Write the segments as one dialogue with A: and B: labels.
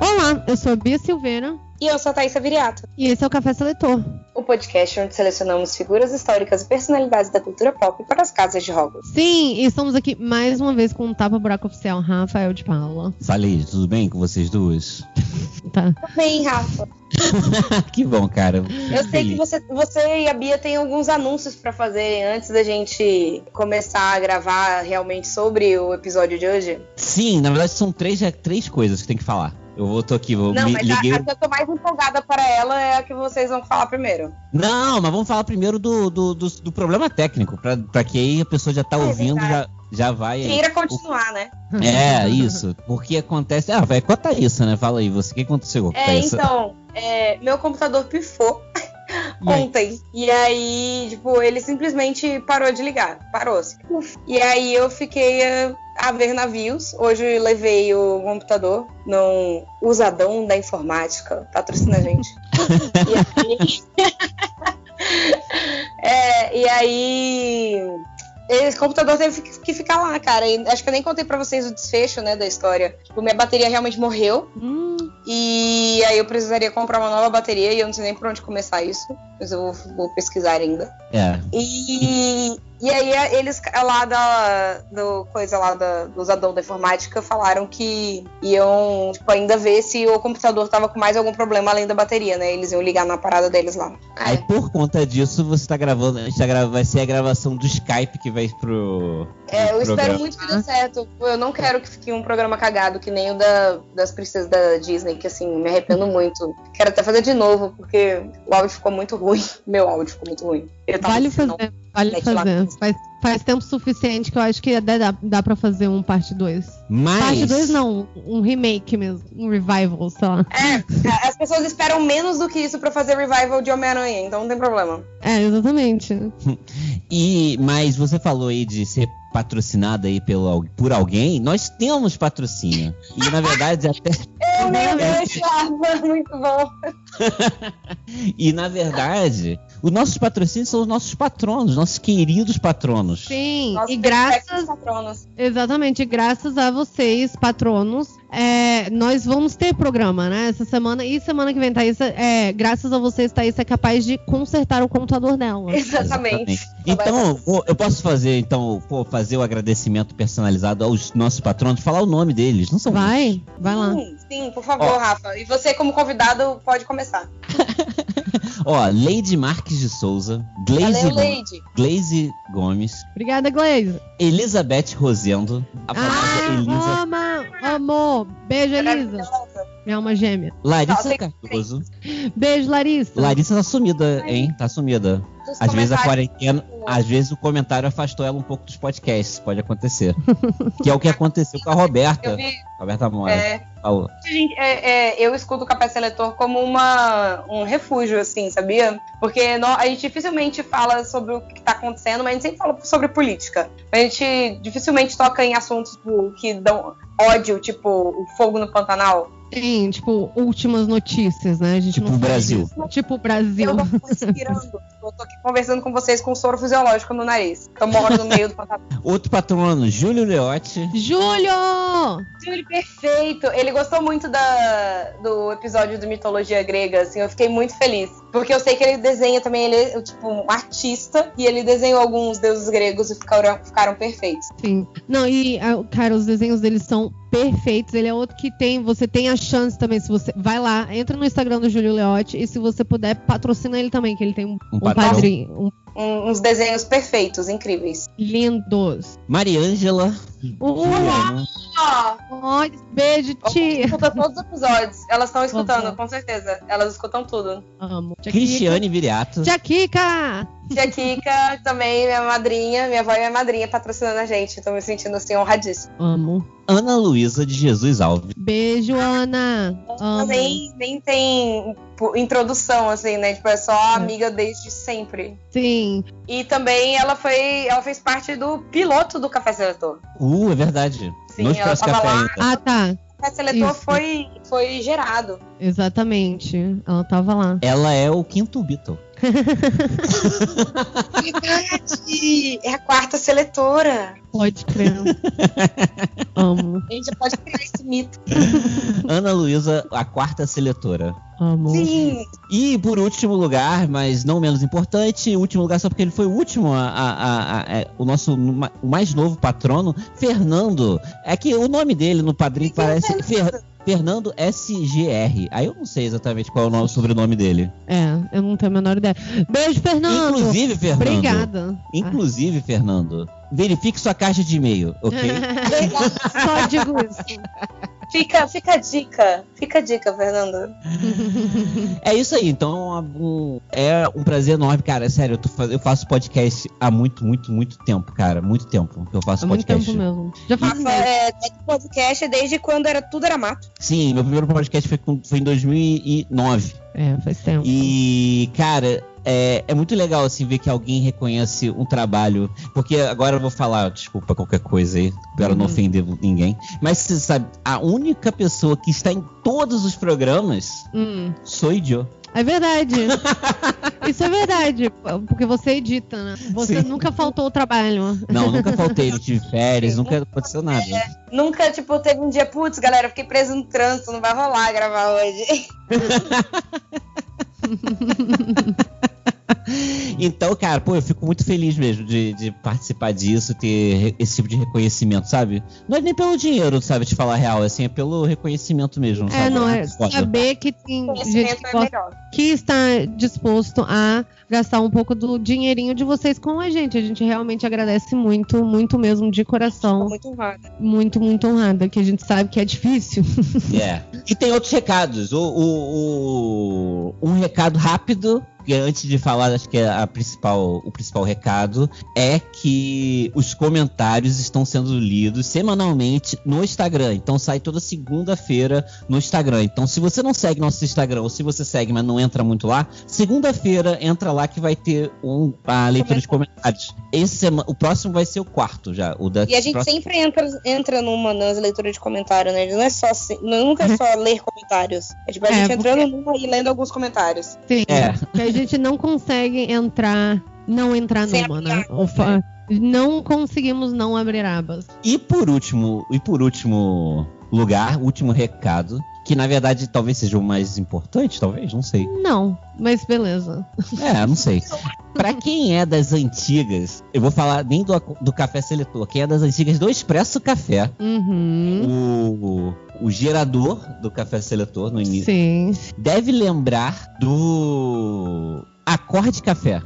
A: Olá, eu sou a Bia Silveira
B: E eu sou a Thaisa Viriato,
A: e esse é o Café Seletor.
B: o podcast onde selecionamos figuras históricas e personalidades da cultura pop para as casas de Hogwarts.
A: Sim, e estamos aqui mais uma vez com o Tapa Buraco Oficial Rafael de Paula.
C: Salei, tudo bem com vocês duas? Ah,
A: Tá.
B: Bem, Rafa,
C: que bom, cara.
B: eu sei
C: Uhum.
B: que você, você e a Bia têm alguns anúncios para fazer antes da gente começar a gravar realmente sobre o episódio de hoje.
C: Sim, na verdade são três, é, três coisas que tem que falar. Eu vou, tô aqui, vou,
B: Não,
C: me
B: mas a,
C: liguei.
B: a que eu tô mais empolgada para ela é a que vocês vão falar primeiro.
C: Não, mas vamos falar primeiro do, do, do, do problema técnico, pra, pra que aí a pessoa já tá ouvindo, já,
B: É verdade.
C: já vai. aí.
B: Queira continuar, né?
C: É, isso. Porque acontece. Ah, vai, conta isso, né? Fala aí, você. O que aconteceu?
B: É, então, é, meu computador pifou. ontem. E aí, tipo, ele simplesmente parou de ligar. Parou. assim. E aí eu fiquei eh, a, ver navios. Hoje eu levei o computador num usadão da informática. Patrocina a gente. e aí. É, e aí. Esse computador teve que- que ficar lá, cara. E acho que eu nem contei pra vocês o desfecho, né, da história. Tipo, minha bateria realmente morreu.
A: Hum,
B: E aí eu precisaria comprar uma nova bateria e eu não sei nem por onde começar isso, mas eu vou, vou pesquisar ainda.
C: É.
B: E, e aí a- eles é lá da do coisa lá da, dos adão da informática falaram que iam tipo, ainda ver se o computador tava com mais algum problema além da bateria, né? Eles iam ligar na parada deles lá.
C: Aí por conta disso, você tá gravando. A gente tá grava- vai ser a gravação do Skype que vai pro.
B: É, eu
C: pro
B: espero
C: programa.
B: muito que dê
A: Ah.
B: certo. Eu não quero que fique um programa cagado que nem o da- das princesas da Disney, que assim, me arrependo muito. Quero até fazer de novo, porque o áudio ficou muito ruim. Meu áudio ficou muito ruim. Eu tava assim,
A: vale
B: pensando-
A: fazer, vale
B: mete lá
A: fazer.
B: mesmo.
A: Faz, faz tempo suficiente que eu acho que até dá, dá pra fazer um parte 2.
B: É
C: Mas.
A: Parte 2 não, um remake mesmo, um revival, sei lá.
B: É, as pessoas esperam menos do que isso pra fazer revival de Homem-Aranha, então não tem problema.
A: É, exatamente.
C: E, mas você falou aí de ser patrocinada aí pelo, al- por alguém. Nós temos patrocínio. E na verdade, até.
B: Meu Deus, Rafa, é muito bom.
C: E na verdade, os nossos patrocínios são os nossos patronos, nossos queridos patronos.
A: Sim,
B: Nosso
A: e
B: respeito
A: graças
B: aos patronos.
A: Exatamente, graças a vocês, patronos, é, nós vamos ter programa, né? Essa semana e semana que vem, Thaísa, é, graças a vocês, Thaísa é capaz de consertar o computador dela.
B: Exatamente.
C: Então, eu- eu posso fazer, então, pô, fazer o agradecimento personalizado aos nossos patronos, falar o nome deles, não são
A: Vai, vai lá.
B: Sim, sim, por favor,
C: Ó.
B: Rafa. E você, como convidado, pode começar.
C: Ó, Lady Marques de Souza, Glaze,
B: Valeu,
C: Go-
B: Lady.
C: Glaze Gomes,
A: Obrigada, Glaze.
C: Elizabeth Rosendo, a famosa Elisa,
A: Ah, ama, amor. Beijo, Elisa. Minha alma gêmea.
C: Larissa
B: ah. Não, tem-
C: Cardoso.
A: Beijo, Larissa.
C: Larissa tá sumida, hein? Tá sumida.
B: Dos
C: Às vezes a
B: comentários.
C: quarentena, às vezes o comentário afastou ela um pouco dos podcasts, pode acontecer. que é o que aconteceu com a
B: Eu
C: Roberta.
B: vi,
C: Roberta Mora.
B: é,
C: Falou.
B: Gente, é, é, eu escuto o Café Seletor como uma, um refúgio, assim, sabia? Porque nó- a gente dificilmente fala sobre o que está acontecendo, mas a gente sempre fala sobre política. A gente dificilmente toca em assuntos tipo, que dão ódio, tipo o fogo no Pantanal.
A: Sim, tipo, últimas notícias, né? A gente
C: Tipo
A: não
C: o
A: faz
C: Brasil.
A: isso. Tipo o Brasil.
B: Eu tô respirando. Eu tô aqui conversando com vocês com soro fisiológico no nariz. Eu moro no meio do patamar.
C: Outro patrono, Júlio Leotti.
A: Júlio!
B: Ele perfeito. Ele gostou muito da, do episódio do Mitologia Grega, assim, eu fiquei muito feliz. Porque eu sei que ele desenha também, ele é tipo um artista, e ele desenhou alguns deuses gregos e ficaram, ficaram perfeitos.
A: Sim. Não, e, ah, cara, os desenhos deles são perfeitos. Ele é outro que tem, você tem a chance também, se você vai lá, entra no Instagram do Júlio Leotti e se você puder, patrocina ele também, que ele tem um,
C: Um
A: um
C: patrão.
A: padrinho, um
B: Um- uns desenhos perfeitos, incríveis.
A: lindos.
C: Mariângela.
A: Olá!
C: Juliana.
B: Ó,
A: Ó, beijo, tia.
B: escuta todos os episódios. Elas estão escutando,
A: Vovó.
B: com certeza. Elas escutam tudo.
A: Amo. Jaquica.
C: Cristiane Viriato.
A: Jaquica!
B: Tia Kika também, minha madrinha, minha avó e minha madrinha patrocinando a gente. Tô me sentindo assim honradíssima.
A: Amo.
C: Ana Luísa de Jesus Alves.
A: Beijo, Ana. Amo.
B: Nem, nem tem pô, introdução, assim, né? Tipo, é só amiga desde sempre.
A: Sim.
B: E também ela foi. Ela fez parte do piloto do Café Seletor.
C: Uh, é verdade.
B: Sim,
C: Não
B: ela
C: espera
B: tava
C: café
B: lá.
C: ainda.
A: Ah, tá.
B: O Café Seletor
A: Isso.
B: foi, foi gerado.
A: Exatamente. Ela tava lá.
C: Ela é o quinto Beatle.
B: É Verdade! É a quarta seletora.
A: Pode crer. amo,
B: A gente já pode criar esse mito.
C: Ana Luísa, a quarta seletora.
A: amo.
B: Sim!
C: E por último lugar, mas não menos importante, último lugar só porque ele foi o último, a- a- a- a- o nosso ma- o mais novo patrono, Fernando. É que o nome dele no padrinho parece Fer- Fernando SGR. Aí eu não sei exatamente qual é o nome, sobrenome dele.
A: É, eu não tenho a menor ideia. Beijo, Fernando.
C: Inclusive, Fernando.
A: Obrigada.
C: Inclusive, Fernando, verifique sua caixa de e-mail, ok?
A: Só digo isso.
B: Fica, fica a dica. Fica a dica, Fernando.
C: É isso aí, então um- é um prazer enorme, cara. Sério, eu, tô faz- eu faço podcast há muito, muito, muito tempo, cara. Muito tempo que eu faço
A: Há muito
C: podcast.
A: tempo mesmo. Já faz
B: Rafa,
A: ideia.
B: é, todo podcast é desde quando era tudo era mato.
C: Sim, meu primeiro podcast foi, com- foi em 2009.
A: É, faz tempo.
C: E, cara, é, é muito legal, assim, ver que alguém reconhece um trabalho. Porque agora eu vou falar, desculpa qualquer coisa aí, para não
A: Uhum.
C: ofender ninguém. Mas você sabe, a única pessoa que está em todos os programas
A: Hum,
C: sou eu.
A: é verdade. Isso é verdade. Porque você edita, né? Você
C: Sim.
A: nunca faltou o trabalho.
C: Não, nunca faltei, não tive férias, nunca aconteceu nada.
B: Nunca, tipo, teve um dia, putz, galera, fiquei preso no trânsito, não vai rolar gravar hoje.
C: Então, cara, pô, eu fico muito feliz mesmo de, de participar disso, ter re- esse tipo de reconhecimento, sabe? Não é nem pelo dinheiro, sabe, te falar a real, assim, é pelo reconhecimento mesmo,
A: É,
C: sabe?
A: não, é
C: muito foda.
A: saber que tem gente
B: Conhecimento
A: que
B: é
A: gosta
B: melhor.
A: que está disposto a gastar um pouco do dinheirinho de vocês com a gente. A gente realmente agradece muito, muito mesmo, de
B: Tô
A: coração.
B: É muito honrada.
A: Muito, muito honrada, que a gente sabe que é difícil.
C: É. E tem outros recados. O, o- o- um recado rápido, que antes de falar, acho que é a principal, o principal recado, é que os comentários estão sendo lidos semanalmente no Instagram. Então sai toda segunda-feira no Instagram. Então, se você não segue nosso Instagram, ou se você segue, mas não entra muito lá, segunda-feira entra lá que vai ter um, a leitura de comentários. Esse sema- o próximo vai ser o quarto já. O da
B: E a gente
C: próxima-
B: sempre entra, entra numa nas leituras de comentário, né? Não é só assim, não- nunca é
C: Uhum.
B: só ler comentários. É tipo, a
A: É,
B: gente
A: porque-
B: entrando numa e lendo alguns comentários.
A: Sim.
C: É.
A: Que a gente não consegue entrar, não entrar
B: Sem
A: numa,
B: abrir
A: né? Ou fa- Não conseguimos não abrir abas.
C: E por último, e por último lugar, último recado, que na verdade talvez seja o mais importante, talvez, não sei.
A: Não, mas beleza.
C: É, não sei. Pra quem é das antigas, eu vou falar nem do, do café seletor, quem é das antigas do Expresso Café,
A: Uhum.
C: o, o gerador do café seletor no início,
A: Sim.
C: deve lembrar do acorde café.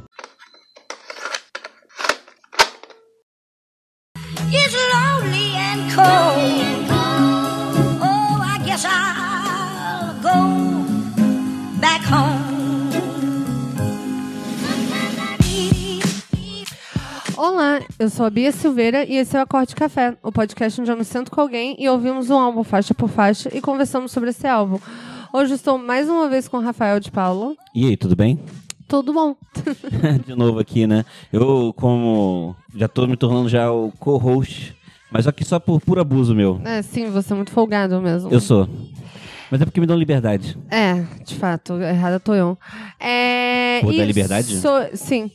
D: It's lonely and cold. Oh, I guess I'll go back home.
E: Olá, eu sou a Bia Silveira e esse é o Acorde Café, o podcast onde eu me sento com alguém e ouvimos um álbum faixa por faixa e conversamos sobre esse álbum. Hoje estou mais uma vez com o Rafael de Paula.
F: E aí, tudo bem?
E: Tudo bom?
F: De novo aqui, né? Eu, como já tô me tornando já o co-host, mas aqui só por puro abuso meu.
E: É, sim, você é muito folgado mesmo.
F: Eu sou. Mas é porque me dão liberdade.
E: É, de fato, errada tô eu. É,
F: Pô,
E: e
F: dá liberdade?
E: so- sim.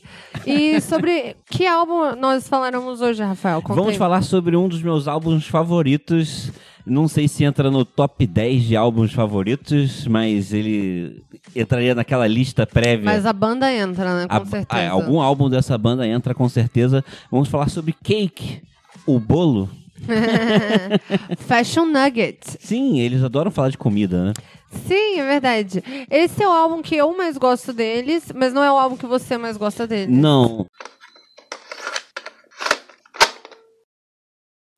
E: E sobre que álbum nós falaremos hoje, Rafael? Conta
F: Vamos
E: aí.
F: falar sobre um dos meus álbuns favoritos. Não sei se entra no top 10 de álbuns favoritos, mas ele entraria naquela lista prévia.
E: Mas a banda entra, né? Com
F: A-
E: certeza.
F: é, algum álbum dessa banda entra com certeza. Vamos falar sobre Cake, o bolo.
E: Fashion Nugget.
F: Sim, eles adoram falar de comida, né?
E: Sim, é verdade. Esse é o álbum que eu mais gosto deles, mas não é o álbum que você mais gosta deles.
F: Não,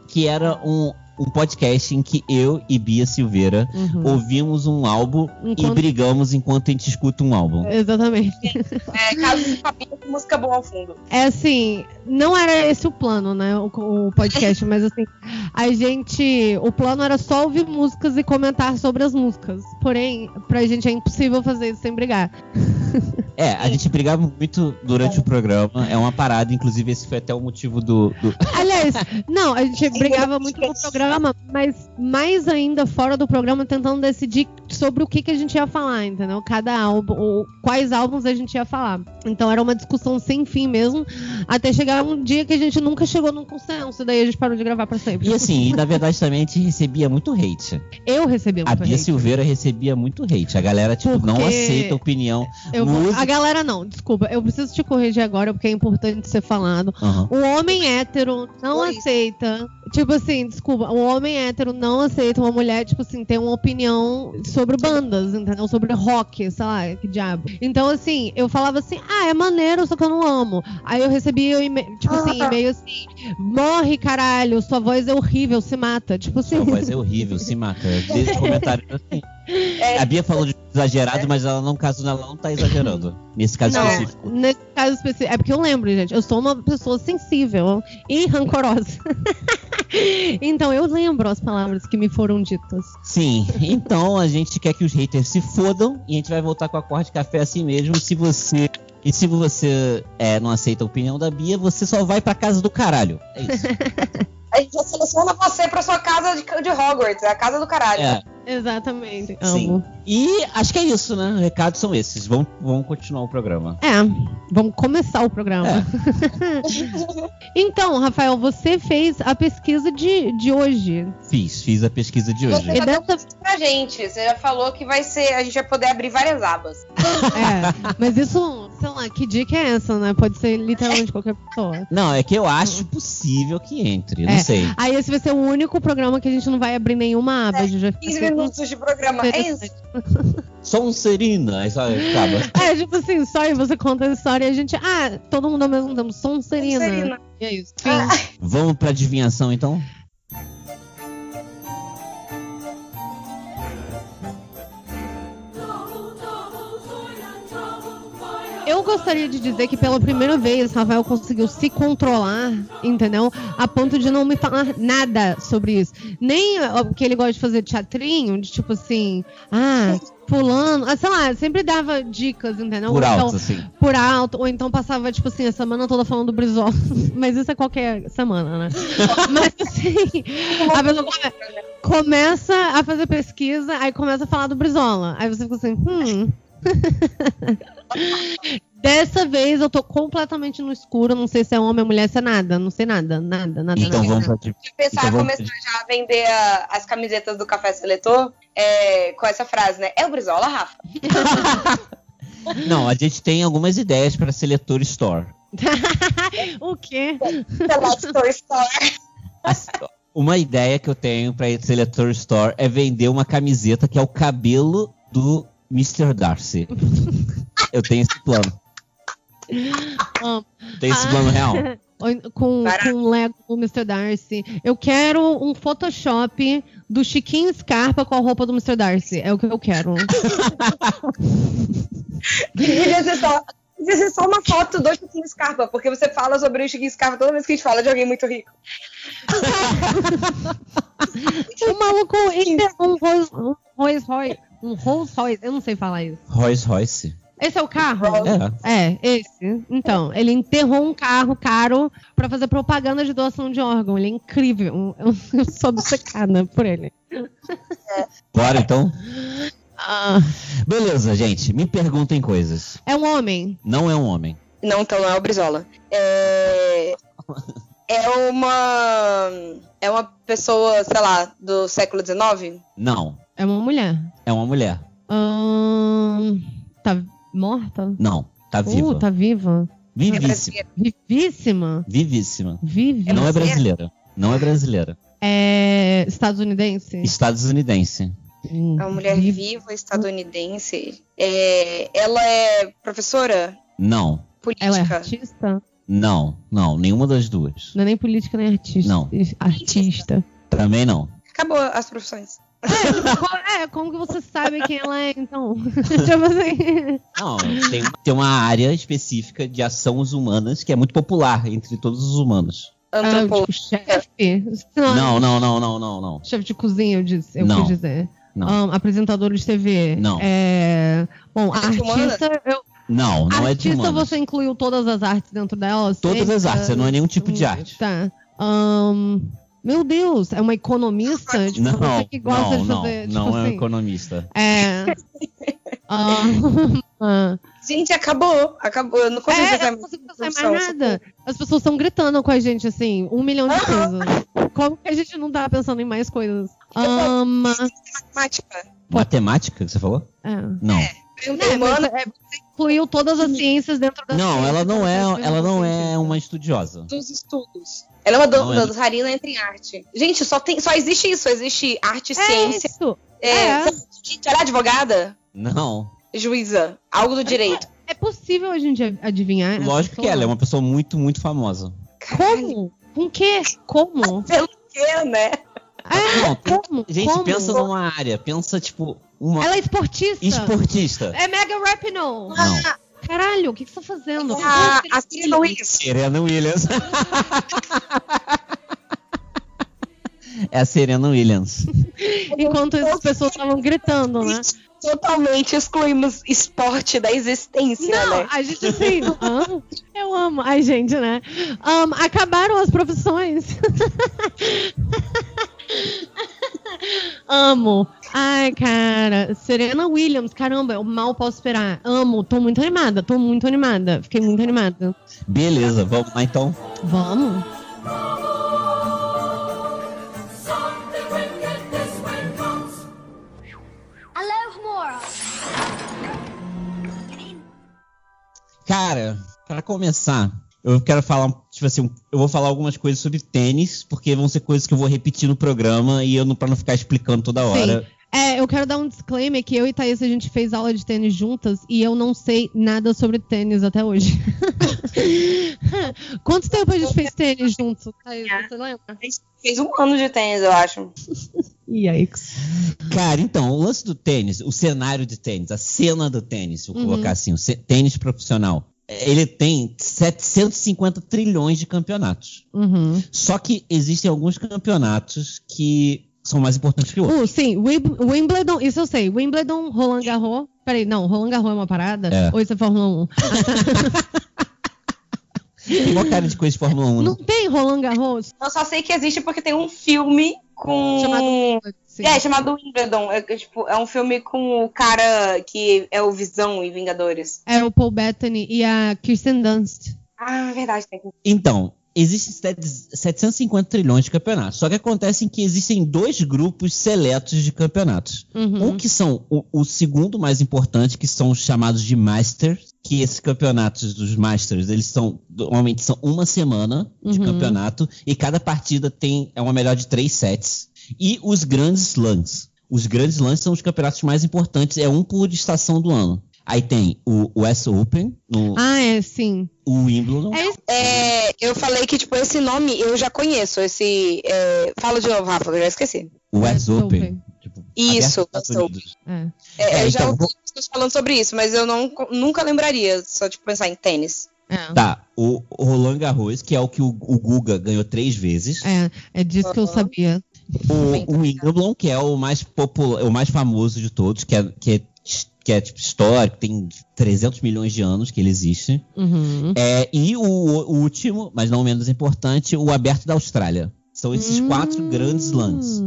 C: que era um, um podcast em que eu e Bia Silveira
A: Uhum.
C: ouvimos um álbum e
A: Enquanto-
C: brigamos enquanto a gente escuta um álbum.
A: Exatamente.
B: É, caso de família com música boa ao fundo.
A: É assim, não era esse o plano, né? O, o podcast, mas assim, a gente. O plano era só ouvir músicas e comentar sobre as músicas. Porém, pra gente é impossível fazer isso sem brigar.
C: É, a gente brigava muito durante o programa, é uma parada, inclusive esse foi até o motivo do. do-
A: Aliás, não, a gente brigava muito no programa, mas mais ainda fora do programa, tentando decidir sobre o que, que a gente ia falar, entendeu? Cada álbum, ou quais álbuns a gente ia falar. Então era uma discussão sem fim mesmo, até chegar um dia que a gente nunca chegou num consenso, e daí a gente parou de gravar pra sempre.
C: E assim, e na verdade também a gente recebia muito hate.
A: Eu recebi um
C: A
A: muito
C: Bia
A: hate.
C: Silveira recebia muito hate. A galera, tipo, não
A: Porque-
C: aceita opinião.
A: Eu vou-
C: música-
A: A galera não, desculpa, eu preciso te corrigir agora porque é importante ser falado.
C: Aham.
A: O homem hétero não
B: Oi.
A: aceita. Tipo assim, desculpa, o homem hétero não aceita uma mulher, tipo assim, ter uma opinião sobre bandas, entendeu? Sobre rock, sei lá, que diabo. Então, assim, eu falava assim, ah, é maneiro, só que eu não amo. Aí eu recebia, e-mail, tipo assim, e-mail assim, morre, caralho, sua voz é horrível, se mata. Tipo assim.
C: Sua voz é horrível, se mata. Desde comentário assim.
B: É,
C: A Bia falou de exagerado, mas ela não, caso ela não tá exagerando. Nesse caso
A: É? Não.
C: específico.
A: Nesse caso específico. É porque eu lembro, gente. Eu sou uma pessoa sensível e rancorosa. então eu lembro as palavras que me foram ditas.
C: Sim, então a gente quer que os haters se fodam e a gente vai voltar com a corte de café assim mesmo. Se você. E se você é, não aceita a opinião da Bia, você só vai pra casa do caralho. É isso.
B: A gente já seleciona você pra sua casa de, de Hogwarts, a casa do caralho.
C: É.
A: Exatamente.
C: Sim.
A: Amo.
C: E acho que é isso, né? Recados são esses. Vamos, vamos continuar o programa.
A: É, vamos começar o programa.
B: É.
A: Então, Rafael, você fez a pesquisa de, de hoje.
C: Fiz, fiz a pesquisa de hoje.
A: E dessa,
B: Pra gente, você já falou que vai ser. A gente vai poder abrir várias abas.
A: é, mas isso, sei lá, que dica é essa, né? Pode ser
B: É.
A: literalmente qualquer pessoa.
C: Não, é que eu acho possível que entre, não
A: É.
C: sei.
A: Aí esse vai ser o único programa que a gente não vai abrir nenhuma
B: É,
A: aba. a gente vai
B: 15
A: ficar com-
B: minutos de programa. um É isso.
C: Sonserina, um aí só acaba.
A: É, tipo assim, só aí você conta a história e a gente. Ah, todo mundo ao mesmo tempo. Sonserina.
B: Sonserina. Ah,
A: E é isso. Fim.
C: Vamos pra adivinhação então?
A: Eu gostaria de dizer que pela primeira vez Rafael conseguiu se controlar, entendeu? A ponto de não me falar nada sobre isso. Nem ó, que ele gosta de fazer teatrinho, de tipo assim, ah, pulando. Ah, sei lá, sempre dava dicas, entendeu?
C: Por
A: Ou então-
C: alto, assim.
A: por alto, ou então passava, tipo assim, a semana toda falando do Brizola. Mas isso é qualquer semana, né? Mas assim, a pessoa come- começa a fazer pesquisa, aí começa a falar do Brizola. Aí você fica assim, hum. Dessa vez eu tô completamente no escuro, não sei se é homem ou mulher, se é nada, não sei nada, nada, nada.
C: Então
A: nada.
C: vamos pra adivinhação.
B: De pensar
C: Então
A: Tá,
B: em
C: vamos-
B: começar já a vender a- as camisetas do Café Seletor é, com essa frase, né? É o Brizola, Rafa?
C: Não, a gente tem algumas ideias pra Seletor Store.
A: O quê?
B: The Store Store.
C: Uma ideia que eu tenho pra Seletor Store é vender uma camiseta que é o cabelo do Mr. Darcy. Eu tenho esse plano.
A: Amo.
C: Tenho esse
A: Ah.
C: plano real.
A: Ou- Com,
B: Barato.
A: com o Lego do Mr. Darcy. Eu quero um Photoshop do Chiquinho Scarpa com a roupa do Mr. Darcy. É o que eu quero.
B: Devia ser só, devia ser só uma foto do Chiquinho Scarpa, porque você fala sobre o Chiquinho Scarpa toda vez que a gente fala de alguém muito rico.
A: O Um maluco ainda é um Rolls, um Rolls Royce. Um Rolls Royce, eu não sei falar isso.
C: Royce Royce.
A: Esse é o carro?
C: É.
A: É, esse. Então, ele enterrou um carro caro pra fazer propaganda de doação de órgão. Ele é incrível. Eu, eu sou obcecada por ele.
C: Bora então.
A: Ah,
C: Beleza, gente. Me perguntem coisas.
A: é um homem.
C: Não é um homem.
B: Não, então não é o Brizola. É. É uma. É uma pessoa, sei lá, do século XIX?
C: Não.
A: É uma mulher.
C: É uma mulher.
A: Ahn, tá morta?
C: Não. Tá viva.
A: Uh, tá viva.
B: É
C: Vivíssima.
B: brasileira.
A: Vivíssima.
C: Vivíssima.
A: Vivíssima.
C: Não é
B: brasileira?
C: brasileira. Não é brasileira.
A: É estadunidense?
C: Estadunidense.
A: Hum,
B: É uma mulher
A: viva.
B: viva, estadunidense. É, Ela é professora
C: Não.
B: política.
A: Ela é artista?
C: Não. Não. Nenhuma das duas.
A: Não é nem política nem artista.
C: Não.
A: Artista.
C: Também não.
B: Acabou as profissões.
A: Co- É, como que você sabe quem ela é, então? tipo assim.
C: Não, tem, tem uma área específica de ações humanas que é muito popular entre todos os humanos.
A: Ah,
B: Antropóloga.
A: tipo, chefe.
C: Não,
A: Não,
C: não, não, não, não, não.
A: Chefe de cozinha, eu, disse, eu
C: Não.
A: quis dizer.
C: Não.
A: Ahn, apresentador de TV.
C: Não.
A: É... Bom,
B: Gente
A: artista. Eu...
C: Não, não é de
A: artista
C: humanos.
A: você incluiu todas as artes dentro dela?
C: Todas as artes, não é nenhum tipo de arte.
A: Tá. Ahn, Meu Deus, é uma economista? Tipo,
C: Não,
A: você que gosta
C: não,
A: de
C: não, não
A: fazer. tipo
C: é um
A: assim.
C: economista.
A: É. Ah,
B: Gente, acabou. Acabou. Eu não consigo
A: é,
B: pensar
A: eu
B: em
A: não consigo pensar em
B: profissão.
A: mais nada. As pessoas estão gritando com a gente, assim, um milhão de coisas. Como que a gente não tá pensando em mais coisas? Ahn,
B: Matemática.
C: Matemática, que você falou?
A: é.
C: Não.
A: É, mas,
B: humana,
A: é, você incluiu todas as ciências dentro da
C: Não,
A: ciência,
C: ela não é,
A: das
C: ela não é
A: ciências.
C: uma estudiosa.
B: dos estudos. Ela é uma dan-
C: Não, é-
B: dançarina entre arte. Gente, só, tem, só existe isso. Existe arte e
A: É
B: ciência.
A: isso.
B: É,
A: É.
B: sabe, Gente, ela é advogada,
C: Não.
B: juíza, algo do direito.
A: É possível a gente ad- adivinhar. essa
C: Lógico que
A: pessoa?
C: ela é uma pessoa muito, muito famosa.
A: Como? Com que? Como?
B: É, né?
A: É,
C: Não, tem-
A: como?
C: gente,
A: Como?
C: pensa numa área, pensa tipo uma
A: Ela é esportista.
C: esportista.
A: É Mega Rapinoe.
C: Não.
A: Caralho, o que, que você tá fazendo?
B: A, Ah, a Serena Williams.
C: Serena Williams. é a Serena Williams.
A: Enquanto as pessoas estavam gritando, né?
B: Totalmente excluímos esporte da existência,
A: Não,
B: né?
A: a gente assim. hã? Eu amo a gente, né? Ahn, acabaram as profissões. amo. Ai, cara. Serena Williams, caramba, eu mal posso esperar. Amo, tô muito animada, tô muito animada. Fiquei muito animada.
C: Beleza, vamos lá então.
A: Vamos?
D: Alohomora.
C: Cara, pra começar, eu quero falar, tipo assim, eu vou falar algumas coisas sobre tênis, porque vão ser coisas que eu vou repetir no programa e eu não para não ficar explicando toda hora.
A: É, eu quero dar um disclaimer que eu e Thaís a gente fez aula de tênis juntas e eu não sei nada sobre tênis até hoje. Quanto tempo a gente fez tênis juntos, Thaís? Você lembra?
B: A gente fez um ano de tênis, eu acho.
A: Yikes.
C: Cara, então, o lance do tênis, o cenário de tênis, a cena do tênis, vou
A: Uhum.
C: colocar assim, o ce- tênis profissional, ele tem 750 trilhões de campeonatos.
A: Uhum.
C: Só que existem alguns campeonatos que são mais importantes que outros.
A: Uh, sim, Wib- Wimbledon, isso eu sei. Wimbledon, Roland Garros. Peraí, não, Roland Garros é uma parada?
C: É.
A: Ou isso é Fórmula 1?
C: Tem uma cara de coisa de Fórmula 1,
A: Não
C: né?
A: tem Roland Garros?
B: Eu só sei que existe porque tem um filme com.
A: Chamado- Sim.
B: É, chamado Wimbledon. É, é, tipo, é um filme com o cara que é o Visão e Vingadores.
A: É o Paul Bettany e a Kirsten Dunst.
B: Ah, é verdade, tem que.
C: Então, existem sete- 750 trilhões de campeonatos. Só que acontece que existem dois grupos seletos de campeonatos.
A: Uhum.
C: Um que são o, o segundo mais importante, que são os chamados de Masters, que esses campeonatos dos Masters, eles são normalmente são uma semana de
A: Uhum.
C: campeonato e cada partida tem é uma melhor de três sets. E os grandes slams. Os grandes slams são os campeonatos mais importantes, é um por estação do ano. Aí tem o US Open, no-
A: Ah, é, sim.
C: o Wimbledon.
A: É isso.
B: É, eu falei que, tipo, esse nome eu já conheço. Esse. é, Fala de novo, Rafa, eu já esqueci.
C: O US Open.
A: Open.
C: Tipo,
B: Isso,
C: aberto nos Estados
B: US Open.
C: Unidos.
A: É.
B: É,
C: É,
B: eu já
C: então,
B: ouvi pessoas falando sobre isso, mas eu não, nunca lembraria só de pensar em tênis.
A: É.
C: Tá, o o Roland Garros, que é o que o, o Guga ganhou três vezes.
A: É, é disso que eu
B: Aham.
A: sabia.
C: O, o Wimbledon, que é o mais popular, o mais famoso de todos, que é, que é, que é, tipo, histórico, tem 300 milhões de anos que ele existe.
A: Uhum.
C: É, e o, o último,
A: Hum.
C: mas não menos importante, o Aberto da Austrália. São esses quatro grandes slams.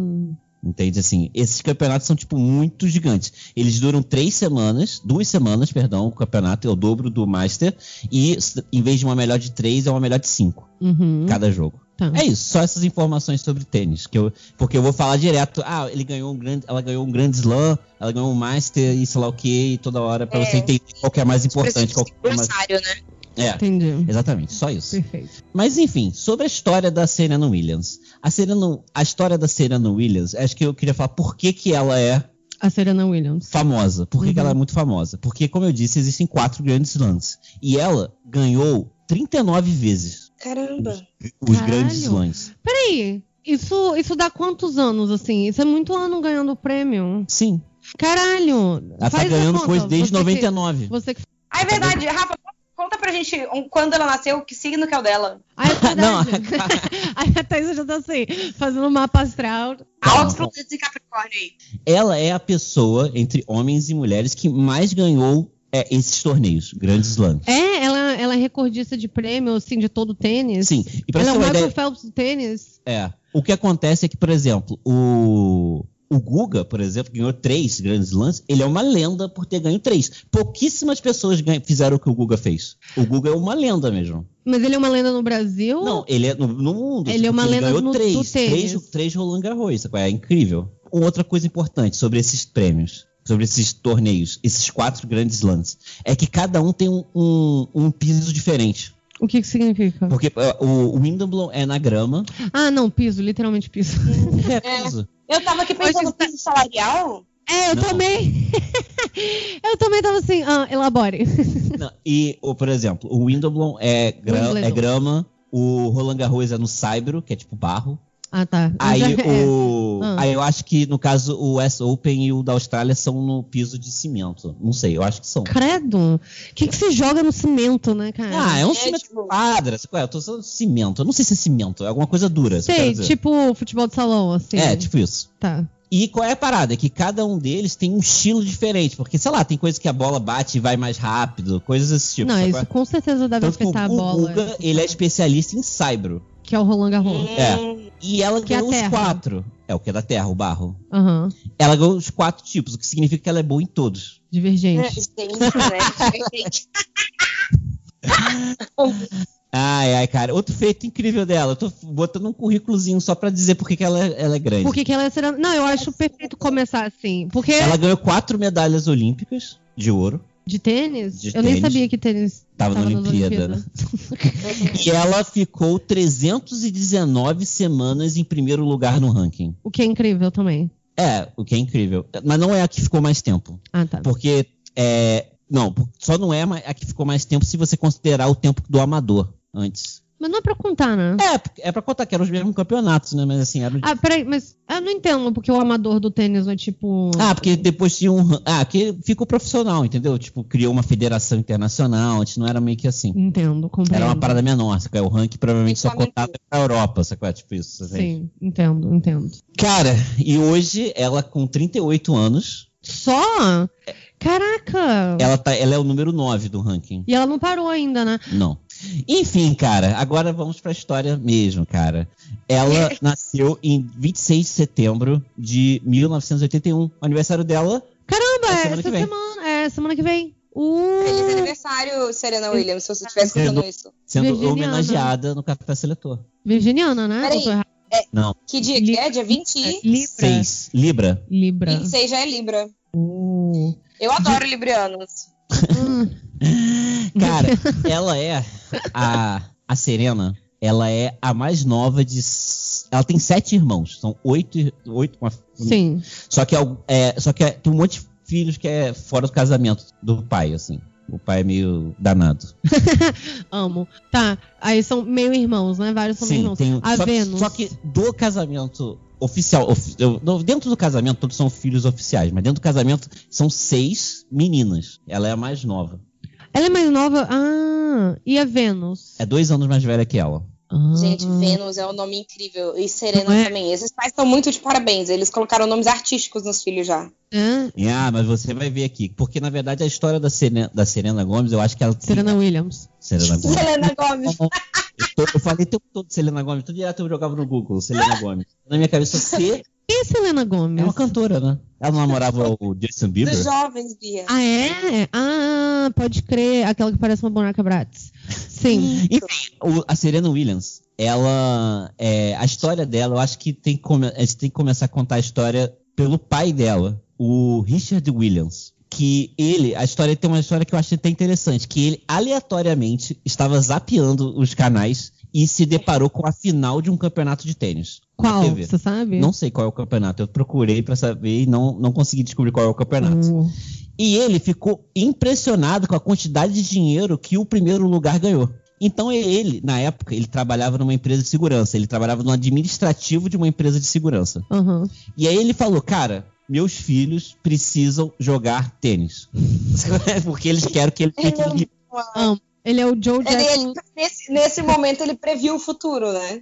C: Entende? Assim, esses campeonatos são, tipo, muito gigantes. Eles duram três semanas, duas semanas, perdão, o campeonato é o dobro do Master. E s- em vez de uma melhor de três, é uma melhor de cinco,
A: Uhum.
C: cada jogo.
A: Tá.
C: É isso, só essas informações sobre tênis. Que eu, porque eu vou falar direto. Ah, ele ganhou um grande. Ela ganhou um grande slam, ela ganhou um master e sei lá o que, e toda hora, pra
B: É.
C: você entender qual que é mais importante. Qual que é mais...
B: Aniversário, né?
C: É,
A: Entendi.
C: exatamente, só isso.
A: Perfeito.
C: Mas enfim, sobre a história da Serena Williams. A, Serena, a história da Serena Williams, acho que eu queria falar por que, que ela é
A: A Serena Williams.
C: famosa. Por que, que
A: Uhum.
C: ela é muito famosa? Porque, como eu disse, existem quatro grandes slams. E ela ganhou 39 vezes
B: Caramba.
C: os
A: Caralho.
C: grandes slams.
A: Peraí, isso, isso dá quantos anos, assim? Isso é muito ano ganhando prêmio.
C: Sim,
A: Caralho!
C: ela
A: faz
C: tá
A: a
C: ganhando
A: conta.
C: coisa desde
A: Você que-
C: 99.
A: Você que...
B: Ah, é verdade. Rafa, conta pra gente um- quando ela nasceu, que signo que é o dela.
A: Ai, é verdade.
C: Não,
A: Aí a Thaís já tá assim, fazendo um mapa astral.
C: Tá.
B: Altos planetas em Capricórnio aí.
C: ela é a pessoa, entre homens e mulheres, que mais ganhou é, esses torneios, grandes slams.
A: É, ela, ela é recordista de prêmio, assim, de todo o tênis.
C: Sim, e pra
A: ela é
C: você ter
A: o
C: uma
A: Michael
C: ideia,
A: Phelps do tênis.
C: É. O que acontece é que, por exemplo, o, o Guga, por exemplo, que ganhou três grandes lances, ele é uma lenda por ter ganho três. Pouquíssimas pessoas ganha- fizeram o que o Guga fez. O Guga é uma lenda mesmo.
A: Mas ele é uma lenda no Brasil?
C: Não, ele é no, no mundo.
A: Ele é uma
C: porque
A: lenda
C: ganhou
A: no- do
C: três,
A: tênis.
C: três, três Roland Garros, sabe qual é É incrível. Uma outra coisa importante sobre esses prêmios, sobre esses torneios, esses quatro grandes lances, é que cada um tem um- um- um piso diferente.
A: O que que significa?
C: Porque eh, o, o Wimbledon é na grama,
A: Ah, não, piso, literalmente piso.
C: é piso.
B: Eu tava aqui pensando
A: Hoje
B: no piso salarial.
A: É, eu
C: Não.
A: também. eu também tava assim, ah, elabore.
C: Não, e, ou, por exemplo, o Wimbledon é, gra-
A: Wimbledon.
C: é grama, o Roland Garros é no Saibro, que é tipo barro.
A: Ah, tá.
C: Aí
A: Já- é.
C: o.
A: Ah.
C: Aí eu acho que, no caso, o West Open e o da Austrália são no piso de cimento. Não sei, eu acho que são.
A: Credo. O que que se joga no cimento, né, cara?
C: Ah, é um
B: É,
C: cimento de
B: tipo-
C: quadra. sabe qual é? Eu tô falando de cimento. Eu não sei se é cimento, é alguma coisa dura. sabe o que eu
A: Sei,
C: quero dizer?
A: tipo futebol de salão, assim.
C: É, tipo isso.
A: Tá.
C: E qual é a parada? É que cada um deles tem um estilo diferente. Porque, sei lá, tem coisa que a bola bate e vai mais rápido, coisas desse tipo.
A: não,
C: sabe
A: isso
C: qual é?
A: com certeza deve
C: Tanto que o,
A: afetar a
C: o
A: bola.
C: Guga, ele é especialista em saibro.
A: Que é o Roland Garros.
C: É.
B: Hum,
C: E ela
A: Que é a
C: ganhou os
A: terra.
C: quatro. É o que é da terra, o barro.
A: Aham.
C: Ela ganhou os quatro tipos, o que significa que ela é boa em todos.
A: Divergente.
B: Gente, né? Gente.
C: Ai, ai, cara. Outro feito incrível dela. Eu tô botando um currículozinho só pra dizer por que que ela, é- ela é grande.
A: Por que, que ela é serena? Não, eu acho perfeito começar assim. Porque
C: Ela ganhou quatro medalhas olímpicas de ouro.
A: de tênis,
C: De
A: eu
C: tênis.
A: nem sabia que tênis
C: Tava, na
A: nas
C: Olimpíada, né? E ela ficou 319 semanas em primeiro lugar no ranking.
A: O que é incrível também.
C: É, o que é incrível. Mas não é a que ficou mais tempo.
A: Ah, tá.
C: Porque. É, não, só não é a que ficou mais tempo se você considerar o tempo do amador antes.
A: Mas não é pra contar, né?
C: É, porque- é pra contar que eram os mesmos campeonatos, né? Mas assim, era o...
A: Ah, peraí, mas eu não entendo porque o amador do tênis não é tipo.
C: Ah, porque depois tinha um. ran- Ah, que ficou profissional, entendeu? Tipo, criou uma federação internacional, antes não era meio que assim.
A: Entendo, compreendo.
C: Era uma parada menor, sacou? O ranking provavelmente só
B: Ficou
C: contava pra Europa, sacou? Tipo isso, assim.
A: Sim, entendo, entendo.
C: Cara, e hoje ela com 38 anos,
A: Só? Caraca!
C: ela, tá, ela é o número 9 do ranking.
A: E ela não parou ainda, né?
C: Não. Enfim, cara, agora vamos pra história mesmo, cara. Ela nasceu em 26 de setembro de 1981. O um. aniversário dela
A: Caramba,
C: É
A: é
C: semana
A: essa
C: que vem.
A: semana. É semana que vem. Uh,
B: Feliz aniversário, Serena Williams, se você estivesse
C: Serena-
B: escutando isso.
C: sendo
A: Virginiana.
C: homenageada no Café Seletor.
A: virginiana, né?
B: Peraí.
A: Eu tô errada.
B: Que dia que é? Dia 20?
A: Libra.
C: Seis. Libra.
A: Libra.
B: 26 já é Libra.
A: Uh.
B: Eu adoro librianos.
A: Hum,
C: Cara, ela é a, a Serena. Ela é a mais nova de. s- Ela tem sete irmãos. São oito. ir- oito uma-
A: sim.
C: Só que, al- é, só que é- tem um monte de filhos que é fora do casamento do pai, assim. O pai é meio danado.
A: Amo. Tá, aí são meio irmãos, né? Vários são meio
C: Sim,
A: irmãos.
C: tem.
A: A
C: só, que-
A: Vênus.
C: só que do casamento oficial. ofi- eu- no- dentro do casamento, todos são filhos oficiais, mas dentro do casamento são seis meninas. Ela é a mais nova.
A: Ela é mais nova. Ah, e a Vênus?
C: É dois anos mais velha que ela.
A: Ah.
B: Gente, Vênus é um nome incrível. E
A: Não
B: Serena
A: é?
B: também. Esses pais estão muito de parabéns. Eles colocaram nomes artísticos nos filhos já.
A: É?
C: E, Ah, mas você vai ver aqui. Porque, na verdade, a história da Serena, da Serena Gomes, eu acho que ela.
A: Serena Williams.
C: Serena Gomes.
B: Selena Gomes.
C: Eu, tô- eu falei o tempo todo Selena Gomes, tudo direto eu jogava no Google, Selena Gomes. Na minha cabeça, C.
A: Quem é Selena
C: É
A: Gomez?
C: uma cantora, né? Ela não namorava o Justin Bieber?
B: Dos jovens, Bia.
A: Ah, é? Ah, pode crer. Aquela que parece uma boneca Bratz.
C: Hum.
A: Sim.
C: Enfim, o- a Serena Williams, ela. é, a história dela, eu acho que tem que come- a gente tem que começar a contar a história pelo pai dela, o Richard Williams. Que ele, a história tem uma história que eu achei até interessante, que ele aleatoriamente estava zapeando os canais e se deparou com a final de um campeonato de tênis. na
A: Qual?
C: TV.
A: Você sabe?
C: Não sei qual é o campeonato. Eu procurei pra saber e não, não consegui descobrir qual é o campeonato.
A: Uh,
C: E ele ficou impressionado com a quantidade de dinheiro que o primeiro lugar ganhou. Então ele, na época, ele trabalhava numa empresa de segurança. Ele trabalhava no administrativo de uma empresa de segurança.
A: aham.
C: E aí ele falou, cara, meus filhos precisam jogar tênis. Porque eles querem que eles fiquem
A: Ele é o Joe
B: Ele-
A: Jackson.
B: ele- nesse, nesse momento ele previu o futuro, né?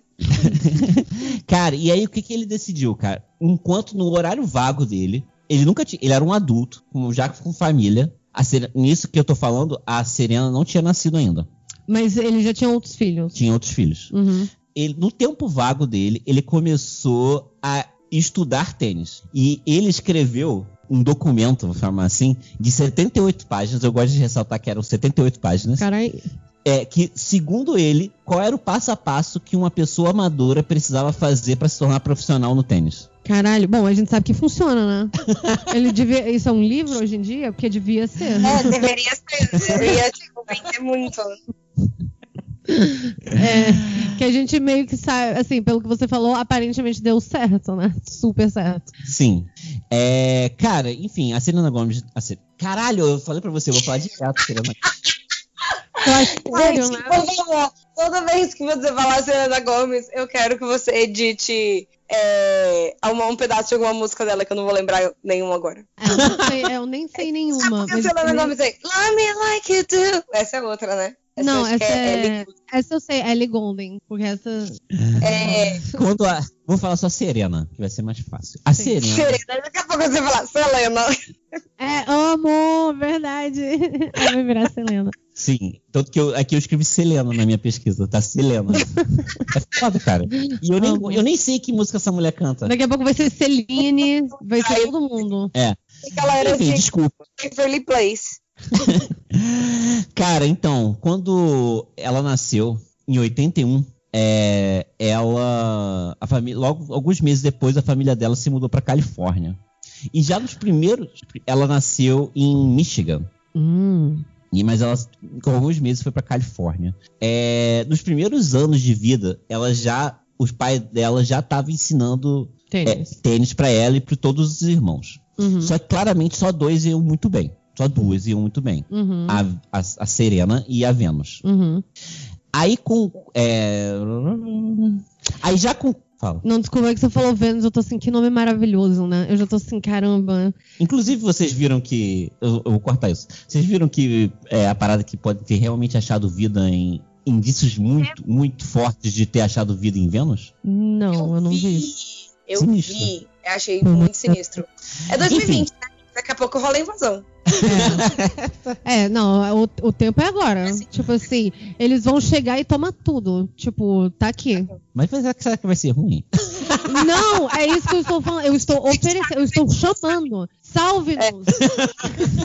C: Cara, e aí o que, que ele decidiu, cara? Enquanto no horário vago dele, ele nunca tinha. Ele era um adulto, com- já com família. A Serena- nisso que eu tô falando, a Serena não tinha nascido ainda.
A: Mas ele já tinha outros filhos.
C: Tinha outros filhos.
A: Uhum.
C: Ele, no tempo vago dele, ele começou a estudar tênis. E ele escreveu um documento, vou chamar assim, de 78 páginas. Eu gosto de ressaltar que eram 78 páginas.
A: Carai.
C: É que, segundo ele, qual era o passo a passo que uma pessoa amadora precisava fazer pra se tornar profissional no tênis.
A: Caralho. Bom, a gente sabe que funciona, né? Ele devia. Isso é um livro hoje em dia? Porque devia ser. né?
B: É, deveria ser. Deveria tipo, vender muito.
A: É, que a gente meio que sabe, assim, pelo que você falou, aparentemente deu certo, né? Super certo.
C: Sim. É, cara, enfim, a Serena Gomes. a Ser- Caralho, eu falei pra você, eu vou falar de gato, Serena.
A: Eu acho que sério,
B: Gente,
A: né?
B: por favor, toda vez que você falar Selena Gomes, eu quero que você edite é, uma- um pedaço de alguma música dela que eu não vou lembrar nenhuma agora.
A: É, eu, não sei, eu nem sei nenhuma.
B: Porque a
A: mas-
B: Selena Gomes aí, Love Me Like You Do. Essa é outra, né?
A: Não,
B: acho que
A: essa é-
B: Ellie-
A: Essa eu sei, Ellie Golden, porque essa.
B: é,
C: Quando a- Vou falar só Serena, que vai ser mais fácil. A
A: Sim.
C: Serena.
B: Serena. Daqui a pouco você vai falar Selena.
A: É, amo, verdade. Ela vai virar Selena.
C: Sim. Tanto que eu, aqui eu escrevi Selena na minha pesquisa, tá? Selena. é foda, cara. E eu
A: Amo.
C: nem, eu nem sei que música essa mulher canta.
A: Daqui a pouco vai ser Celine, vai ser todo mundo.
B: que ela era
C: Enfim,
B: de
C: desculpa.
B: Beverly Place.
C: Cara, então, quando ela nasceu, em 81, é, ela. A família, logo, alguns meses depois, a família dela se mudou pra Califórnia. E já nos primeiros. Ela nasceu em Michigan.
A: Hum.
C: E, mas ela, com alguns meses, foi pra Califórnia. É, nos primeiros anos de vida, ela já. Os pais dela já estavam ensinando é,
A: Tênis.
C: tênis pra ela e pra todos os irmãos.
A: Uhum.
C: Só que claramente só dois iam muito bem. Só duas iam muito bem.
A: Uhum.
C: A, a, a Serena e a Vênus.
A: Uhum.
C: Aí com. é, Aí já com. Fala.
A: Não, desculpa, é que você falou Vênus, eu tô assim, que nome maravilhoso, né? Eu já tô assim, caramba.
C: Inclusive, vocês viram que. Eu, eu vou cortar isso. Vocês viram que é, a parada que pode ter realmente achado vida em. Indícios muito, muito fortes de ter achado vida em Vênus?
A: Não, eu não vi isso.
B: vi. Eu
C: Sinistro.
B: vi. Eu achei muito sinistro. É 2020, né? Daqui a pouco rola a invasão.
A: É, não, o, o tempo é agora. Tipo assim, eles vão chegar e tomar tudo. Tipo, tá aqui.
C: Mas será que, será que vai ser ruim?
A: Não, é isso que eu estou falando. Eu estou oferecendo, eu estou chamando. Salve-nos! É.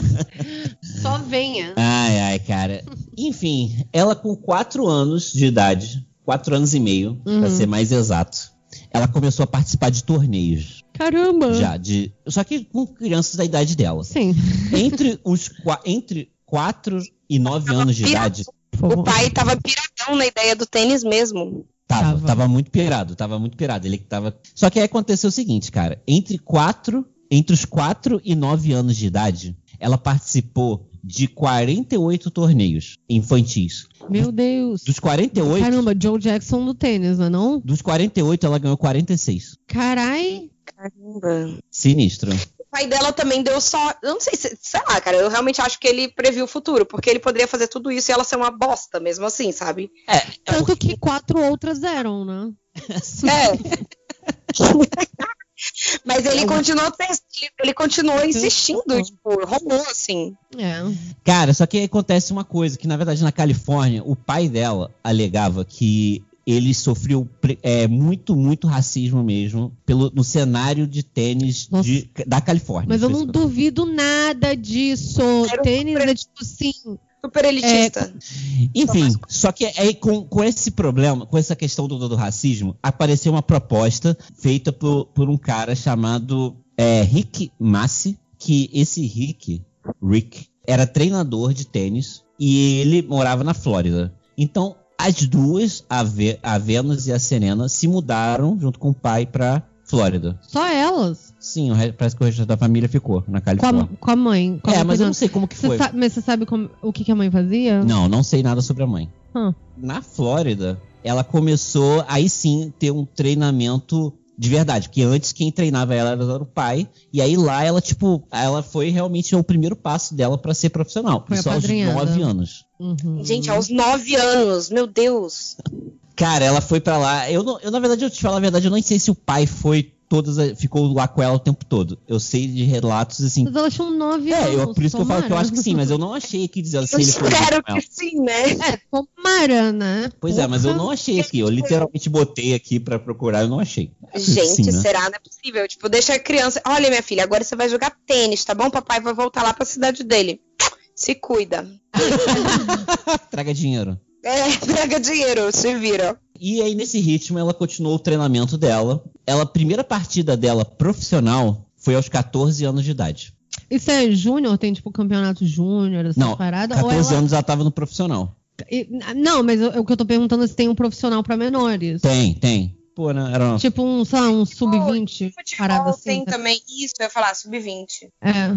A: Só venha.
C: Ai, ai, cara. Enfim, ela com 4 anos de idade, 4 anos e meio, pra
A: Uhum.
C: ser mais exato, ela começou a participar de torneios.
A: Caramba!
C: Já, de. Só que com crianças da idade dela.
A: Sim.
C: entre os qua- entre 4 e 9 anos de idade,
B: O pai tava piradão na ideia do tênis mesmo.
C: tava,
A: Tava.
C: tava muito pirado, tava muito pirado. Ele que tava. Só que aí aconteceu o seguinte, cara, entre 4, entre os 4 e 9 anos de idade, ela participou de 48 torneios infantis.
A: Meu Deus.
C: Dos 48,
A: Caramba, Joe Jackson do tênis, não é não?
C: dos 48 ela ganhou 46.
A: Carai.
B: O
C: Sinistro.
B: pai dela também deu só. Eu não sei, se, sei lá, cara. Eu realmente acho que ele previu o futuro, porque ele poderia fazer tudo isso e ela ser uma bosta mesmo assim, sabe?
A: Tanto que quatro outras eram, né?
B: É. Mas ele continuou test- ele- ele
A: Uhum.
B: continuou insistindo, tipo, rolou assim.
A: É.
C: Cara, só que aí acontece uma coisa, que na verdade na Califórnia, o pai dela alegava que ele sofreu pre- é, muito, muito racismo mesmo pelo, no cenário de tênis
A: Nossa.
C: de- da Califórnia.
A: Mas eu não
C: especificamente.
A: duvido nada disso.
B: Era um
A: Tênis
B: super-
A: é tipo assim.
B: Super elitista.
C: Enfim, só que aí com, com esse problema, com essa questão do, do racismo, apareceu uma proposta feita por, por um cara chamado é, Rick Massi, que esse Rick, Rick, era treinador de tênis e ele morava na Flórida. Então, as duas, a, Ve- a Venus e a Serena, se mudaram junto com o pai pra Flórida.
A: Só elas.
C: Sim, o re- parece que o resto da família ficou na
A: Com a,
C: Califórnia.
A: com a mãe. com a
C: É,
A: mãe
C: mas eu
A: cuidando.
C: não sei como que
A: Você
C: foi.
A: sa- mas você sabe como- o que, que a mãe fazia?
C: Não, não sei nada sobre a mãe.
A: Hum.
C: Na Flórida, ela começou aí sim ter um treinamento de verdade, porque antes quem treinava ela era o pai, e aí lá ela tipo, ela foi realmente o primeiro passo dela pra ser profissional,
A: Foi
C: só aos
A: apadrinhada.
C: 9 anos.
A: Uhum.
B: Gente,
C: é
B: aos nove anos, meu Deus.
C: Cara, ela foi pra lá. Eu, não- eu, na verdade eu te falo a verdade, eu não sei se o pai foi todas as- ficou lá com ela o tempo todo. Eu sei de relatos assim.
A: Mas elas tinham nove anos.
C: É, eu, por isso que eu falo que eu
A: tomara.
C: acho que sim, mas eu não achei aqui dizendo se
B: Eu
C: ele foi
B: espero
C: junto com ela.
B: que sim, né?
A: É, tomara, né?
C: Pois é, mas eu não achei aqui. Eu literalmente botei aqui pra procurar, eu não achei.
B: Gente,
C: Sim, né?
B: será? Não é possível. Tipo, deixa a criança. Olha, minha filha, agora você vai jogar tênis, tá bom? Papai vai voltar lá pra cidade dele. Se cuida.
C: Traga dinheiro.
B: É, pega dinheiro, se vira.
C: E aí, nesse ritmo, ela continuou o treinamento dela. Ela, a primeira partida dela profissional foi aos 14 anos de idade.
A: Isso é júnior? Tem tipo campeonato júnior, essa
C: Não,
A: parada? Ou
C: 14
A: ela-
C: anos ela tava no profissional.
A: E- Não, mas eu- o que eu tô perguntando é se tem um profissional pra menores.
C: Tem, tem. Pô, né? Era uma...
A: Tipo um, sei lá, um sub-20.
B: Futebol
A: Parada assim.
B: tem
A: tá?
B: também isso, eu ia falar sub-20.
A: É.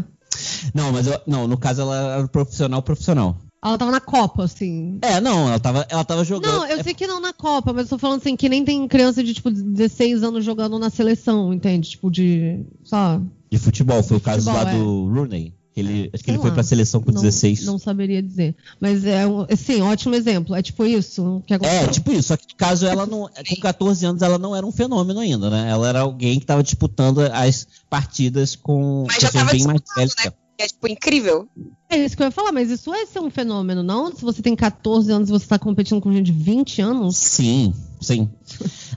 C: Não, mas eu- não, no caso ela era profissional, profissional.
A: Ela tava na Copa, assim.
C: É, não, ela tava, ela tava jogando.
A: Não, eu
C: é,
A: sei que não na Copa, mas eu tô falando assim, que nem tem criança de, tipo, 16 anos jogando na seleção, entende? Tipo, de. Só.
C: De futebol, foi o caso
A: Futebol,
C: lá
A: é.
C: do Rooney. Ele, acho que
A: Sei
C: ele foi
A: lá.
C: pra seleção com
A: não,
C: 16.
A: Não saberia dizer. Mas é um. Sim, ótimo exemplo. É tipo isso que aconteceu.
C: É, tipo isso, só que no caso ela não. Com 14 anos ela não era um fenômeno ainda, né? Ela era alguém que tava disputando as partidas com
B: Mas já
C: pessoas
B: tava
C: bem mais
B: disputando,
C: velhas.
B: né? É, tipo, incrível.
A: É isso que eu ia falar, mas isso é ser um fenômeno, não? Se você tem 14 anos e você tá competindo com gente de 20 anos.
C: Sim, sim.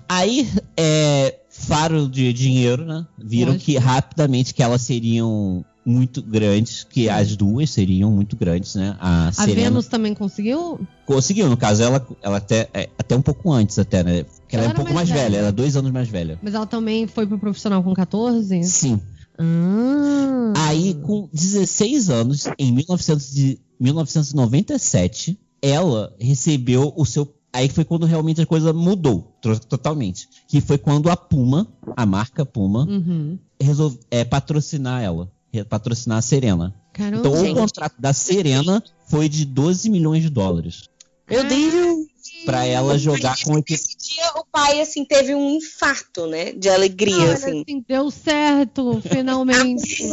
C: Aí, é, faro de dinheiro, né? Viram
A: Lógico.
C: que rapidamente que elas seriam muito grandes, que as duas seriam muito grandes, né? A,
A: A
C: Serena
A: Vênus também conseguiu?
C: conseguiu, no caso, ela, ela até, é, até um pouco antes, até, né? Porque ela,
A: Ela
C: é um
A: era
C: pouco mais
A: mais
C: velha,
A: velha.
C: ela é dois anos mais velha.
A: Mas ela também foi pro profissional com 14?
C: Sim.
A: Ah.
C: Aí,
B: Uhum.
C: com 16 anos, em 1900 de- 1997, ela recebeu o seu. Aí foi quando realmente a coisa mudou tro- totalmente. Que foi quando a Puma, a marca Puma,
A: Uhum.
C: resolveu é, patrocinar ela. re- Patrocinar a Serena.
A: Caramba.
C: Então, o
B: Uhum. gente.
C: contrato da Serena foi de 12 milhões de dólares.
B: Meu Deus!
C: Pra ela jogar
B: Mas
C: com a equipe.
B: Esse dia o pai, assim, teve um infarto, né? De alegria,
A: Cara,
B: assim.
A: assim, deu certo, finalmente.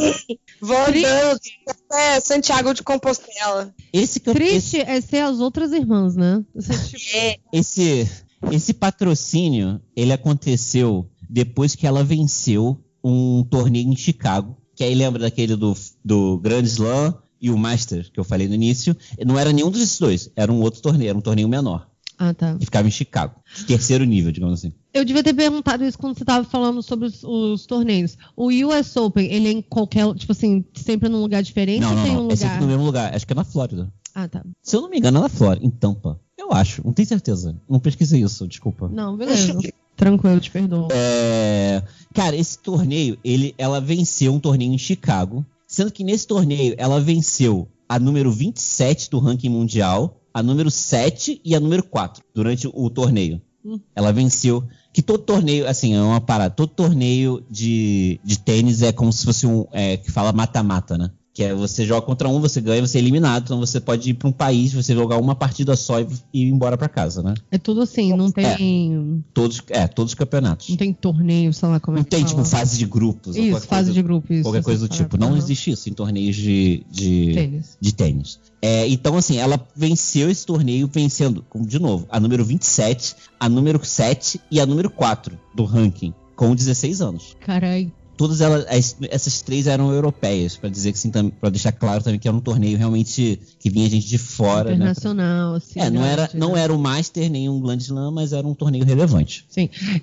B: Vou andando até Santiago de Compostela.
C: Esse, campe-
A: Triste é ser as outras irmãs, né? Você, tipo,
B: É,
C: esse, esse patrocínio, ele aconteceu depois que ela venceu um torneio em Chicago, que aí lembra daquele do, do Grand Slam e o Master, que eu falei no início, não era nenhum desses dois, era um outro torneio, era um torneio menor,
A: Ah, tá.
C: que ficava em Chicago, de terceiro nível, digamos assim.
A: Eu devia ter perguntado isso quando você tava falando sobre os, os torneios. O US Open, ele é em qualquer, tipo assim, sempre num lugar diferente
C: não,
A: ou
C: não,
A: tem
C: não,
A: um
C: é sempre
A: lugar?
C: no mesmo lugar, acho que é na Flórida.
A: Ah, tá.
C: Se eu não me engano, é na Flórida, em Tampa, eu acho, não tenho certeza, não pesquisei isso, desculpa.
A: Não, beleza. Tranquilo, te perdoo.
C: É, Cara, esse torneio, ele, ela venceu um torneio em Chicago, sendo que nesse torneio ela venceu a número 27 do ranking mundial, a número 7 e a número 4 durante o torneio.
A: Hum.
C: Ela venceu. Que todo torneio, assim, é uma parada. Todo torneio de, de tênis é como se fosse um. é, que fala mata-mata, né? Que é você joga contra um, você ganha, você é eliminado. Então você pode ir pra um país, você jogar uma partida só e, e ir embora pra casa, né?
A: É tudo assim, não tem,
C: Todos, é, todos os campeonatos.
A: não tem torneio, sei lá como é
C: Não
A: que
C: tem,
A: fala.
C: tipo, fase de grupos. ou
A: Isso,
C: qualquer
A: fase
C: coisa,
A: de grupo, isso.
C: Qualquer
A: essa
C: coisa do
A: parada.
C: tipo. Não
A: Aham.
C: existe isso em torneios de, de,
A: Tênis.
C: de tênis. É, então, assim, ela venceu esse torneio vencendo, como de novo, a número 27, a número 7 e a número 4 do ranking, com 16 anos.
A: Caralho.
C: todas elas, as- essas três eram europeias, pra dizer que sim, para deixar claro também que era um torneio realmente que vinha gente de fora, né?
A: Internacional, assim.
C: É, não era,
A: grande,
C: não
A: né?
C: era o Master nem um Grand Slam, mas era um torneio relevante.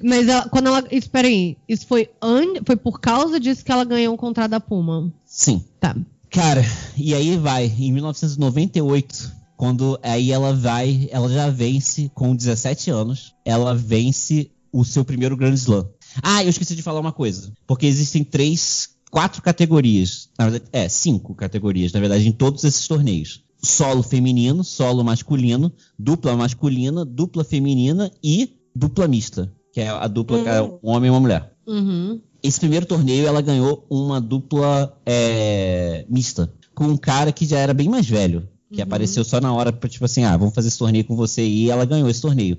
A: Mas ela, quando ela. Espera aí. Isso foi, an... foi por causa disso que ela ganhou um contrato da Puma.
C: Sim.
A: Tá.
C: Cara, e aí vai, em 1998, quando aí ela vai, ela já vence com 17 anos, ela vence o seu primeiro Grand Slam. Ah, eu esqueci de falar uma coisa, porque existem três, quatro categorias, na verdade, é, cinco categorias, na verdade, em todos esses torneios. Solo feminino, solo masculino, dupla masculina, dupla feminina e dupla mista, que é a dupla, que é um homem e uma mulher.
A: Uhum.
C: Esse primeiro torneio ela ganhou uma dupla é, mista com um cara que já era bem mais velho, que
A: Uhum.
C: apareceu só na hora pra, tipo assim, ah, vamos fazer esse torneio com você e ela ganhou esse torneio.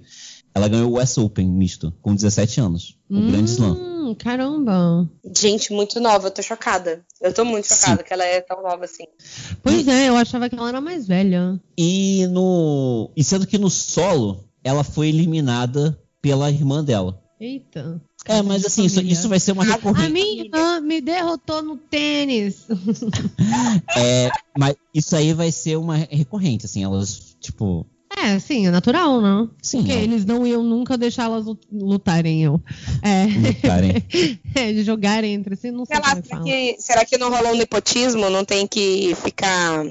C: Ela ganhou o US Open misto com 17 anos, o
A: Hum,
C: grande slam.
A: Caramba.
B: Gente, muito nova, eu tô chocada. Eu tô muito chocada que ela é tão nova assim.
A: Pois é, eu achava que ela era mais velha.
C: E no e sendo que no solo ela foi eliminada pela irmã dela.
A: Eita.
C: É, mas assim, isso,
A: Família.
C: isso vai ser uma
A: A
C: recorrente.
A: minha irmã me derrotou no tênis.
C: É, mas isso aí vai ser uma recorrente, assim, elas, tipo.
A: É, sim, é natural, né?
C: Sim,
A: Porque eles não iam nunca deixar elas lu- lutarem, eu. É,
C: elas lutarem.
A: é, de jogarem entre si, não sei
B: Sei lá,
A: como é que
B: será
A: fala.
B: que, será que não rolou um nepotismo? Não tem que ficar,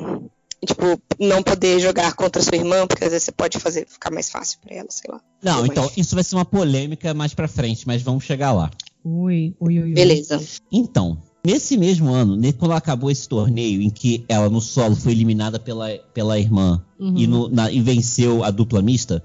B: tipo, não poder jogar contra sua irmã, porque às vezes você pode fazer ficar mais fácil pra ela, sei lá.
C: Não,
B: Mas-
C: então isso vai ser uma polêmica mais pra frente, mas vamos chegar lá.
A: Ui, ui, ui. ui.
B: Beleza.
C: Então, nesse mesmo ano, né, quando acabou esse torneio em que ela no solo foi eliminada pela, pela irmã
A: Uhum.
C: e, no- na- e venceu a dupla mista,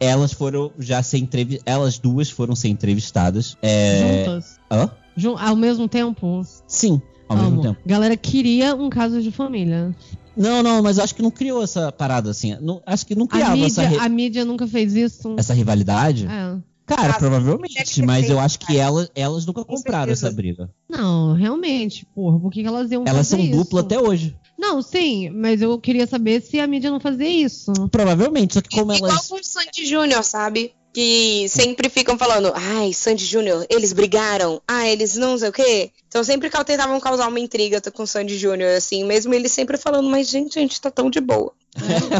C: elas foram já ser entrevistadas. Elas duas foram ser entrevistadas. É...
A: Juntas.
C: Hã?
A: Jun- Ao mesmo tempo?
C: Sim, ao mesmo
A: Amo.
C: tempo.
A: Galera queria um caso de família.
C: Não, não, mas acho que não criou essa parada assim. Não- acho que não
A: A
C: criava essa,
A: mídia,
C: ri-
A: a mídia nunca fez isso.
C: essa rivalidade.
A: É.
C: Cara,
B: Ah, deve
C: provavelmente,
B: ter
C: mas eu
B: feito,
C: acho que ela- elas nunca
B: Com
C: compraram
B: certeza.
C: essa briga.
A: Não, realmente, porra, por que que elas iam
C: Elas
A: fazer
C: são dupla
A: isso?
C: até hoje.
A: Não, sim, mas eu queria saber se a mídia não fazia isso.
C: Provavelmente, só que como
B: Igual
C: elas.
B: com o Sandy Júnior, sabe? Que sempre ficam falando, ai, Sandy Júnior, eles brigaram, ah, eles não sei o quê. Então sempre que tentavam causar uma intriga com o Sandy Júnior, assim, mesmo ele sempre falando, mas gente, a gente tá tão de boa.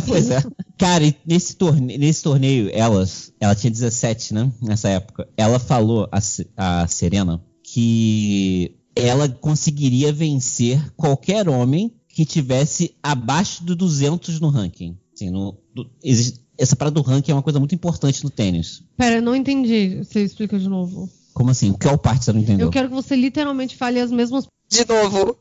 C: pois é. Cara, e nesse torneio, nesse torneio, elas. Ela tinha 17, né? Nessa época. Ela falou, a, Se- a Serena, que ela conseguiria vencer qualquer homem que tivesse abaixo do 200 no ranking. Assim, no- do- existe- essa parada do ranking é uma coisa muito importante no tênis.
A: Pera, eu não entendi. Você explica de novo.
C: Como assim? O que é o parte? Você não entendeu?
A: Eu quero que você literalmente fale as mesmas.
B: De novo.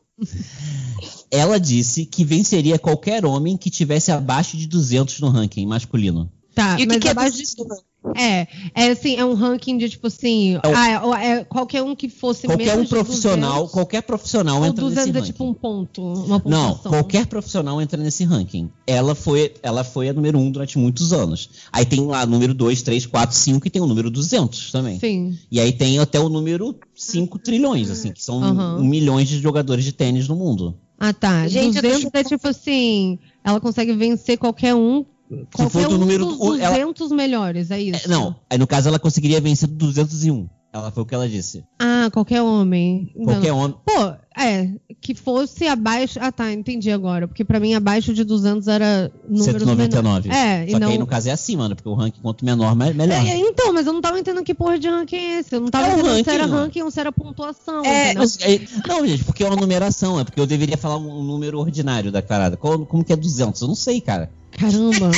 C: Ela disse que venceria qualquer homem que tivesse abaixo de 200 no ranking masculino.
A: Tá,
B: E o
A: mas
B: que, que é
A: abaixo
B: isso?
A: de- é, é assim, é um ranking de tipo assim,
C: É o-
A: ah, é- ou é qualquer um que fosse
C: Qualquer um
A: menos de
C: profissional,
A: 200,
C: qualquer profissional
A: ou
C: entra
A: 200
C: nesse
A: é
C: ranking.
A: tipo um ponto, um uma
C: Não,
A: pontuação.
C: qualquer profissional entra nesse ranking. Ela foi, ela foi a número um durante muitos anos. Aí tem lá número 2, 3, 4, 5 e tem o número 200 também.
A: Sim.
C: E aí tem até o número 5 trilhões, assim, que são
A: Aham.
C: milhões de jogadores de tênis no mundo.
A: Ah, tá.
B: Gente, eu tô
A: 200 é tipo assim, ela consegue vencer qualquer um, qualquer
C: for do
A: um
C: número
A: dos
C: do- ela-
A: 200 melhores, é isso?
C: É, não, aí no caso ela conseguiria vencer 201. Ela foi o que ela disse.
A: Ah, qualquer homem. Não.
C: Qualquer homem.
A: Pô, é, que fosse abaixo. Ah, tá, entendi agora. Porque pra mim abaixo de 200 era número
C: 199.
A: É, e
C: Só que aí
A: não.
C: no caso é acima, né? Porque o ranking quanto menor, me- melhor.
A: É, então, mas eu não tava entendendo que porra de ranking é esse. Eu não tava
C: É um
A: entendendo se
C: ranking,
A: era
C: mano.
A: ranking ou se era pontuação.
B: É,
A: entendeu?
C: Mas, é, não, gente, porque é uma numeração, é porque eu deveria falar um, um número ordinário da parada. Qual- como que é 200? Eu não sei, cara.
A: Caramba.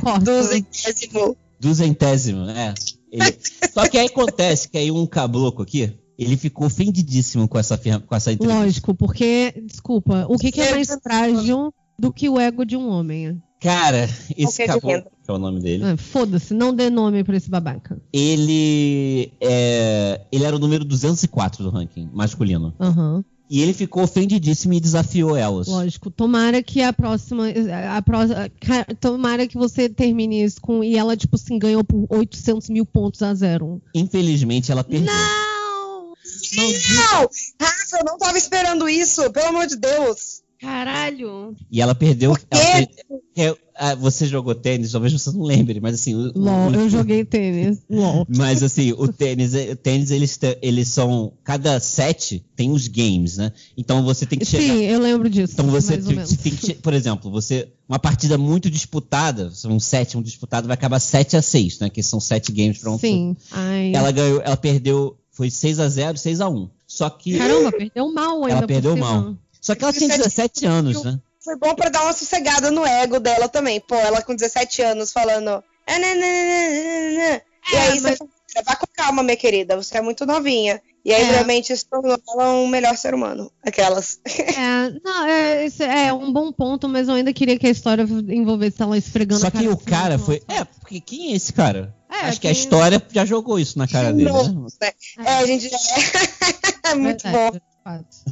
A: Corta.
B: Duzentésimo.
C: Duzentésimo, é. Ele- Só que aí acontece que aí um cabloco aqui, ele ficou ofendidíssimo com essa, afirma- com essa entrevista.
A: Lógico, porque, desculpa, o que, que é mais
B: Certo.
A: frágil do que o ego de um homem?
C: Cara, esse
B: Qualquer
C: cabloco,
B: dinheiro.
C: que é o nome dele,
A: Ah, Foda-se, não dê nome pra esse babaca.
C: ele, é, ele era o número 204 do ranking masculino.
A: Aham.
C: E ele ficou ofendidíssimo e desafiou elas.
A: Lógico. Tomara que a próxima. A próxima ca- tomara que você termine isso com. E ela, tipo assim, ganhou por 800 mil pontos a zero.
C: Infelizmente, ela perdeu.
A: Não!
B: Não! Rafa, eu não tava esperando isso, pelo amor de Deus.
A: Caralho!
C: E ela perdeu.
B: quê?
C: Ela, per- É, ah, você jogou tênis, talvez você não lembre, mas assim. o-
A: LOL,
C: o-
A: eu joguei tênis. LOL.
C: Mas assim, o tênis, o tênis eles, te- eles são. Cada set tem os games, né? Então você tem que chegar.
A: Sim, eu lembro disso.
C: Então você
A: mais ou
C: te-
A: menos.
C: te- tem que, che- por exemplo, você uma partida muito disputada, um sétimo disputado vai acabar 7 a 6, né? Que são sete games para um.
A: Sim. Ai.
C: Ela ganhou, ela perdeu, foi 6 a 0, 6 a 1. Só que
A: Caramba, perdeu mal ainda.
C: Ela
A: por
C: perdeu
A: cima.
C: mal. só que ela tinha 17 anos, né?
B: Foi bom pra dar uma sossegada no ego dela também. Pô, ela com 17 anos falando. "Ah, nã, nã, nã, nã, nã, nã." né, e
A: É,
B: aí você
A: mas-
B: fala, "Cara, vá com calma, minha querida. Você é muito novinha. E aí
A: É.
B: realmente isso tornou ela um melhor ser humano. Aquelas.
A: É, não, é, isso é um bom ponto, mas eu ainda queria que a história envolvesse ela esfregando
C: Só
A: a
C: que
A: cara
C: o
A: assim na
C: cara
A: mão.
C: foi, é, porque quem é esse cara?
A: É,
C: Acho que a
A: quem-
C: história já jogou isso na cara dele, né?
B: Nossa, né? É, a gente já é. muito bom.
A: Verdade, de fato.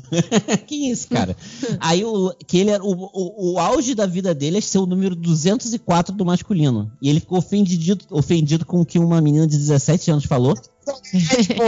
C: É que isso, cara? Aí o, que ele era, o, o, o auge da vida dele é ser o número 204 do masculino. E ele ficou ofendido, ofendido com o que uma menina de 17 anos falou.
B: É, tipo,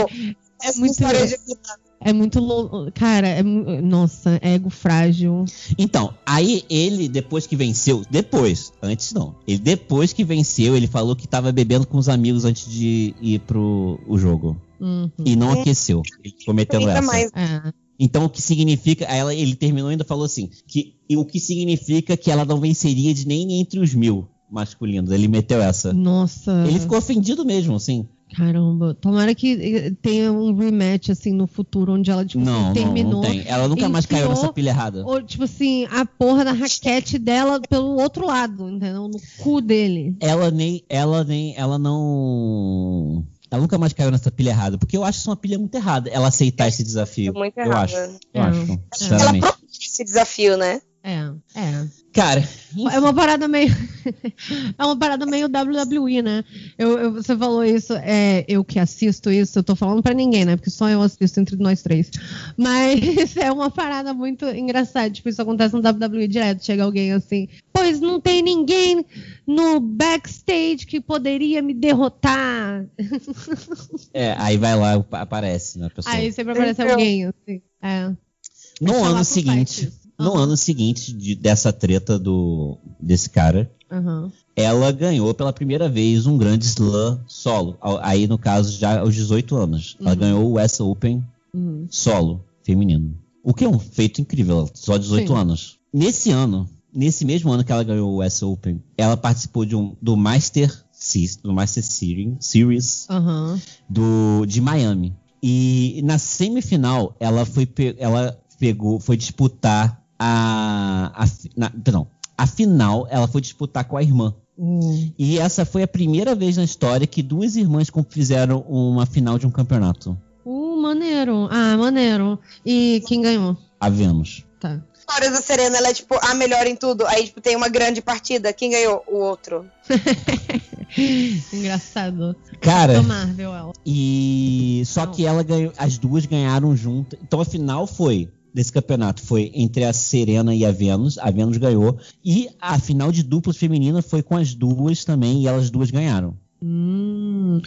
B: essa
A: muito
B: história de vida.
A: É muito louco. Cara, é mu- nossa, ego frágil.
C: Então, aí ele, depois que venceu, depois, antes não. Ele depois que venceu, ele falou que tava bebendo com os amigos antes de ir pro o jogo.
A: Uhum.
C: E não aqueceu. Ele cometendo
B: Ainda
C: essa.
B: mais.
A: É.
C: Então, o que significa. aí ela- ele terminou e ainda falou assim: que e o que significa que ela não venceria de nem entre os mil masculinos. Ele meteu essa.
A: Nossa.
C: Ele ficou ofendido mesmo, assim.
A: Caramba. Tomara que eh, tenha um rematch, assim, no futuro, onde ela, tipo,
C: não, não,
A: terminou.
C: não tem. Ela nunca mais caiu
A: Enfiou-
C: nessa pilha errada.
A: Ou, tipo assim, a porra da raquete dela pelo outro lado, entendeu? No cu dele.
C: Ela nem. Ela nem. Ela não. Ela nunca mais caiu nessa pilha errada. Porque eu acho isso uma pilha muito errada. Ela aceitar esse desafio.
B: É Muito
C: eu acho.
B: errada.
C: Eu
A: É.
C: acho.
B: Ela
C: Sinceramente.
B: propõe esse desafio, né?
A: É, é.
C: Cara,
A: É uma parada meio. é uma parada meio WWE, né? Eu, eu- você falou isso, é, eu que assisto isso, eu tô falando pra ninguém, né? Porque só eu assisto entre nós três. Mas é uma parada muito engraçada. Tipo, isso acontece no WWE direto. Chega alguém assim, pois não tem ninguém no backstage que poderia me derrotar.
C: é, aí vai lá, pa- aparece, né, a pessoa.
A: Aí sempre aparece
B: Então.
A: alguém, assim. É.
C: no
A: Vai falar
C: ano
A: pro
C: um seguinte.
A: site.
C: No
A: Aham,
C: ano seguinte de- dessa treta do, desse cara,
A: aham.
C: ela ganhou pela primeira vez um grande slam solo. Ao- Aí, no caso, já aos 18 anos. Ela
A: Uhum.
C: ganhou o US Open
A: Uhum.
C: solo feminino. O que é um feito incrível, só 18
A: Sim.
C: anos. Nesse ano, nesse mesmo ano que ela ganhou o US Open, ela participou de um, do Master Series, do Master Series, Series
A: Aham.
C: do, de Miami. E na semifinal, ela foi, pe- ela pegou, foi disputar a, a fi- na- perdão, a final ela foi disputar com a irmã.
A: Uhum.
C: E essa foi a primeira vez na história que duas irmãs com- fizeram uma final de um campeonato.
A: Uh, maneiro. Ah, maneiro. E quem ganhou?
C: A Vênus.
A: Tá.
B: A história da Serena, ela é, tipo, a melhor em tudo. Aí, tipo, tem uma grande partida. Quem ganhou? O outro.
A: Engraçado.
C: Cara,
A: Do Marvel, ela.
C: e só
A: Não.
C: que ela ganhou, as duas ganharam juntas. Então a final foi desse campeonato foi entre a Serena e a Vênus. A Vênus ganhou e a final de duplas feminina foi com as duas também e elas duas ganharam.
A: Hum.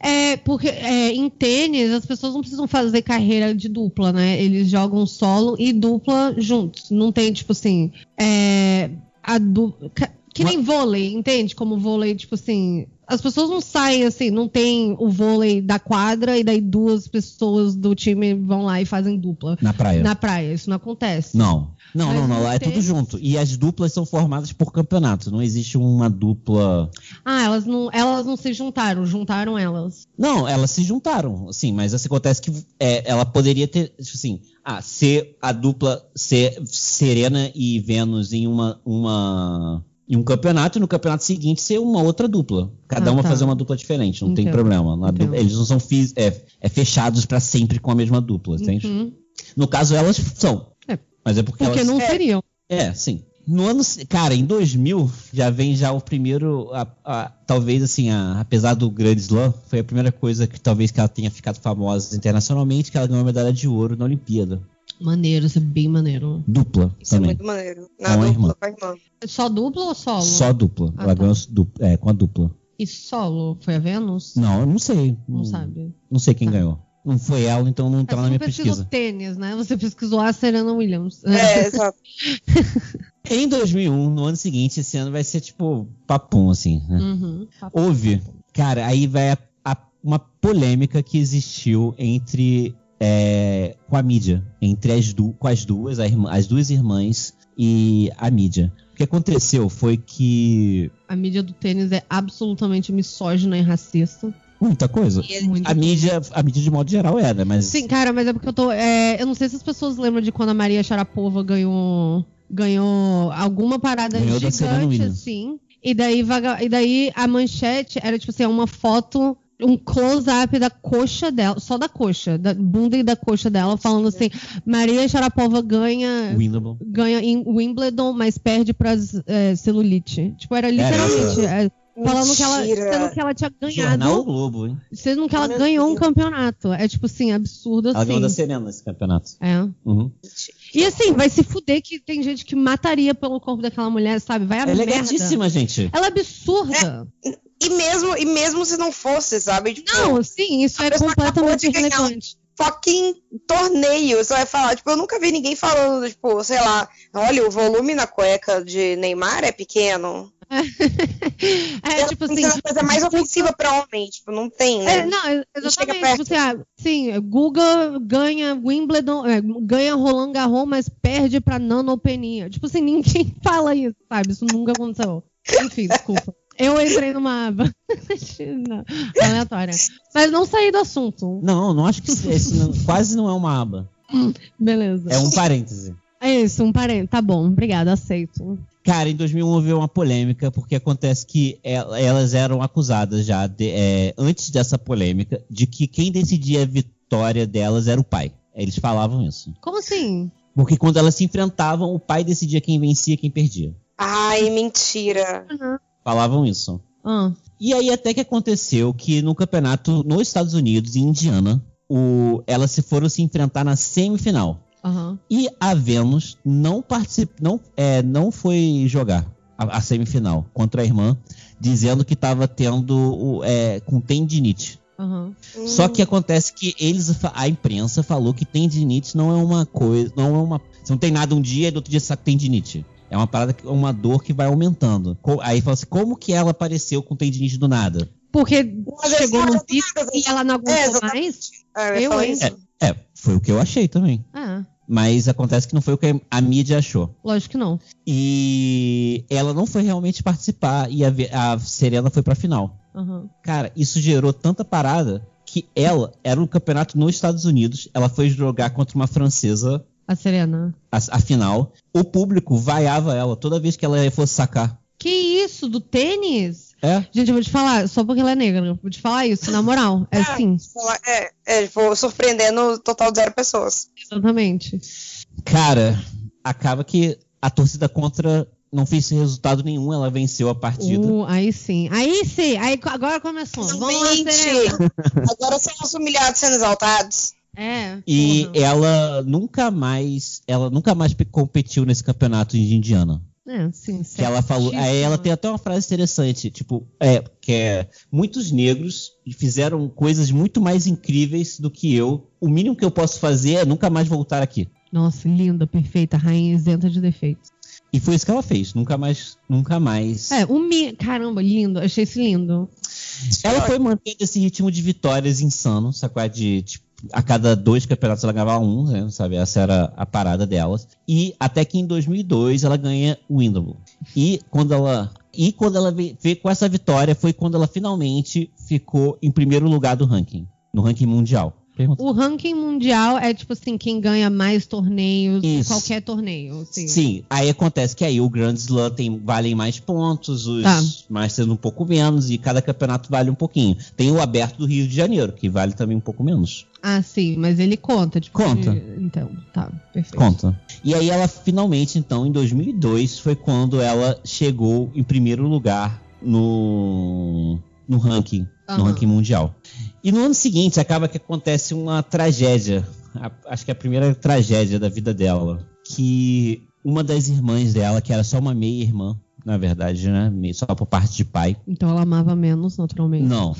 A: É, porque é, em tênis as pessoas não precisam fazer carreira de dupla, né? Eles jogam solo e dupla juntos. Não tem, tipo assim. É, a du... ca- Que nem vôlei, entende? Como vôlei, tipo assim. As pessoas não saem assim, não tem o vôlei da quadra e daí duas pessoas do time vão lá e fazem dupla.
C: Na praia.
A: Na praia, isso não acontece.
C: É. Não. Não,
A: Mas
C: não, não.
A: não
C: Lá é
A: tem.
C: tudo junto. E as duplas são formadas por campeonato. Não existe uma dupla.
A: Ah, elas não, elas não se juntaram, juntaram elas.
C: Não, elas se juntaram, assim, mas assim, acontece que é, ela poderia ter, tipo assim, ah, ser a dupla ser Serena e Vênus em uma, uma em um campeonato e no campeonato seguinte ser uma outra dupla. Cada
A: Ah,
C: uma
A: tá.
C: fazer uma dupla diferente, não tem
A: Entendo.
C: problema. Na dupla-
A: Entendo.
C: eles não são fis- é, é fechados pra sempre com a mesma dupla, entende?
A: Uhum.
C: No caso elas são,
A: É.
C: mas é porque,
A: Porque
C: elas
A: não seriam.
C: é, sim. No ano, cara, em 2000 já vem já o primeiro, a- a- talvez assim, a- apesar do grande slam, foi a primeira coisa que talvez que ela tenha ficado famosa internacionalmente, que ela ganhou a medalha de ouro na Olimpíada,
A: Maneiro, isso é bem maneiro.
C: dupla
B: Isso é
C: também,
B: muito maneiro.
C: Com
B: Na
C: a irmã.
B: dupla com a irmã.
A: Só dupla ou solo?
C: só dupla.
A: Ah,
C: ela
A: tá.
C: ganhou dupla, é, com a dupla.
A: E solo? Foi a Vênus?
C: Não, eu não sei,
A: Não sabe.
C: não sei quem
A: Tá.
C: ganhou. Não foi ela, então não
A: É,
C: tá
A: você
C: na
A: não
C: minha
A: pesquisou
C: pesquisa. É.
A: tênis, né? Você pesquisou a Serena Williams.
B: É, exato.
C: Em 2001, no ano seguinte, esse ano vai ser tipo papum, assim. Né?
A: Uhum.
C: Houve, cara, aí vai a- a- uma polêmica que existiu entre. é, com a mídia. Entre as, du com as duas, a irmã- as duas irmãs e a mídia. O que aconteceu foi que.
A: A mídia do tênis é absolutamente misógina e racista.
C: Muita coisa.
A: Muito.
C: A mídia, a mídia de modo geral era, mas.
A: Sim, cara, mas é porque eu tô. é, eu não sei se as pessoas lembram de quando a Maria Sharapova ganhou. Ganhou alguma parada
C: Ganhou da Serena
A: gigante,
C: Williams.
A: assim. E daí, vaga- e daí a manchete era, tipo assim, uma foto, um close-up da coxa dela, só da coxa, da bunda e da coxa dela, falando assim: Maria Sharapova ganha.
C: Winnable.
A: Ganha em Wimbledon, mas perde pra é, celulite. Tipo, era literalmente. é, falando que ela,
B: Mentira.
A: sendo que ela tinha
C: Jornal
A: ganhado.
C: Globo, hein?
A: Sendo que ela
B: Meu
A: ganhou um
B: Deus.
A: campeonato. É tipo assim, absurdo
C: Ela ganhou da
A: assim.
C: Serena nesse campeonato.
A: É.
C: Uhum.
A: E assim, vai se fuder que tem gente que mataria pelo corpo daquela mulher, sabe? Vai a
C: Ela é
A: merda.
C: gatíssima, gente.
A: Ela é absurda.
B: E mesmo, e mesmo se não fosse, sabe? Tipo,
A: Não, sim, isso
B: A
A: é
B: pessoa acabou
A: completamente
B: de ganhar um-
A: irrelevante.
B: fucking torneio. Você vai falar, tipo, eu nunca vi ninguém falando, tipo, sei lá, olha, o volume na cueca de Neymar é pequeno.
A: É, tipo assim.
B: Isso é uma coisa mais ofensiva pra homem, tipo, não tem,
A: É,
B: né?
A: não, é-
B: chega
A: exatamente.
B: perto.
A: Tipo assim, ah, sim, Guga ganha Wimbledon, é, ganha Roland Garros, mas perde pra nanopenia. Tipo assim, ninguém fala isso, sabe? Isso nunca aconteceu. Enfim, desculpa. Eu entrei numa aba Não, aleatória. Mas não saí do assunto.
C: Não, não acho que isso- esse não- quase não é uma aba.
A: Beleza.
C: É um parêntese.
A: É isso, um parente. Tá bom, obrigada, aceito.
C: Cara, em 2001 houve uma polêmica, porque acontece que el- elas eram acusadas já, de- é, antes dessa polêmica, de que quem decidia a vitória delas era o pai. Eles falavam isso.
A: Como assim?
C: Porque quando elas se enfrentavam, o pai decidia quem vencia e quem perdia.
B: Ai, mentira.
C: Falavam isso.
A: Ah,
C: E aí até que aconteceu que no campeonato nos Estados Unidos, em Indiana, o- elas se foram se enfrentar na semifinal.
A: aham.
C: E a Venus não particip, não, é, não foi jogar a, a semifinal contra a irmã, dizendo que estava tendo o- é, com tendinite.
A: Aham.
C: Só que acontece que eles, fa- a imprensa falou que tendinite não é uma coisa, não é uma, você não tem nada um dia e do outro dia você sabe que tendinite. É uma parada, que- uma dor que vai aumentando. Co- Aí fala assim, como que ela apareceu com tendinite do nada?
A: Porque
B: vezes
A: chegou
B: não
A: num
B: adianta
A: pico
B: nada,
A: e ela não
B: É,
A: aguentou
B: exatamente.
A: mais?
B: Ah, eu ia
A: Eu,
B: falar
A: hein?
B: isso.
C: É, foi o que eu achei também.
A: Ah,
C: Mas acontece que não foi o que a mídia achou.
A: lógico que não.
C: E ela não foi realmente participar e a, Ve- a Serena foi pra final.
A: Aham.
C: Cara, isso gerou tanta parada que ela era um campeonato nos Estados Unidos. Ela foi jogar contra uma francesa
A: A Serena.
C: a, a final. O público vaiava ela toda vez que ela fosse sacar.
A: Que isso, do tênis?
C: É?
A: Gente, eu vou te falar, só porque ela é negra, eu vou te falar isso, na moral. É
B: Ah.
A: sim,
B: Falar- É, é, tipo, surpreendendo total zero pessoas.
A: exatamente.
C: Cara, acaba que a torcida contra não fez resultado nenhum. Ela venceu a partida.
A: Uh, aí sim. Aí sim, aí co- agora começou. Vamos lá,
B: Gente,
A: Serena.
B: Agora são os humilhados sendo exaltados.
A: É.
C: E
A: porra.
C: ela nunca mais, ela nunca mais pe- competiu nesse campeonato de Indiana.
A: É, sim,
C: Que ela falou, aí ela tem até uma frase interessante, tipo, é, que é muitos negros fizeram coisas muito mais incríveis do que eu. O mínimo que eu posso fazer é nunca mais voltar aqui.
A: Nossa, linda, perfeita, rainha isenta de defeitos.
C: E foi isso que ela fez, nunca mais, nunca mais.
A: É, o mi... Caramba, lindo. Achei isso lindo.
C: Ela foi mantendo esse ritmo de vitórias insano, sacou? De, tipo, a cada dois campeonatos ela ganhava um, né? Sabe? Essa era a parada delas. E até que em 2002 ela ganha o Wimbledon. E quando ela... E quando ela ve- veio com essa vitória foi quando ela finalmente ficou em primeiro lugar do ranking. No ranking mundial. Pergunta.
A: O ranking mundial é tipo assim, quem ganha mais torneios,
C: Isso.
A: qualquer torneio. Assim.
C: Sim, aí acontece que aí o Grand Slam tem, valem mais pontos, os
A: Tá.
C: Masters um pouco menos, e cada campeonato vale um pouquinho. Tem o aberto do Rio de Janeiro, que vale também um pouco menos.
A: Ah, sim, mas ele conta. Tipo,
C: Conta.
A: de- Então, tá, perfeito.
C: Conta. E aí ela finalmente, então, em 2002, foi quando ela chegou em primeiro lugar no, no ranking, no
A: Aham.
C: ranking mundial. E no ano seguinte acaba que acontece uma tragédia, a- acho que é a primeira tragédia da vida dela, que uma das irmãs dela, que era só uma meia irmã, na verdade, né, meio- só por parte de pai,
A: Então ela amava menos, naturalmente.
C: não.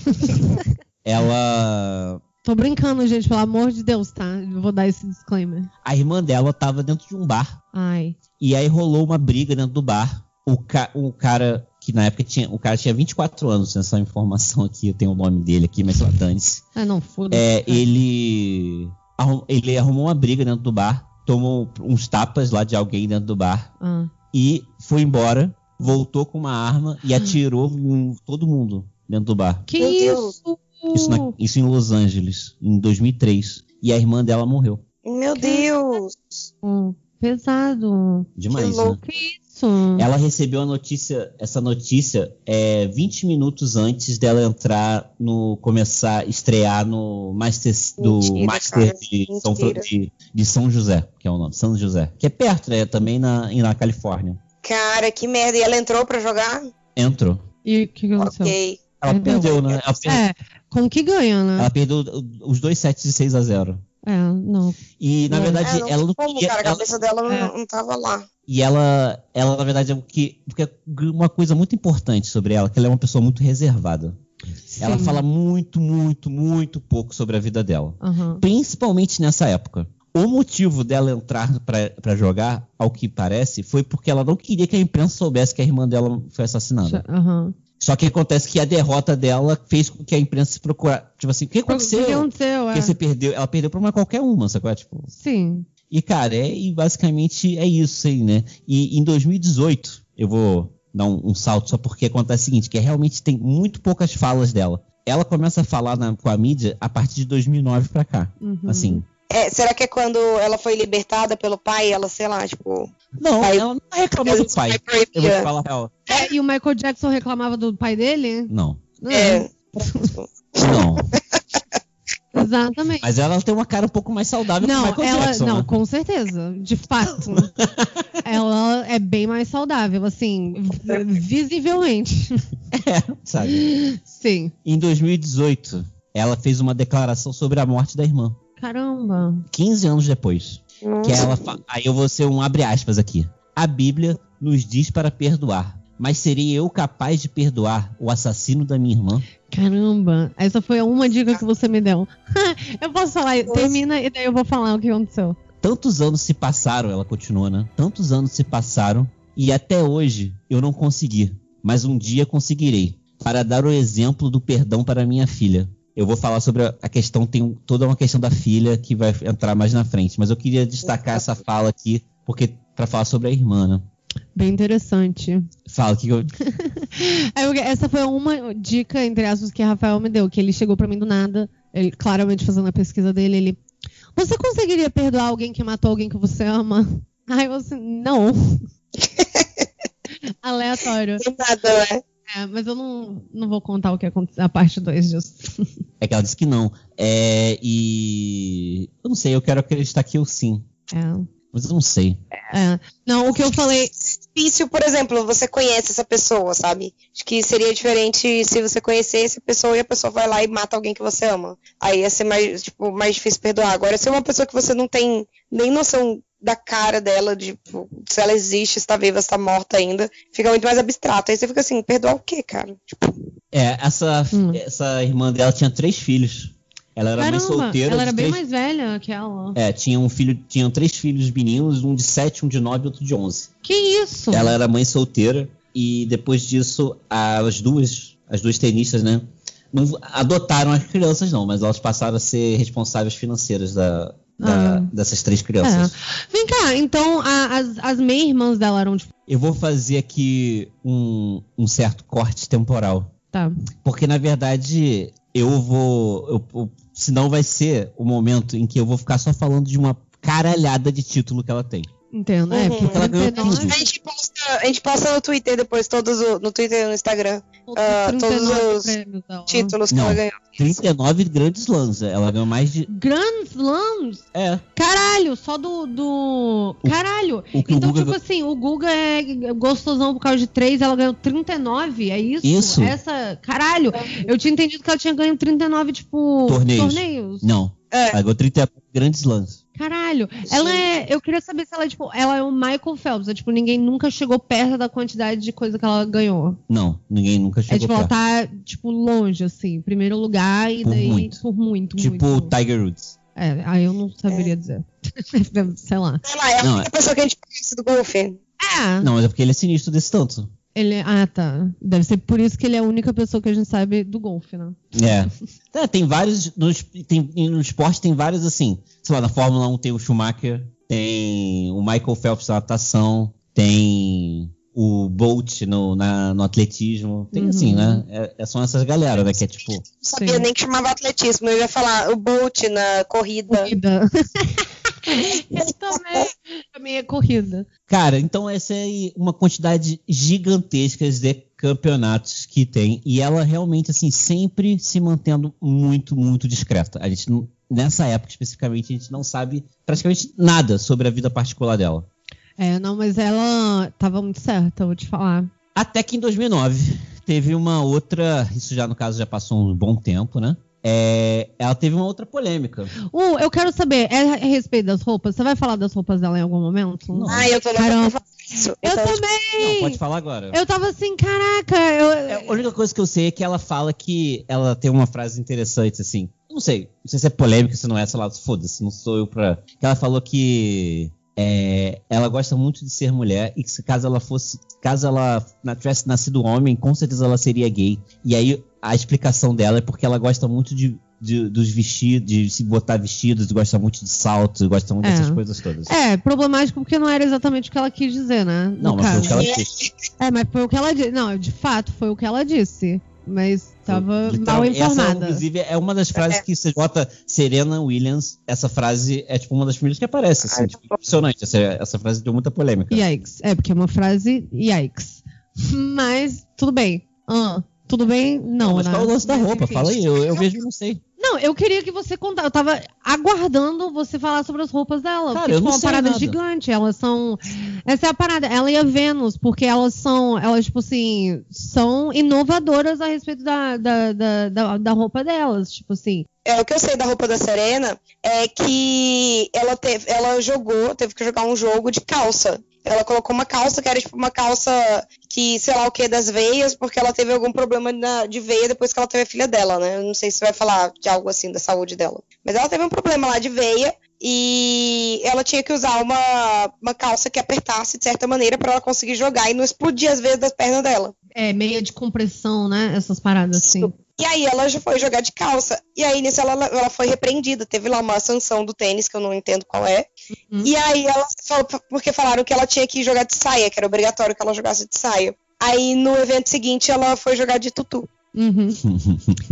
C: ela
A: Tô brincando, gente, pelo amor de Deus, tá? Eu vou dar esse disclaimer.
C: A irmã dela tava dentro de um bar.
A: Ai.
C: E aí rolou uma briga dentro do bar. O, ca- o cara, que na época tinha. O cara tinha 24 anos, essa informação aqui, eu tenho o nome dele aqui, mas lá dane-se.
A: Ah, não, foda-se.
C: É,
A: cara.
C: ele, arrum- ele arrumou uma briga dentro do bar, tomou uns tapas lá de alguém dentro do bar
A: Ah.
C: e foi embora, voltou com uma arma e atirou em todo mundo dentro do bar.
A: Que
B: Meu Deus.
A: isso?
C: Isso, é- na- isso em Los Angeles, em 2003. E a irmã dela morreu.
B: Meu Deus.
A: Oh, Pesado.
C: Demais,
B: Que
C: né?
B: louco.
A: Isso.
C: Ela recebeu a notícia, essa notícia é, 20 minutos antes dela entrar no. começar a estrear no Master do
B: Mentira,
C: Master
B: cara.
C: de, São, Fran-
B: Mentira.
C: de, de São José, que é o nome, São José. Que é perto, né? Também na, em- na Califórnia.
B: Cara, que merda. E ela entrou pra jogar?
C: Entrou.
A: E o que que aconteceu?
B: Ok.
C: Ela
A: Perdeu.
C: perdeu, né? Ela, per-
A: É, com que ganha, né?
C: ela perdeu os dois sets de 6 a 0
A: É, não.
C: E, na
A: É.
B: É,
C: verdade,
B: não
C: ela não
B: como,
C: queria.
B: cara. A
C: ela-
B: cabeça dela não-
A: É.
B: não tava lá.
C: E ela, ela na verdade, é o que. Porque uma coisa muito importante sobre ela, que ela é uma pessoa muito reservada. Ela
A: Sim.
C: fala muito, muito, muito pouco sobre a vida dela.
A: Aham.
C: Principalmente nessa época. O motivo dela entrar pra pra jogar, ao que parece, foi porque ela não queria que a imprensa soubesse que a irmã dela foi assassinada.
A: Aham.
C: Só que acontece que a derrota dela fez com que a imprensa se procurasse. Tipo assim, o que
A: O que
C: aconteceu?
A: aconteceu?
C: Porque
A: É.
C: você perdeu. Ela perdeu pra uma qualquer uma, sacou? Tipo,
A: Sim.
C: e, cara, é, e basicamente é isso aí, né? E em 2018, eu vou dar um, um salto só porque acontece o seguinte, que é realmente tem muito poucas falas dela. Ela começa a falar na- com a mídia a partir de 2009 pra cá,
A: Uhum.
C: assim.
B: É, será que é quando ela foi libertada pelo pai? Ela, sei lá, tipo.
C: Não,
B: Pai-
C: ela não reclamou do pai. Eu vou te falar a real.
A: É, e o Michael Jackson reclamava do pai dele?
C: Não,
B: É.
C: não.
A: Exatamente.
C: Mas ela tem uma cara um pouco mais saudável
A: Não,
C: que o Michael
A: ela.
C: Jackson,
A: não,
C: né?
A: com certeza. De fato. ela é bem mais saudável, assim, vi- visivelmente.
C: É, Sabe?
A: Sim.
C: Em 2018, ela fez uma declaração sobre a morte da irmã.
A: Caramba.
C: 15 anos depois. Que ela fa- Aí eu vou ser um abre aspas aqui. A Bíblia nos diz para perdoar. Mas seria eu capaz de perdoar o assassino da minha irmã?
A: Caramba, essa foi uma dica que você me deu. eu posso falar,
B: Nossa.
A: termina e daí eu vou falar o que aconteceu.
C: Tantos anos se passaram, ela continua, né? Tantos anos se passaram e até hoje eu não consegui. Mas um dia conseguirei. Para dar o exemplo do perdão para minha filha. Eu vou falar sobre a- a questão, tem um, toda uma questão da filha que vai entrar mais na frente. Mas eu queria destacar essa fala aqui, porque para falar sobre a irmã, né?
A: Bem interessante.
C: Fala que eu.
A: É, porque Essa foi uma dica, entre aspas, que a Rafael me deu, que ele chegou pra mim do nada, ele claramente fazendo a pesquisa dele, ele. Você conseguiria perdoar alguém que matou alguém que você ama? Aí você, não. Aleatório.
B: Do nada, né?
A: É, mas eu não, não vou contar o que aconteceu, a parte 2 disso.
C: É que ela disse que não. É, e. Eu não sei, eu quero acreditar que eu sim.
A: É,
C: Mas eu não sei.
A: é. Não, o que eu falei.
B: Difícil, por exemplo, você conhece essa pessoa, sabe? Acho que seria diferente se você conhecesse a pessoa e a pessoa vai lá e mata alguém que você ama. Aí ia ser mais, tipo, mais difícil perdoar. Agora, se é uma pessoa que você não tem nem noção da cara dela, de tipo, se ela existe, se tá viva, se tá morta ainda, fica muito mais abstrato. Aí você fica assim, perdoar o quê, cara?
C: É, essa,
A: Hum.
C: essa irmã dela tinha três filhos. Ela era mãe
A: Caramba,
C: solteira. um de
A: ela era
C: três-
A: bem mais velha que ela.
C: É, tinha um filho, tinham três filhos meninos, um de sete, um de nove e outro de onze.
A: Que isso?
C: Ela era mãe solteira. E depois disso, as duas, as duas tenistas, né? Não adotaram as crianças, não, mas elas passaram a ser responsáveis financeiras da, da-
A: Ah. É.
C: dessas três crianças.
A: Vem cá, então a- as, as meia-irmãs dela eram tipo.
C: Eu vou fazer aqui um, um certo corte temporal.
A: Tá.
C: Porque, na verdade, eu vou. Eu, eu- senão vai ser o momento em que eu vou ficar só falando de uma caralhada de título que ela tem.
A: Entendo. É,
B: Uhum.
A: porque
C: Ela ganhou
A: 39,
C: tudo.
B: A gente posta, a gente posta no Twitter depois, todos o- no Twitter e no
A: Hum.
B: Instagram, Ah,
A: 39
B: todos os
A: prêmios dela.
B: títulos que
C: Não.
B: ela ganhou.
C: 39 grandes lãs. Ela ganhou mais de.
A: Grand Slams?
C: É.
A: Caralho, só do. do... Caralho!
C: O que
A: Então,
C: o Google.
A: tipo assim, o Guga é gostosão por causa de 3, ela ganhou 39, é isso?
C: Isso.
A: Essa. Caralho! Eu tinha entendido que ela tinha ganho 39, tipo.
C: Torneios.
A: torneios.
C: Não.
B: É.
C: Ela ganhou 39 grandes lãs.
A: Caralho, caralho. Ela é. Eu queria saber se ela é, tipo, ela é o Michael Phelps. É, tipo, ninguém nunca chegou perto da quantidade de coisa que ela ganhou.
C: Não, ninguém nunca
A: É
C: chegou
A: tipo, ela
C: perto.
A: tá, tipo, longe, assim, primeiro lugar e
C: Por
A: daí
C: muito.
A: por muito,
C: Tipo
A: muito.
C: Tiger Woods.
A: É, aí eu não saberia dizer. Sei lá.
B: Sei lá, é
C: Não,
B: a pessoa que a gente conhece do golfe.
A: É,
C: Não, mas é porque ele é sinistro desse tanto.
A: ele. Ah, tá. Deve ser por isso que ele é a única pessoa que a gente sabe do golfe, né?
C: É. É, tem vários. No, es- tem, e no esporte tem vários assim. Sei lá, na Fórmula 1 tem o Schumacher, tem o Michael Phelps na natação, tem o Bolt no, na- no atletismo. Tem
A: Uhum.
C: assim, né? É, é- são essas galera, né? Que é tipo.
B: Não sabia
A: Sim.
B: nem que chamava atletismo. Eu ia falar o Bolt na corrida.
A: Corrida. eu também. Também é corrida.
C: Cara, então essa é uma quantidade gigantesca de campeonatos que tem. E ela realmente, assim, sempre se mantendo muito, muito discreta. A gente, não- nessa época especificamente, a gente não sabe praticamente nada sobre a vida particular dela.
A: É, não, mas ela tava muito certa, eu vou te falar.
C: Até que em 2009 teve uma outra, isso já no caso já passou um bom tempo, né? É, ela teve uma outra polêmica.
A: Uh, eu quero saber, é a respeito das roupas? Você vai falar das roupas dela em algum momento?
C: Não.
B: Ai, eu tô louca
A: Caramba.
B: pra falar isso.
A: Eu
B: Ah, Então,
A: também!
C: Não, pode falar agora.
A: Eu tava assim, caraca, eu.
C: É, a única coisa que eu sei é que ela fala que ela tem uma frase interessante assim. eu Não sei, não sei se é polêmica, se não é, sei lá, foda-se, não sou eu pra. Que ela falou que é, ela gosta muito de ser mulher e que se caso ela fosse, caso ela na- tivesse nascido homem, com certeza ela seria gay. E aí a explicação dela é porque ela gosta muito de, de- dos vestidos, de se botar vestidos, gosta muito de salto, gosta muito
A: É.
C: dessas coisas todas.
A: É, problemático porque não era exatamente o que ela quis dizer, né? no
C: Não, mas foi o que
A: caso.
C: ela fez.
A: É, mas foi o que ela disse. Não, de fato, foi o que ela disse. Mas tava mal
C: Literalmente,
A: informada.
C: Então, Essa, inclusive, é uma das frases que você bota Serena Williams. Essa frase é tipo uma das primeiras que aparece. Assim, tipo, impressionante. Essa, essa frase deu muita polêmica.
A: Yikes. É, porque é uma frase yikes. Mas, tudo bem. Ah, tudo bem? Não,
C: mas
A: né?
C: qual é o lance da
A: Mas,
C: roupa?
A: enfim.
C: Fala aí, eu, eu vejo e não sei.
A: Não, eu queria que você contasse. Eu tava aguardando você falar sobre as roupas
C: Cara,
A: dela. porque,
C: eu
A: tipo,
C: não
A: é uma
C: sei
A: parada
C: nada.
A: gigante. Elas são. Essa é a parada. Ela e a Vênus, porque elas são. Elas, tipo assim. São inovadoras a respeito da, da, da, da, da roupa delas. Tipo assim.
B: é, o que eu sei da roupa da Serena é que ela, teve, ela jogou, teve que jogar um jogo de calça. Ela colocou uma calça que era tipo uma calça que, sei lá o que, das veias, porque ela teve algum problema na- de veia depois que ela teve a filha dela, né? Eu não sei se vai falar de algo assim da saúde dela. Mas ela teve um problema lá de veia e ela tinha que usar uma, uma calça que apertasse de certa maneira pra ela conseguir jogar e não explodir as veias das pernas dela.
A: É, meia de compressão, né? Essas paradas assim.
B: E aí ela já foi jogar de calça. E aí nisso ela, ela foi repreendida. Teve lá uma sanção do tênis, que eu não entendo qual é.
A: Uhum.
B: E aí ela falou, porque falaram que ela tinha que jogar de saia, que era obrigatório que ela jogasse de saia. Aí no evento seguinte ela foi jogar de tutu,
A: Uhum.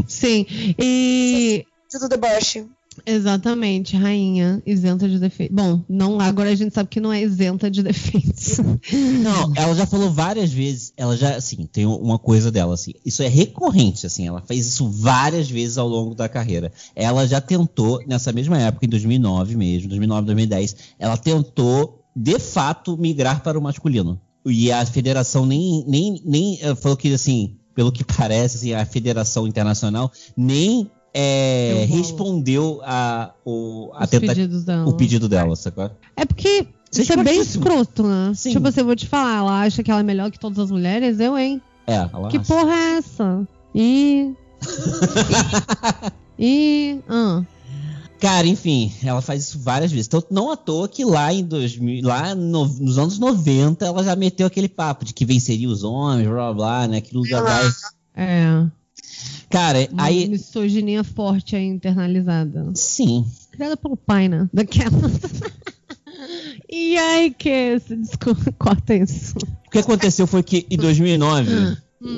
A: Sim. E.
B: tutu deboche.
A: Exatamente, rainha, isenta de defeito. Bom, não, agora a gente sabe que não é isenta de defeitos.
C: Não, ela já falou várias vezes. Ela já, assim, tem uma coisa dela, assim. Isso é recorrente, assim. Ela fez isso várias vezes ao longo da carreira. Ela já tentou, nessa mesma época, em 2009 mesmo, 2009, 2010, ela tentou, de fato, migrar para o masculino. E a federação nem, nem, nem eh, falou que, assim, pelo que parece, assim, a federação internacional nem eh,
A: Eu vou-
C: respondeu a, o, a
A: os
C: tenta-
A: pedidos dela.
C: o pedido dela, sacou?
A: É porque
C: Isso é
A: isso é bem
C: escrotíssimo.
A: escroto, né?
C: Sim.
A: Tipo assim, eu vou te falar, ela acha que ela é melhor que todas as mulheres? Eu, hein?
C: É, ela
A: Que
C: acha.
A: porra é essa? E. e. Ah,
C: Cara, enfim, ela faz isso várias vezes. Então, não à toa que lá em 2000, lá no- nos anos 90, ela já meteu aquele papo de que venceria os homens, blá blá, blá né? Aquilo já vai.
A: é.
C: Cara,
A: Uma
C: aí.
A: misoginia forte aí internalizada.
C: Sim.
A: Criada pelo pai, né? Daquela. e aí, que. Desculpa, corta isso.
C: O que aconteceu foi que em 2009,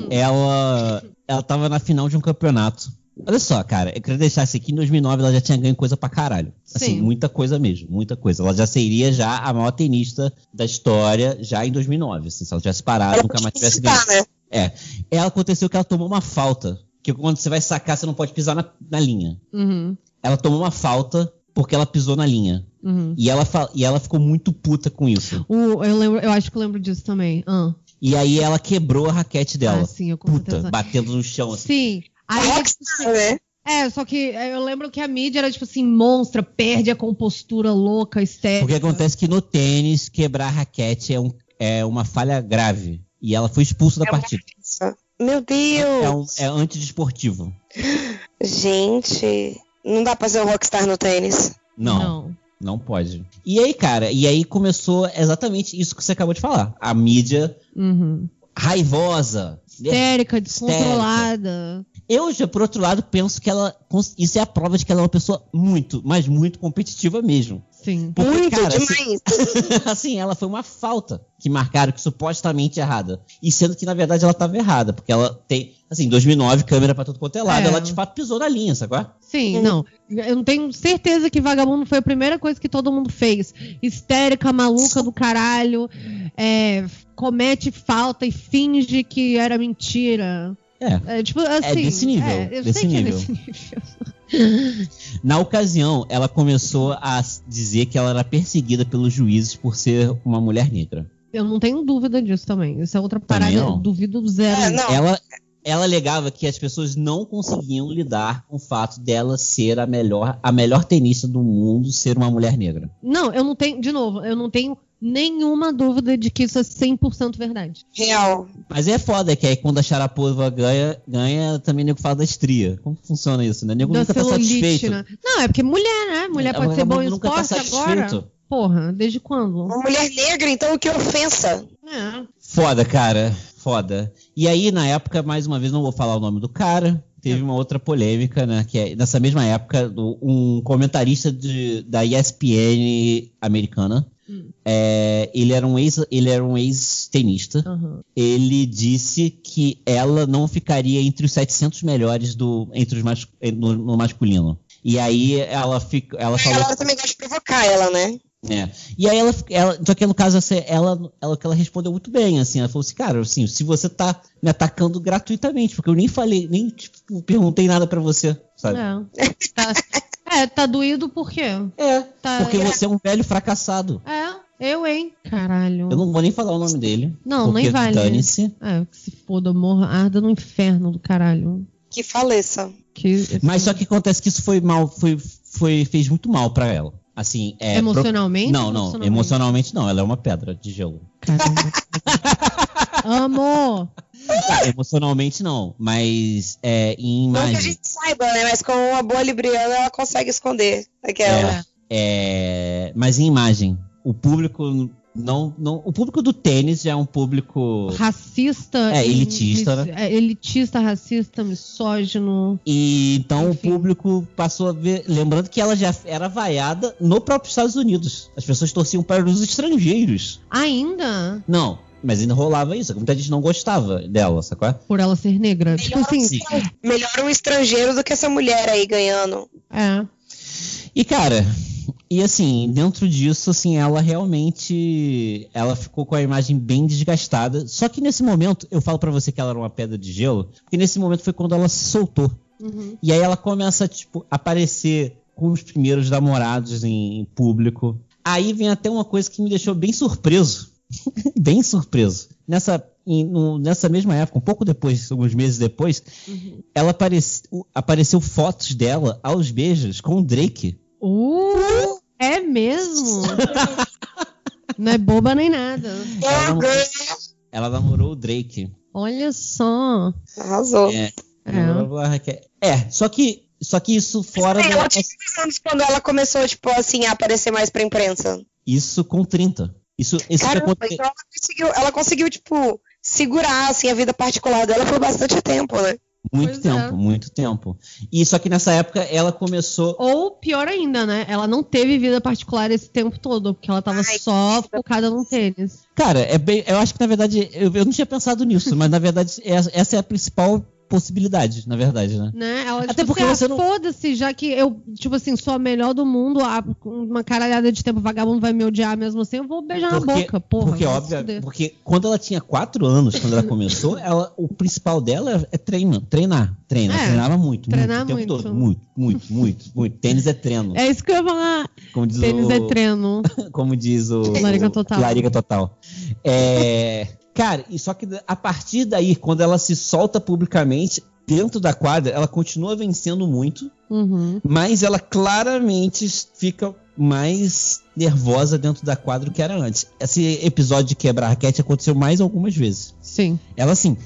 C: ela, ela tava na final de um campeonato. Olha só, cara, eu queria deixar isso aqui. Em 2009, ela já tinha ganho coisa pra caralho. Assim,
A: Sim.
C: muita coisa mesmo, muita coisa. Ela já seria já a maior tenista da história, já em 2009. Assim, se ela tivesse parado,
B: Ela
C: nunca mais
B: podia
C: tivesse ganho.
B: citar, né?
C: Ela aconteceu que ela tomou uma falta. Que quando você vai sacar, você não pode pisar na, na linha.
A: Uhum.
C: Ela tomou uma falta porque ela pisou na linha.
A: Uhum.
C: E ela, fa- e ela ficou muito puta com isso.
A: O- eu, lembro, eu acho que eu lembro disso também. Ah,
C: E aí ela quebrou a raquete dela.
A: ah sim, eu com
C: puta,
A: certeza.
C: batendo no chão assim.
A: Sim. Aí,
B: Rockstar, né?
A: É, só que é, eu lembro que a mídia era tipo assim, monstra, perde a compostura louca,
C: Porque
A: histérica.
C: acontece que no tênis, quebrar a raquete é, um, é uma falha grave. E ela foi expulsa da
B: É uma-
C: partida.
B: Meu
C: É, um,
B: Deus!
C: é antidesportivo.
B: Gente, não dá pra ser o Rockstar no tênis.
C: não. Não pode. E aí, cara, e aí começou exatamente isso que você acabou de falar. A mídia
A: Uhum.
C: raivosa.
A: Histérica, descontrolada.
C: Eu já, por outro lado, penso que ela. cons- Isso é a prova de que ela é uma pessoa muito, mas muito competitiva mesmo.
A: Sim.
C: Porque,
B: Muito
C: cara,
B: demais.
C: assim, assim, ela foi uma falta que marcaram que supostamente é errada. E sendo que, na verdade, ela tava errada. Porque ela tem, assim, 2009, câmera pra tudo quanto é lado.
A: É.
C: Ela, de fato, pisou na linha, sacou?
A: Sim,
B: Hum.
A: não. Eu não tenho certeza que vagabundo foi a primeira coisa que todo mundo fez. Histérica, maluca do caralho, é, comete falta e finge que era mentira.
C: É.
A: É, tipo, assim,
C: desse nível,
A: é, eu
C: desse
A: sei que é
C: nível.
A: desse nível.
C: Na ocasião, ela começou a s- dizer que ela era perseguida pelos juízes por ser uma mulher negra.
A: Eu não tenho dúvida disso também. Isso é outra
C: Também
A: parada.
C: não.
A: Duvido zero.
B: É, não,
C: Ela, ela alegava que as pessoas não conseguiam lidar com o fato dela ser a melhor, a melhor tenista do mundo, ser uma mulher negra.
A: Não, eu não tenho, de novo, eu não tenho nenhuma dúvida de que isso é 100% verdade.
C: um
B: real.
C: Mas é foda que aí quando a Sharapova ganha, ganha também o nego fala da estria. Como que funciona isso, né? O nego
A: da
C: nunca tá
A: celulite,
C: satisfeito.
A: né? Não, é porque mulher, né? Mulher pode
C: O
A: ser bom em
C: vagabundo nunca tá
A: esporte agora.
C: satisfeito.
A: Porra, desde quando?
B: Uma mulher negra, então que ofensa.
A: É.
C: Foda, cara. Foda. E aí, na época, mais uma vez, não vou falar o nome do cara. Teve uma outra polêmica, né? Que é, nessa mesma época, do- um comentarista de- da ESPN americana. é, ele era um ex- ele era um ex-tenista.
A: aham.
C: ele disse que ela não ficaria entre os 700 melhores do entre os mas, no, no masculino. E aí ela fica, ela
B: A
C: falou,
B: galera também gosta de provocar ela, né?
C: é. E aí ela, fi- ela só que no caso assim, ela, ela que ela respondeu muito bem, assim, ela falou assim, cara, assim, se você tá me atacando gratuitamente, porque eu nem falei, nem tipo, perguntei nada pra você, sabe?
A: É. Tá, é, tá doído por quê?
C: É,
A: Tá,
C: porque você é um velho fracassado.
A: É, eu, hein? Caralho.
C: Eu não vou nem falar o nome dele.
A: Não,
C: porque
A: nem vale.
C: Dane-se.
A: É, que se foda, morra, arda no inferno do caralho.
B: Que faleça.
A: Que,
C: Mas só que acontece que isso foi mal, foi, foi fez muito mal pra ela. Assim, é, pro-
A: emocionalmente?
C: Não, não, emocionalmente não, ela é uma pedra de gelo.
A: Caralho. Amor!
C: Ah, emocionalmente não, mas é, em
B: Não que a
C: imagem.
B: gente saiba, né? Mas como uma boa libriana, ela consegue esconder aquela.
C: É, mas em imagem. O público não, não. O público do tênis já é um público.
A: Racista.
C: É,
A: e
C: elitista,
A: mis- é, elitista, racista, misógino.
C: E então
A: Enfim.
C: o público passou a ver. Lembrando que ela já era vaiada no próprio Estados Unidos. As pessoas torciam para os estrangeiros.
A: Ainda
C: Não, mas ainda rolava isso. Muita gente não gostava dela, sacou?
A: por ela ser negra. Tipo assim,
C: Sim.
B: Melhor um estrangeiro do que essa mulher aí ganhando.
A: é.
C: E cara, e assim, dentro disso, assim, ela realmente, ela ficou com a imagem bem desgastada. Só que nesse momento, eu falo pra você que ela era uma pedra de gelo, porque nesse momento foi quando ela se soltou.
A: Uhum.
C: E aí ela começa, tipo, a aparecer com os primeiros namorados em público. Aí vem até uma coisa que me deixou bem surpreso. bem surpreso. Nessa, em- no- nessa mesma época, um pouco depois, alguns meses depois, ela aparece, o- apareceu fotos dela aos beijos com o Drake.
A: Uh, é mesmo? não é boba nem nada.
C: Ela não-
B: Girl.
C: Ela namorou o Drake.
A: Olha só.
B: Arrasou.
A: É.
C: Namorou a Raquel. É, só que, só que isso fora
B: É,
C: da.
B: eu tinha uns anos quando ela começou, tipo, assim, a aparecer mais pra imprensa.
C: Isso com 30. Isso, isso que
B: Caramba,
C: aconte-
B: então ela conseguiu, ela conseguiu, tipo, segurar, assim, a vida particular dela por bastante tempo, né?
C: muito
A: Pois é.
C: tempo, muito tempo. E só que nessa época ela começou.
A: Ou pior ainda, né? Ela não teve vida particular esse tempo todo, porque ela tava
B: Ai,
A: só focada no tênis.
C: Cara, é bem, eu acho que na verdade. Eu, eu não tinha pensado nisso, mas na verdade é- essa é a principal possibilidade, na verdade, né?
A: Né? Ela,
C: Até
A: tipo,
C: porque
A: assim, ah,
C: você não-
A: Foda-se, já que eu, tipo assim, sou a melhor do mundo, ah, com uma caralhada de tempo, vagabundo vai me odiar mesmo assim, eu vou beijar na
C: Porque-
A: boca, porra.
C: porque,
A: vai se
C: óbvio,
A: fuder.
C: porque quando ela tinha 4 anos, quando ela começou, ela, o principal dela é treino, treinar. Treinar,
A: É,
C: treinava muito,
A: treinar
C: muito, o tempo
A: muito.
C: todo. Muito, muito, muito, muito. Tênis é treino.
A: É isso que eu ia falar.
C: como diz
A: Tênis
C: o,
A: é treino.
C: Como diz o.
A: Larica total.
C: Larica total. É, cara, e só que a partir daí, quando ela se solta publicamente, dentro da quadra, ela continua vencendo muito,
A: Uhum,
C: mas ela claramente fica mais nervosa dentro da quadra do que era antes. Esse episódio de quebrar raquete aconteceu mais algumas vezes.
A: Sim.
C: Ela, assim,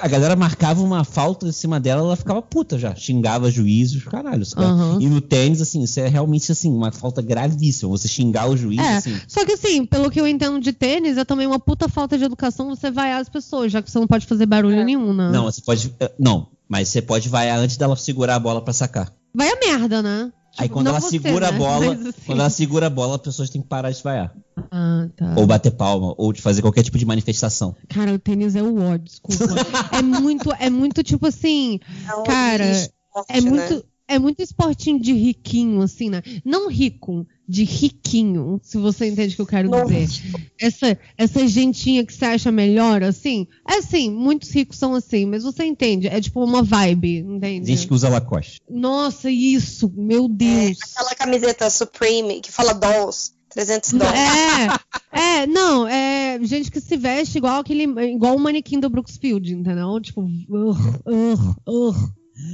C: a galera marcava uma falta em cima dela, ela ficava puta já. Xingava juízes, os caralhos. cara.
A: Aham.
C: E no tênis, assim, isso é realmente, assim, uma falta gravíssima. Você xingar o juiz,
A: É.
C: assim...
A: Só que assim, pelo que eu entendo de tênis, é também uma puta falta de educação você vaiar as pessoas, já que você não pode fazer barulho nenhum, né?
C: Não, você pode... eh, Não, mas você pode vaiar antes dela segurar a bola pra sacar.
A: Vai a merda, né?
C: Aí
A: Tipo,
C: quando
A: não
C: ela
A: você,
C: segura a
A: né?
C: bola,
A: Mas, assim-
C: quando ela segura a bola, as pessoas têm que parar de vaiar.
A: Ah, tá.
C: Ou bater palma, ou de fazer qualquer tipo de manifestação.
A: Cara, o tênis é o ódio, desculpa. é muito, é muito tipo assim,
B: É um
A: Cara,
B: esporte,
A: é
B: né?
A: muito, é muito esportinho de riquinho, assim, né? Não rico, de riquinho, se você entende o que eu quero
B: Nossa.
A: dizer. Essa, essa gentinha que você acha melhor, assim, é assim, muitos ricos são assim, mas você entende, é tipo uma vibe, entende?
C: Gente que usa Lacoste.
A: Nossa, isso, meu Deus.
B: É, Aquela camiseta Supreme que fala dolls, 300 dólares.
A: É, é, não, é gente que se veste igual aquele, igual o manequim do Brooksfield, entendeu? Tipo, urgh, urgh, urgh.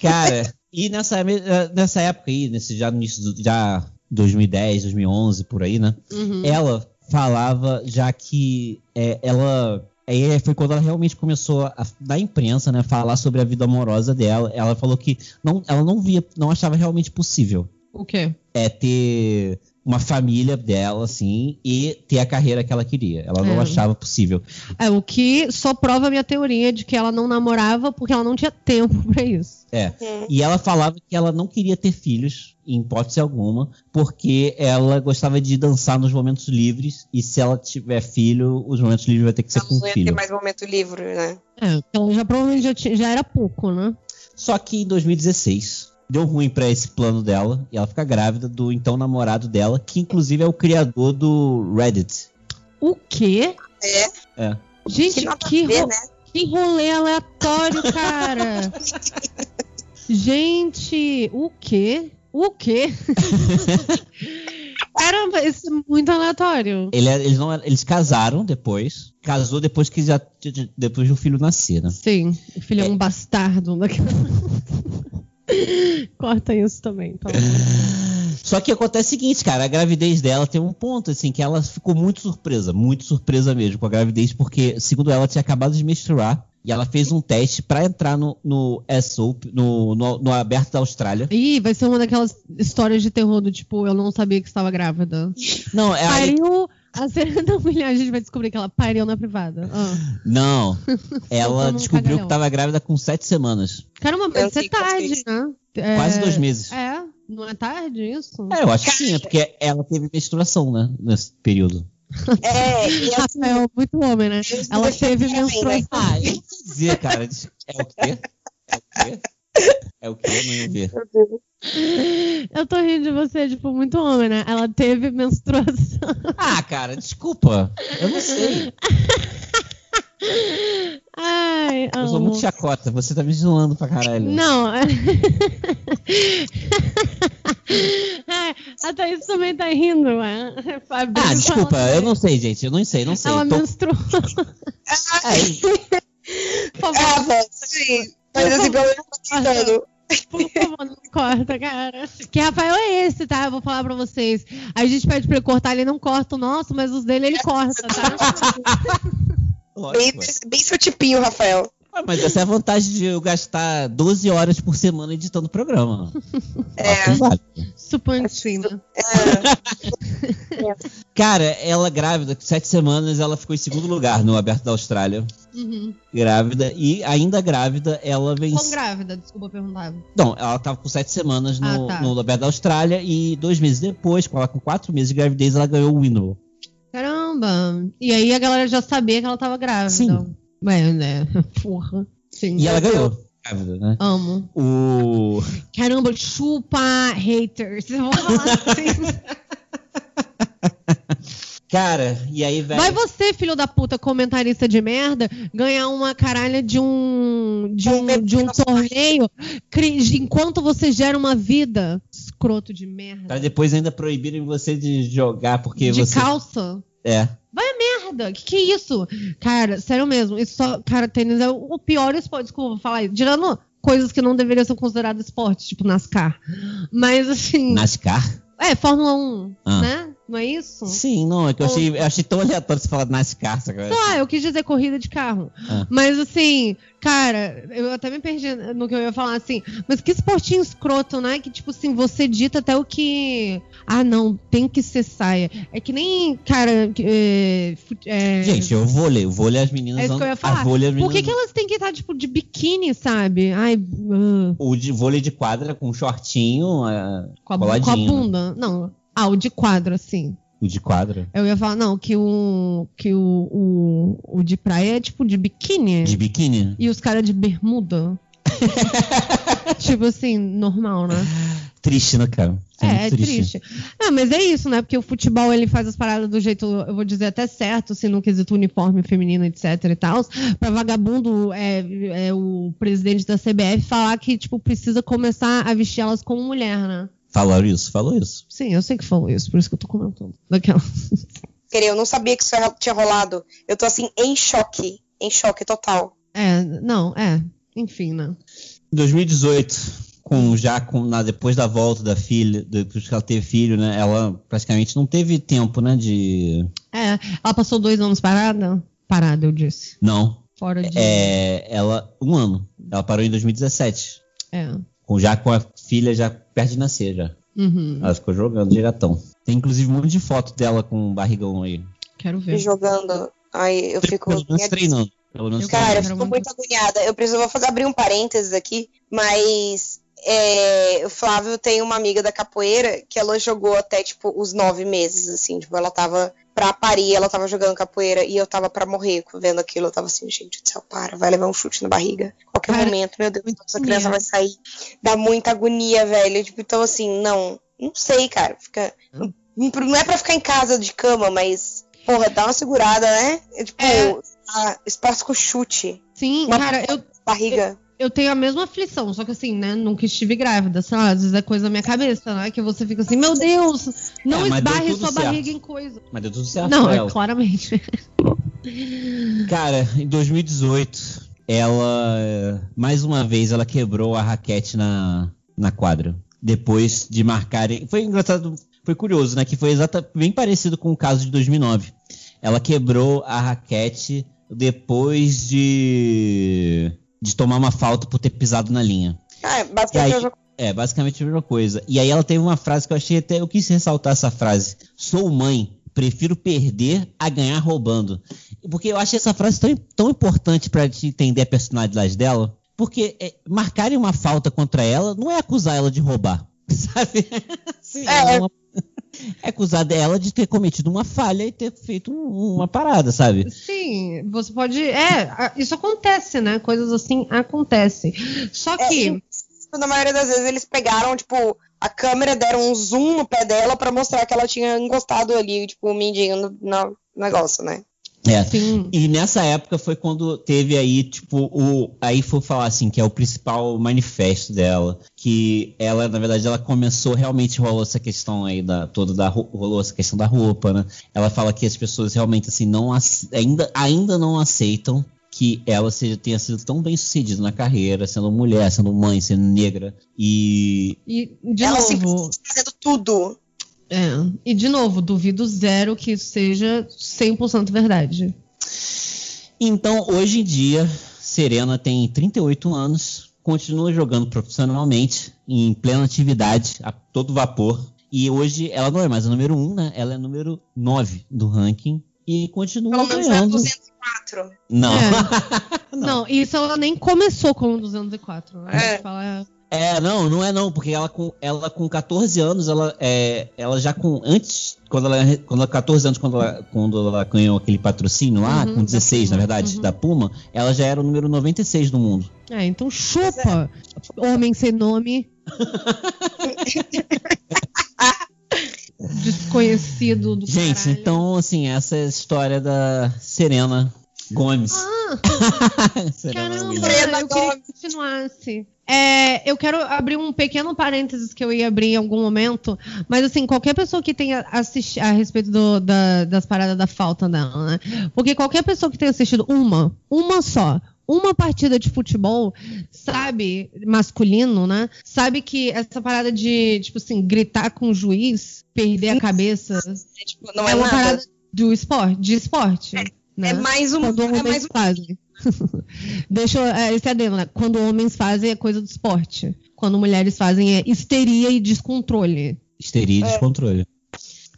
C: Cara, e nessa, me- eh, nessa época aí, nesse, já no início do, já 2010, 2011, por aí, né?
A: Uhum.
C: Ela falava já que é, ela... Aí foi quando ela realmente começou a, na imprensa, né, falar sobre a vida amorosa dela. Ela falou que não, ela não via, não achava realmente possível
A: O quê?
C: é ter uma família dela, assim, e ter a carreira que ela queria. Ela não
A: É.
C: achava possível.
A: É, o que só prova a minha teoria de que ela não namorava porque ela não tinha tempo pra isso.
B: Hum.
C: E ela falava que ela não queria ter filhos, em hipótese alguma, porque ela gostava de dançar nos momentos livres, e se ela tiver filho, os momentos livres vai ter que ser
B: Ela
C: com
B: não ia ter
C: filho.
B: mais momento livre, né?
A: É, então já provavelmente já, ti- já era pouco, né?
C: Só que em 2016, deu ruim pra esse plano dela, e ela fica grávida do então namorado dela, que inclusive é o criador do Reddit.
A: O quê?
B: É.
C: É.
A: Gente,
B: nada
A: que,
B: a ver,
A: ro-
B: né?
A: que rolê aleatório, cara! Gente, o quê? O quê? Caramba, isso é muito aleatório.
C: Ele é- eles, não, eram- eles casaram depois, casou depois que já depois do filho nascer, né?
A: Sim, o filho é um bastardo. Corta isso também, tá?
C: Só que acontece o seguinte, cara, a gravidez dela tem um ponto, assim, que ela ficou muito surpresa, muito surpresa mesmo com a gravidez, porque, segundo ela, tinha acabado de menstruar e ela fez um teste pra entrar no, no SOP, no, no, no Aberto da Austrália.
A: Ih, vai ser uma daquelas histórias de terror do tipo, eu não sabia que estava grávida.
C: Não, é aí-
A: Pariu. A Serena Williams, a gente vai descobrir que ela pariu na privada. Ah.
C: Não. Ela
A: Soltando um
C: descobriu que
A: cagalhão.
C: tava grávida com sete semanas.
A: Caramba,
B: Eu
A: mas isso é
B: sei que eu
A: tarde,
B: fiz.
A: né? É,
C: Quase dois meses. É.
A: É, não é tarde isso?
C: eu acho que sim, é porque ela teve menstruação, né? Nesse período.
B: É, e assim,
A: Rafael, muito homem, né?
B: Deus me
A: Ela
B: deixou
A: teve
B: bem, né?
A: menstruação.
C: Quer dizer, cara, é o quê? É o quê? É o quê? Não ia ver.
A: Eu tô rindo de você, tipo, muito homem, né? Ela teve menstruação.
C: Ah, cara, desculpa. Eu não sei.
A: Ai,
C: Eu sou
A: amo.
C: muito chacota. Você tá me zoando pra caralho.
A: Não. É, Ai, a Thaís também tá rindo, né? assim,
C: Ah, desculpa. Eu não sei, gente. Eu não sei, não sei.
A: Ela
C: Eu tô-
A: menstruou.
C: É,
A: Por favor,
B: ah, bom, sim. Mas assim, pelo menos tá tentando.
A: Por favor, não corta, cara. Que Rafael é esse, tá? Eu vou falar pra vocês. A gente pede pra ele cortar, ele não corta o nosso, mas os dele ele corta, tá?
B: Bem,
C: lógico.
B: bem seu tipinho, Rafael.
C: Ah, Mas essa é a vantagem de eu gastar 12 horas por semana editando o programa.
B: É.
C: Não vale. É
A: Supantina.
C: Cara, ela grávida, com sete semanas, ela ficou em segundo lugar no Aberto da Austrália.
A: Uhum.
C: Grávida, e ainda grávida, ela
A: Quão
C: venceu.
A: grávida? Desculpa perguntar.
C: Não, ela tava com sete semanas no,
A: Ah, tá.
C: no Aberto da Austrália, e dois meses depois, com ela com quatro meses de gravidez, ela ganhou o Winnow.
A: Caramba. E aí a galera já sabia que ela tava grávida.
C: Sim.
A: Ué, né? Porra. Sim.
C: E ela ganhou. Grávida, né?
A: Amo.
C: O.
A: Caramba, chupa haters. Eu vou falar assim.
C: Cara, e aí, velho.
A: Vai você, filho da puta, comentarista de merda, ganhar uma caralha de um de um, de um torneio cri- enquanto você gera uma vida escroto de merda.
C: Pra depois ainda proibirem Tá você de jogar, porque
A: de
C: você.
A: calça.
C: É.
A: Vai a merda, merda, que que é isso? Cara, sério mesmo, isso só, cara, tênis é o pior esporte, desculpa vou falar isso, tirando coisas que não deveriam ser consideradas esporte, tipo NASCAR, mas assim,
C: NASCAR?
A: é, Fórmula 1,
C: Ah.
A: né, não é isso?
C: Sim, não, é que eu achei, eu achei tão aleatório você falar de NASCAR. sabe?
A: Não, é, eu quis dizer corrida de carro.
C: Ah.
A: Mas assim, cara, eu até me perdi no que eu ia falar, assim. Mas que esportinho escroto, né? Que, tipo assim, você dita até o que. Ah, não, tem que ser saia. É que nem, cara. que, é, fut- é,
C: Gente, eu vou ler, eu vou ler as meninas.
A: É isso que eu ia falar.
C: A vôlei, as
A: por
C: meninas
A: que, que elas têm que estar, tipo, de biquíni, sabe? Ai, ah,
C: O de vôlei de quadra com um shortinho, é,
A: com, a, bu- com a
C: Coladinho, né?
A: bunda. Não. Ah, o de quadro, assim.
C: o de quadra.
A: Eu ia falar, não, que o. Que o, o, o de praia é tipo de biquíni.
C: De biquíni?
A: E os caras de bermuda. tipo assim, normal, né?
C: Triste, né, cara? Isso
A: É, é
C: muito
A: triste. Ah, mas é isso, né? Porque o futebol ele faz as paradas do jeito, eu vou dizer até certo, se não quesito uniforme feminino, etc e tal. Pra vagabundo, é, é o presidente da CBF falar que, tipo, precisa começar a vestir elas como mulher, né?
C: Falaram isso, falou isso.
A: Sim, eu sei que falou isso, por isso que eu tô comentando. Daquela.
B: Queria, eu não sabia que isso tinha rolado. Eu tô assim, em choque. Em choque total.
A: É, não, é. Enfim, né?
C: 2018, com, já com, na, depois da volta da filha, depois que ela teve filho, né? Ela praticamente não teve tempo, né? De.
A: É, ela passou dois anos parada? Parada, eu disse.
C: Não.
A: Fora de.
C: É,
A: Uhum.
C: ela. Um ano. Ela parou em 2017.
A: é.
C: Com, já com a filha já perto de nascer, já.
A: Uhum.
C: Ela ficou jogando diretão. Tem inclusive um monte de foto dela com o barrigão aí.
A: Quero ver.
B: Me jogando. Aí eu fico.
C: Pelo menos treinando. Pelo menos
A: Eu
B: Cara, eu
A: Era
B: fico
A: muito-
B: muito agoniada. Eu preciso vou fazer abrir um parênteses aqui, mas é, o Flávio tem uma amiga da capoeira que ela jogou até tipo os nove meses, assim, tipo, ela tava pra parir, ela tava jogando capoeira e eu tava pra morrer vendo aquilo. Eu tava assim, gente do céu, para, vai levar um chute na barriga. Qualquer
A: Cara,
B: momento, meu Deus,
A: muito
B: essa criança
A: agonia.
B: vai sair. Dá muita agonia, velho. Tipo, então assim, não, não sei, cara. Fica. Não é pra ficar em casa de cama, mas, porra, dá uma segurada, né? É, tipo,
A: É.
B: ah, espaço com chute,
A: Sim,
B: Uma-
A: cara, eu,
B: barriga.
A: eu tenho a mesma aflição, só que assim, né? Nunca estive grávida, sei lá, às vezes é coisa da minha cabeça, né? Que você fica assim, meu Deus, não
C: É, mas deu
A: esbarre
C: tudo
A: sua
C: certo.
A: barriga em coisa.
C: Mas deu tudo certo
A: não,
C: pra
A: é
C: ela.
A: claramente.
C: Cara, em 2018, ela. eh, Mais uma vez, ela quebrou a raquete na, na quadra. Depois de marcarem. Foi engraçado, foi curioso, né? Que foi exata, bem parecido com o caso de 2009. Ela quebrou a raquete depois de. de tomar uma falta por ter pisado na linha.
B: Ah,
C: E aí-
B: basicamente eu jogo.
C: É, basicamente a mesma coisa. E aí ela teve uma frase que eu achei até. Eu quis ressaltar essa frase. Sou mãe, prefiro perder a ganhar roubando. Porque eu achei essa frase tão, tão importante pra gente entender a personalidade dela. Porque é, marcarem uma falta contra ela não é acusar ela de roubar. Sabe? Assim,
B: É.
C: é, uma- é acusar dela de ter cometido uma falha e ter feito um- uma parada, sabe?
A: Sim, você pode. É, a- isso acontece, né? Coisas assim acontecem. Só que.
B: Tipo, Na maioria das vezes eles pegaram, tipo, a câmera, deram um zoom no pé dela pra mostrar que ela tinha encostado ali, tipo, o mindinho no, no negócio, né?
C: É.
A: Sim.
C: E nessa época foi quando teve aí, tipo, o. Aí foi falar assim, que é o principal manifesto dela. Que ela, na verdade, ela começou realmente rolou essa questão aí da. Toda da ro- rolou essa questão da roupa, né? Ela fala que as pessoas realmente assim não ace- ainda, ainda não aceitam que ela seja, tenha sido tão bem sucedida na carreira, sendo mulher, sendo mãe, sendo negra. E.
A: E, de
B: ela
A: novo.
B: simplesmente tá fazendo tudo.
A: é, e, de novo, duvido zero que isso seja 100% verdade.
C: Então, hoje em dia, Serena tem 38 anos, continua jogando profissionalmente, em plena atividade, a todo vapor. E hoje ela não é mais a número 1, né? Ela é a número 9 do ranking e continua
B: Pelo menos não é
C: ganhando.
B: 204.
C: Não. Ah,
A: Não. isso ela nem começou um como 204. Né?
B: É.
A: Fala-
C: É, não, não é não, porque ela com, ela com 14 anos, ela, é, ela já com. Antes, quando ela, quando ela 14 anos, quando ela, quando ela ganhou aquele patrocínio lá,
A: Uhum,
C: com
A: da
C: 16, na
A: Puma,
C: verdade,
A: uhum.
C: da Puma, ela já era o número 96 do mundo.
A: É, então chupa, homem sem nome. Desconhecido do
C: Gente,
A: caralho.
C: então, assim, essa é a história da Serena Gomes.
A: Caramba,
B: Fred
A: eu queria
B: Agostinho.
A: que continuasse. É, eu quero abrir um pequeno parênteses que eu ia abrir em algum momento, mas assim, qualquer pessoa que tenha assistido a respeito do- da- das paradas da falta dela, né? Porque qualquer pessoa que tenha assistido uma, uma só, uma partida de futebol, sabe, masculino, né? Sabe que essa parada de, tipo assim, gritar com o juiz, perder a cabeça,
B: É, tipo, não
A: é
B: é,
A: uma
B: nada.
A: parada do esporte, de esporte. né?
B: É mais um.
A: Quando
B: É
A: homens
B: mais um.
A: fazem. Deixa eu- é, esse adendo, né? Quando homens fazem é coisa do esporte. Quando mulheres fazem é histeria e descontrole.
C: Histeria e descontrole.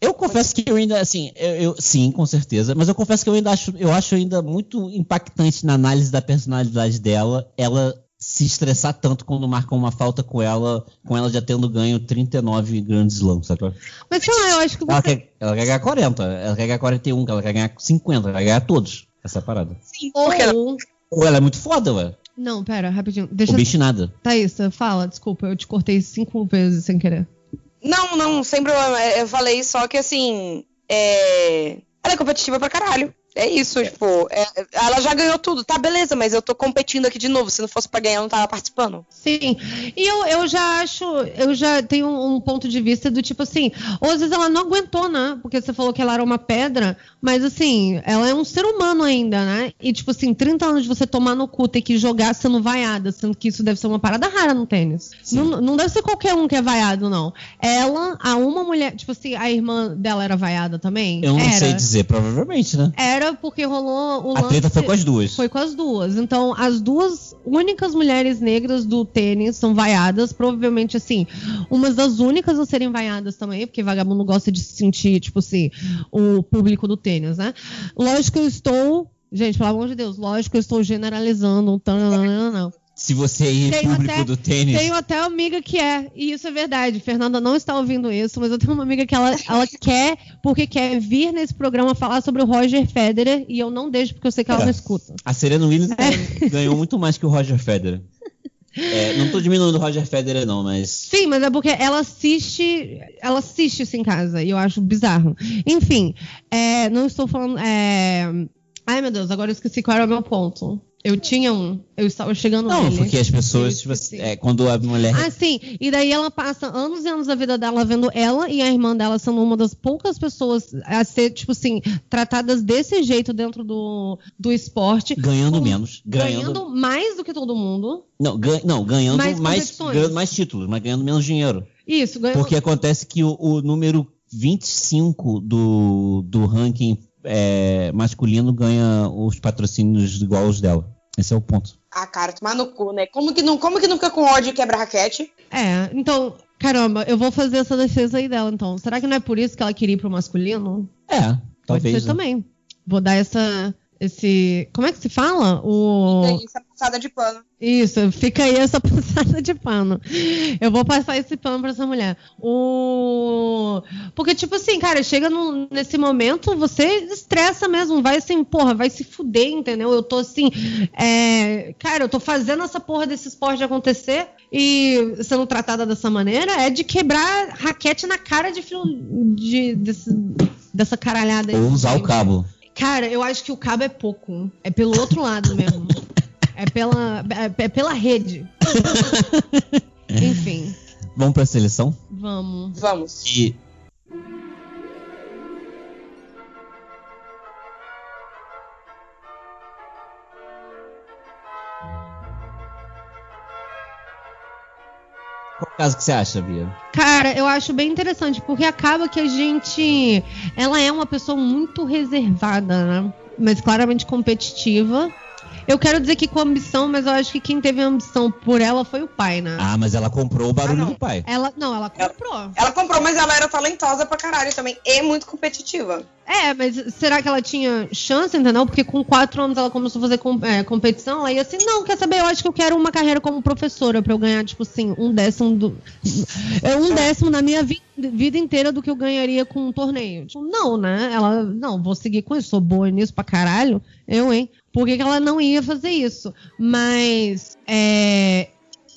C: Eu confesso que eu ainda, assim, eu, eu- sim, com certeza, mas eu confesso que eu ainda acho, eu acho ainda muito impactante na análise da personalidade dela, ela se estressar tanto quando marcam uma falta com ela, com ela já tendo ganho 39 grandes slams, sacou?
A: Mas sei lá, eu acho que
C: Ela
A: você,
C: quer, ela quer ganhar 40, ela quer ganhar 41, ela quer ganhar 50, ela quer ganhar todos, essa é parada.
B: Sim, porque ela-
A: ou-
C: Ou ela é muito foda, ué,
A: Não, pera, rapidinho.
C: ou
A: Deixa.
C: bicho nada.
A: Thaís, fala, desculpa, eu te cortei cinco vezes sem querer.
B: Não, não, sem problema. É, Eu falei só que assim. é, Ela é competitiva pra caralho. É isso, tipo, é- ela já ganhou tudo, tá, beleza, mas eu tô competindo aqui de novo. Se não fosse pra ganhar, eu não tava participando.
A: Sim. E eu, eu já acho, eu já tenho um, um ponto de vista do tipo assim, ou às vezes ela não aguentou, né? Porque você falou que ela era uma pedra, mas assim, ela é um ser humano ainda, né? E tipo assim, 30 anos de você tomar no cu, ter que jogar sendo vaiada, sendo que isso deve ser uma parada rara no tênis. Não, não deve ser qualquer um que é vaiado, não. Ela, a uma mulher, tipo assim, a irmã dela era vaiada também?
C: Eu não
A: era.
C: sei dizer, provavelmente, né?
A: Era porque rolou o
C: A
A: lance...
C: treta foi com as duas.
A: Foi com as duas. Então, as duas únicas mulheres negras do tênis são vaiadas. Provavelmente, assim, umas das únicas a serem vaiadas também, porque vagabundo gosta de se sentir, tipo assim, o público do tênis, né? Lógico que eu estou. Gente, pelo amor de Deus, lógico que eu estou generalizando. Tananana.
C: Se você aí é
A: Tenho
C: público
A: até-
C: do tênis.
A: Tenho até uma amiga que é, e isso é verdade. Fernanda não está ouvindo isso, mas eu tenho uma amiga que ela, ela quer, porque quer vir nesse programa falar sobre o Roger Federer, e eu não deixo, porque eu É. sei que ela
C: Tá.
A: não escuta.
C: A Serena Williams ganhou muito mais que o Roger Federer. É, não tô diminuindo o Roger Federer, não, mas.
A: Sim, mas é porque ela assiste, ela assiste isso em casa e eu acho bizarro. Enfim, é, não estou falando. é, Ai meu Deus, agora eu esqueci qual era o meu ponto. Eu tinha um, eu estava chegando
C: Não,
A: nele.
C: porque as pessoas, tipo,
A: Sim.
C: é, quando a mulher.
A: Ah, sim. E daí ela passa anos e anos da vida dela vendo ela e a irmã dela sendo uma das poucas pessoas a ser, tipo assim, tratadas desse jeito dentro do, do esporte.
C: ganhando
A: com-
C: menos. Ganhando.
A: ganhando mais do que todo mundo.
C: não, gan- não, ganhando
A: Mais
C: mais,
A: competições.
C: ganhando mais títulos, mas ganhando menos dinheiro.
A: Isso, ganhando
C: Porque acontece que o, o número 25 do, do ranking é, masculino ganha os patrocínios igual aos dela. Esse é o ponto.
B: Ah, cara, tomar no cu, né? Como que não, como que não fica com ódio e quebra raquete?
A: É, então, caramba, eu vou fazer essa defesa aí dela, então. Será que não é por isso que ela queria ir pro masculino?
C: É, talvez.
A: Pode ser
C: né?
A: também. Vou dar essa. Esse. Como é que se fala? O.
B: Tem essa passada de pano.
A: Isso, fica aí essa passada de pano. Eu vou passar esse pano pra essa mulher. O. Porque, tipo assim, cara, chega num- nesse momento, você estressa mesmo, vai assim, porra, vai se fuder, entendeu? Eu tô assim, é, cara, eu tô fazendo essa porra desse esporte acontecer e sendo tratada dessa maneira é de quebrar raquete na cara de filho de, desse- dessa caralhada aí.
C: Ou usar o cabo.
A: Cara, eu acho que o cabo é pouco. É pelo outro lado mesmo. É pela, é, é pela rede. Enfim,
C: Vamos pra seleção?
A: vamos.
B: Vamos.
C: que Qual caso que você acha, Bia?
A: Cara, eu acho bem interessante, porque acaba que a gente. Ela é uma pessoa muito reservada, né? Mas claramente competitiva. Eu quero dizer que com ambição, mas eu acho que quem teve ambição por ela foi o pai, né?
C: Ah, mas ela comprou o barulho
B: Ah, não.
C: do pai.
A: Ela. Não, ela comprou.
B: Ela comprou, mas ela era talentosa pra caralho também. E muito competitiva.
A: É, mas será que ela tinha chance, entendeu? Porque com quatro anos ela começou a fazer com- é, competição, aí assim, não, quer saber? Eu acho que eu quero uma carreira como professora pra eu ganhar, tipo assim, um décimo do. é, Um décimo na minha vi- vida inteira do que eu ganharia com um torneio. Tipo, não, né? Ela, não, vou seguir com isso, sou boa nisso pra caralho. Eu, hein? Por que, que ela não ia fazer isso? Mas. É,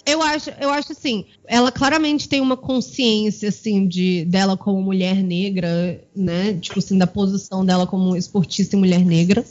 A: eu acho, eu acho assim, ela claramente tem uma consciência assim de dela como mulher negra, né? Tipo assim, da posição dela como esportista e mulher negra.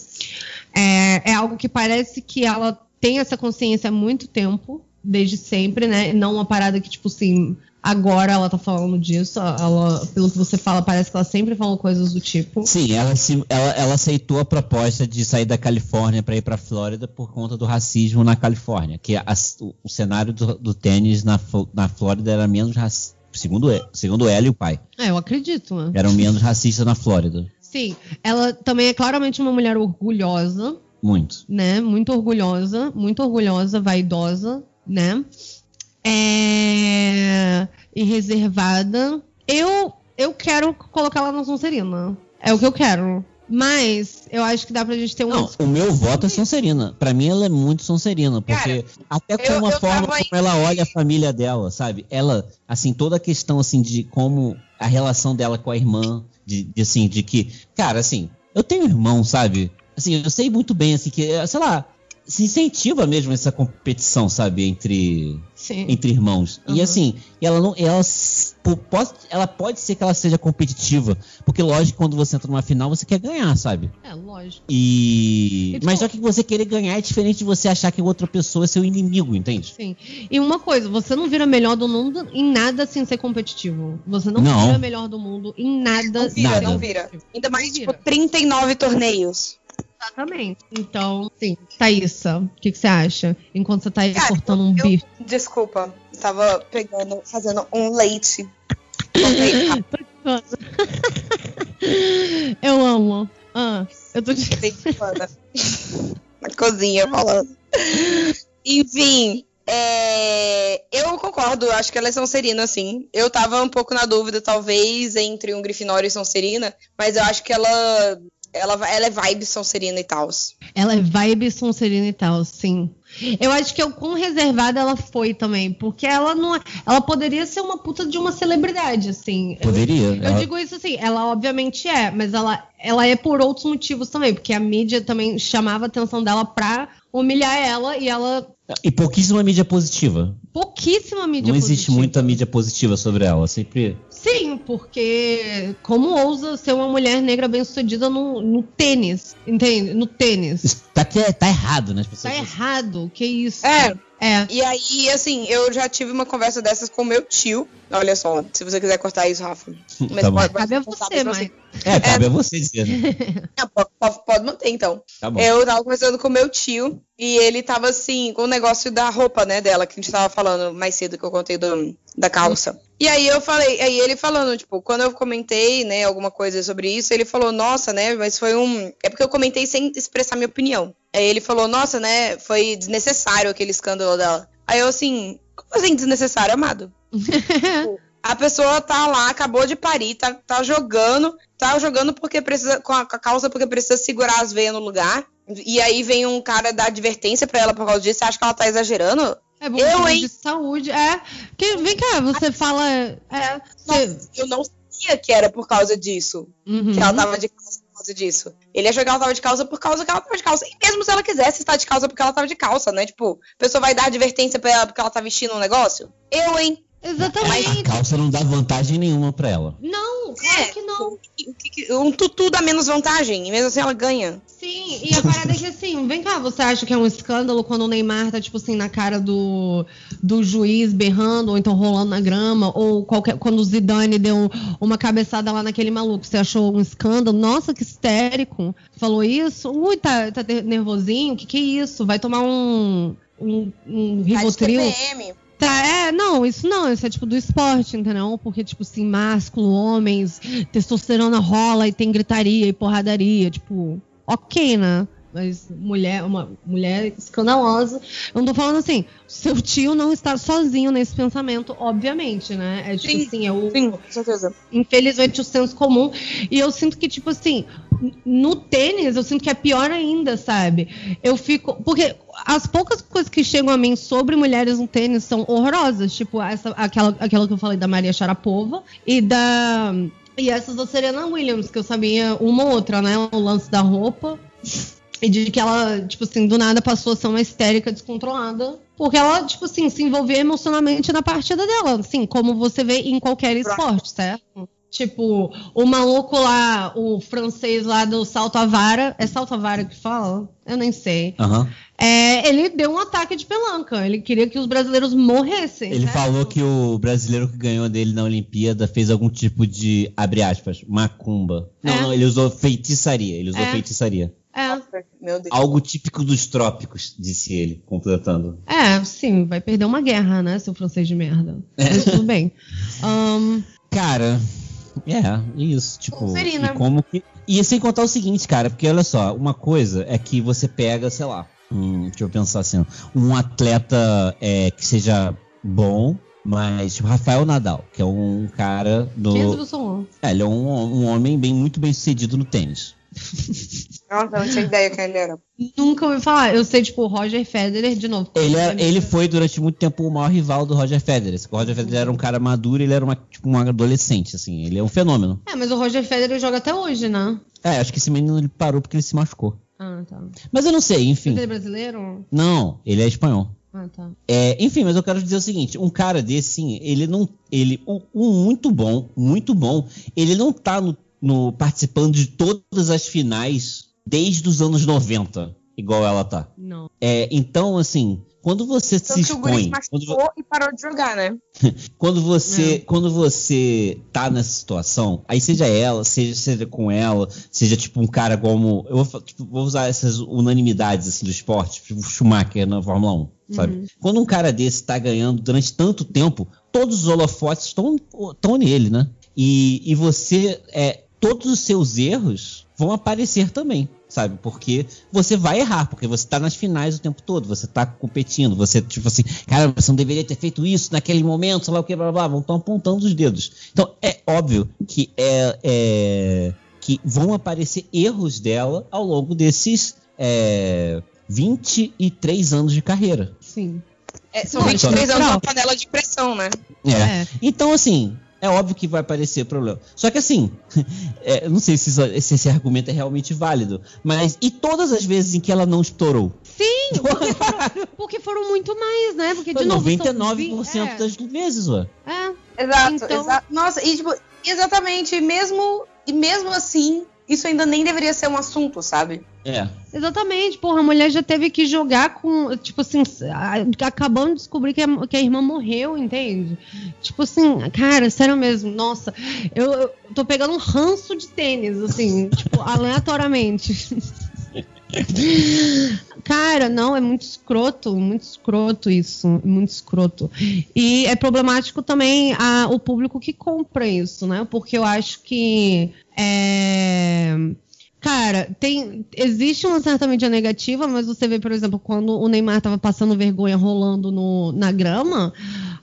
A: É, é algo que parece que ela tem essa consciência há muito tempo, desde sempre, né? Não uma parada que, tipo assim, agora ela tá falando disso. Ela, pelo que você fala, parece que ela sempre falou coisas do tipo.
C: Sim, ela, se- ela- ela aceitou a proposta de sair da Califórnia para ir para Flórida por conta do racismo na Califórnia, que a- o, o cenário do, do tênis na, Flo- na Flórida era menos racista. Segundo, e- segundo ela e o pai,
A: É, eu acredito, né?
C: eram menos racistas na Flórida.
A: Sim, ela também é claramente uma mulher orgulhosa,
C: Muito.
A: né? Muito orgulhosa, muito orgulhosa, vaidosa, né? É... E reservada. Eu, eu quero colocar ela na Sonserina. É o que eu quero. Mas eu acho que dá pra gente ter um.
C: Não, o meu voto é Sonserina. Pra mim, ela é muito Sonserina, porque até
B: eu-
C: como a
B: eu
C: forma
B: tava
C: como
B: em-
C: ela olha a família dela, sabe? Ela, assim, toda a questão assim de como a relação dela com a irmã, de, de, assim, de que, cara, assim, eu tenho irmão, sabe? Assim, eu sei muito bem assim que, eh, sei lá, se incentiva mesmo essa competição, sabe, entre
A: Sim.
C: entre irmãos. E
B: Uhum.
A: Aham.
C: assim, ela não. Ela, s- po- pode, ela pode ser que ela seja competitiva. Porque, lógico, quando você entra numa final, você quer ganhar, sabe?
A: É, lógico.
C: E.
A: E,
C: Mas
A: tipo-
C: só que você querer ganhar é diferente de você achar que outra pessoa é seu inimigo, entende?
A: Sim. E uma coisa, você não vira melhor do mundo em nada sem ser competitivo. Você não,
C: Não.
A: vira melhor do mundo em nada.
B: Não vira,
A: sem ser
C: não
B: vira.
A: competitivo.
B: Ainda mais, tipo,
A: Vira.
B: 39 torneios.
A: Exatamente. Então, sim. Thaísa, o que, que você acha? Enquanto você tá aí
B: Cara,
A: cortando um
B: eu-
A: bife.
B: Desculpa, tava pegando, fazendo um leite. Cortei rápido,
A: Eu amo. Ah, eu tô de...
B: dei fada.
A: assim.
B: Na cozinha falando. Enfim, é, eu concordo, acho que ela é Sonserina, sim. Eu tava um pouco na dúvida, talvez, entre um Grifinório e Sonserina, mas eu acho que ela. Ela, va- ela é vibe Sonserina e tal.
A: Ela é vibe Sonserina e tal, sim. Eu acho que é o quão reservada ela foi também, porque ela não. é- Ela poderia ser uma puta de uma celebridade, assim. Eu-
C: Poderia. né?
A: Eu digo isso assim, ela obviamente é, mas ela, ela é por outros motivos também, porque a mídia também chamava a atenção dela pra humilhar ela e ela.
C: E pouquíssima mídia positiva.
A: Pouquíssima mídia
C: não existe
A: positiva.
C: muita mídia positiva sobre ela. Sempre.
A: Sim, porque como ousa ser uma mulher negra bem-sucedida no, no tênis, entende? No tênis.
C: Isso Tá, que- tá errado, né? As pessoas
A: Tá errado, que isso?
B: É,
A: É,
B: e aí, assim, eu já tive uma conversa dessas com meu tio. Olha só, se você quiser cortar isso, Rafa. Mas
C: Tá bom.
B: pode,
A: cabe a
B: pode-
A: você,
B: pode-
A: mãe.
C: É, cabe a você dizer, né?
B: Ah, po- po- pode manter, então.
C: Tá bom.
B: Eu tava conversando com meu tio e ele tava assim, com o negócio da roupa, né, dela, que a gente tava falando mais cedo que eu contei do, da calça. E aí eu falei, aí ele falando, tipo, quando eu comentei, né, alguma coisa sobre isso, ele falou, nossa, né, mas foi um. É porque eu comentei sem expressar minha opinião. Aí ele falou, nossa, né, foi desnecessário aquele escândalo dela. Aí eu assim, como assim desnecessário, amado? Tipo, A pessoa tá lá, acabou de parir, tá, tá jogando, tá jogando porque precisa, com a, com a calça porque precisa segurar as veias no lugar. E aí vem um cara dar advertência pra ela por causa disso. Você acha que ela tá exagerando?
A: É bom
B: Eu,
A: saber
B: hein?
A: de saúde. É. Que, vem cá, você fala. É. Você,
B: Eu não sabia que era por causa disso.
A: Uhum.
B: Que ela tava de calça por causa disso. Ele achou que ela tava de calça por causa que ela tava de calça. E mesmo se ela quisesse estar de calça porque ela tava de calça, né? Tipo, a pessoa vai dar advertência pra ela porque ela tá vestindo um negócio? Eu, hein?
C: A
A: Exatamente.
C: calça não dá vantagem nenhuma pra ela.
A: Não,
B: É.
A: claro que não.
B: O que que- Um tutu dá menos vantagem. E mesmo assim ela ganha.
A: Sim, e a parada é que assim, vem cá, você acha que é um escândalo quando o Neymar tá, tipo assim, na cara do, do juiz berrando, ou então rolando na grama, ou qualquer, quando o Zidane deu uma cabeçada lá naquele maluco, você achou um escândalo? Nossa, que histérico. Falou isso? Ui, tá, tá te- nervosinho? Que que é isso? Vai tomar um, um, um
B: Tá de
A: Rivotril?
B: TPM.
A: Tá, é, não, isso não, isso é tipo do esporte, entendeu? Porque, tipo assim, másculo, homens, testosterona rola e tem gritaria e porradaria, tipo, ok, né? Mas mulher, uma mulher escandalosa. Eu não tô falando assim, seu tio não está sozinho nesse pensamento, obviamente, né? É tipo
B: Sim,
A: assim, é o,
B: Sim, com certeza.
A: infelizmente, o senso comum. E eu sinto que, tipo assim, n- no tênis, eu sinto que é pior ainda, sabe? Eu fico. Porque as poucas coisas que chegam a mim sobre mulheres no tênis são horrorosas. Tipo, essa, aquela, aquela que eu falei da Maria Sharapova e da. E essas da Serena Williams, que eu sabia uma ou outra, né? O lance da roupa. E de que ela, tipo assim, do nada passou a ser uma histérica descontrolada. Porque ela, tipo assim, se envolveu emocionalmente na partida dela. Assim, como você vê em qualquer esporte, certo? Tipo, o maluco lá, o francês lá do Salto à Vara, é Salto à Vara que fala? Eu nem sei.
C: Aham.
A: É, ele deu um ataque de pelanca. Ele queria que os brasileiros morressem.
C: Ele
A: né?
C: falou que o brasileiro que ganhou dele na Olimpíada fez algum tipo de, abre aspas, macumba. Não,
A: É.
C: não, ele usou feitiçaria. Ele usou
A: É.
C: feitiçaria.
A: É,
B: Nossa, Meu Deus.
C: Algo típico dos trópicos, disse ele, completando.
A: é, sim, vai perder uma guerra, né, seu francês de merda.
C: É.
A: Mas tudo bem. Ahn,
C: Cara, é, isso, tipo.
B: Conferina.
C: E como que. E é sem contar o seguinte, cara, porque olha só, uma coisa é que você pega, sei lá, um, deixa eu pensar assim, um atleta é, que seja bom, mas tipo, Rafael Nadal, que é um cara do.
A: Jesus, amor.
C: É, ele é um, um homem bem, muito bem sucedido no tênis.
B: Nossa, eu não tinha ideia quem ele era.
A: Nunca ouvi falar. Eu sei, tipo, Roger Federer de novo.
C: Ele, era- ele foi durante muito tempo o maior rival do Roger Federer. O Roger Federer era um cara maduro, ele era uma, tipo, um adolescente, assim. Ele é um fenômeno.
A: É, mas o Roger Federer joga até hoje, né?
C: É, acho que esse menino ele parou porque ele se machucou.
A: Ah, tá.
C: Mas eu não sei, enfim.
A: Ele é brasileiro?
C: Não, ele é espanhol.
A: Ah, tá.
C: É, enfim, mas eu quero dizer o seguinte: um cara desse, sim, ele não. Ele, um, um muito bom, muito bom, ele não tá no, no- participando de todas as finais desde os anos 90, igual ela tá.
A: Não.
C: É, então, assim, quando você se
B: Tanto que o Guri se
C: expõe, quando, vo-
B: machucou e parou de jogar, né?
C: quando você quando você tá nessa situação, aí seja ela, seja, seja com ela, seja tipo um cara como. Eu vou, fa- tipo, vou usar essas unanimidades assim, do esporte, tipo o Schumacher na Fórmula 1, sabe? Quando um cara desse tá ganhando durante tanto tempo, todos os holofotes estão estão nele, né? E, e você. É, todos os seus erros vão aparecer também, sabe? Porque você vai errar, porque você tá nas finais o tempo todo, você tá competindo, você, tipo assim, cara, você não deveria ter feito isso naquele momento, sei lá o que, blá blá, blá vão tão apontando os dedos. Então, é óbvio que é. é- que vão aparecer erros dela ao longo desses é, 23 anos de carreira.
A: Sim.
B: É, são
A: Não,
B: 23 anos
A: não.
B: na panela de pressão, né?
A: É.
C: Então, assim, é óbvio que vai aparecer problema. Só que, assim, é, eu não sei se, isso- se esse argumento é realmente válido, mas e todas as vezes em que ela não estourou?
A: Sim, porque foram, É. porque foram muito mais, né? Porque,
C: Foi
A: de novo, são é.
C: 99%
A: vi-
C: das vezes, ué.
A: é, é.
B: Exato,
A: Então-
B: exa- Nossa, e tipo, exatamente, e mesmo, e mesmo assim, isso ainda nem deveria ser um assunto, sabe?
C: É.
A: Exatamente, porra, a mulher já teve que jogar com, tipo assim, a- acabando de descobrir que a, que a irmã morreu, entende? Tipo assim, cara, sério mesmo, nossa, eu, eu tô pegando um ranço de tênis, assim, tipo, aleatoriamente. Cara, não, é muito escroto, muito escroto isso, muito escroto. E é problemático também a- o público que compra isso, né? Porque eu acho que é, Cara, tem, existe uma certa mídia negativa, mas você vê, por exemplo, quando o Neymar tava passando vergonha rolando no, na grama,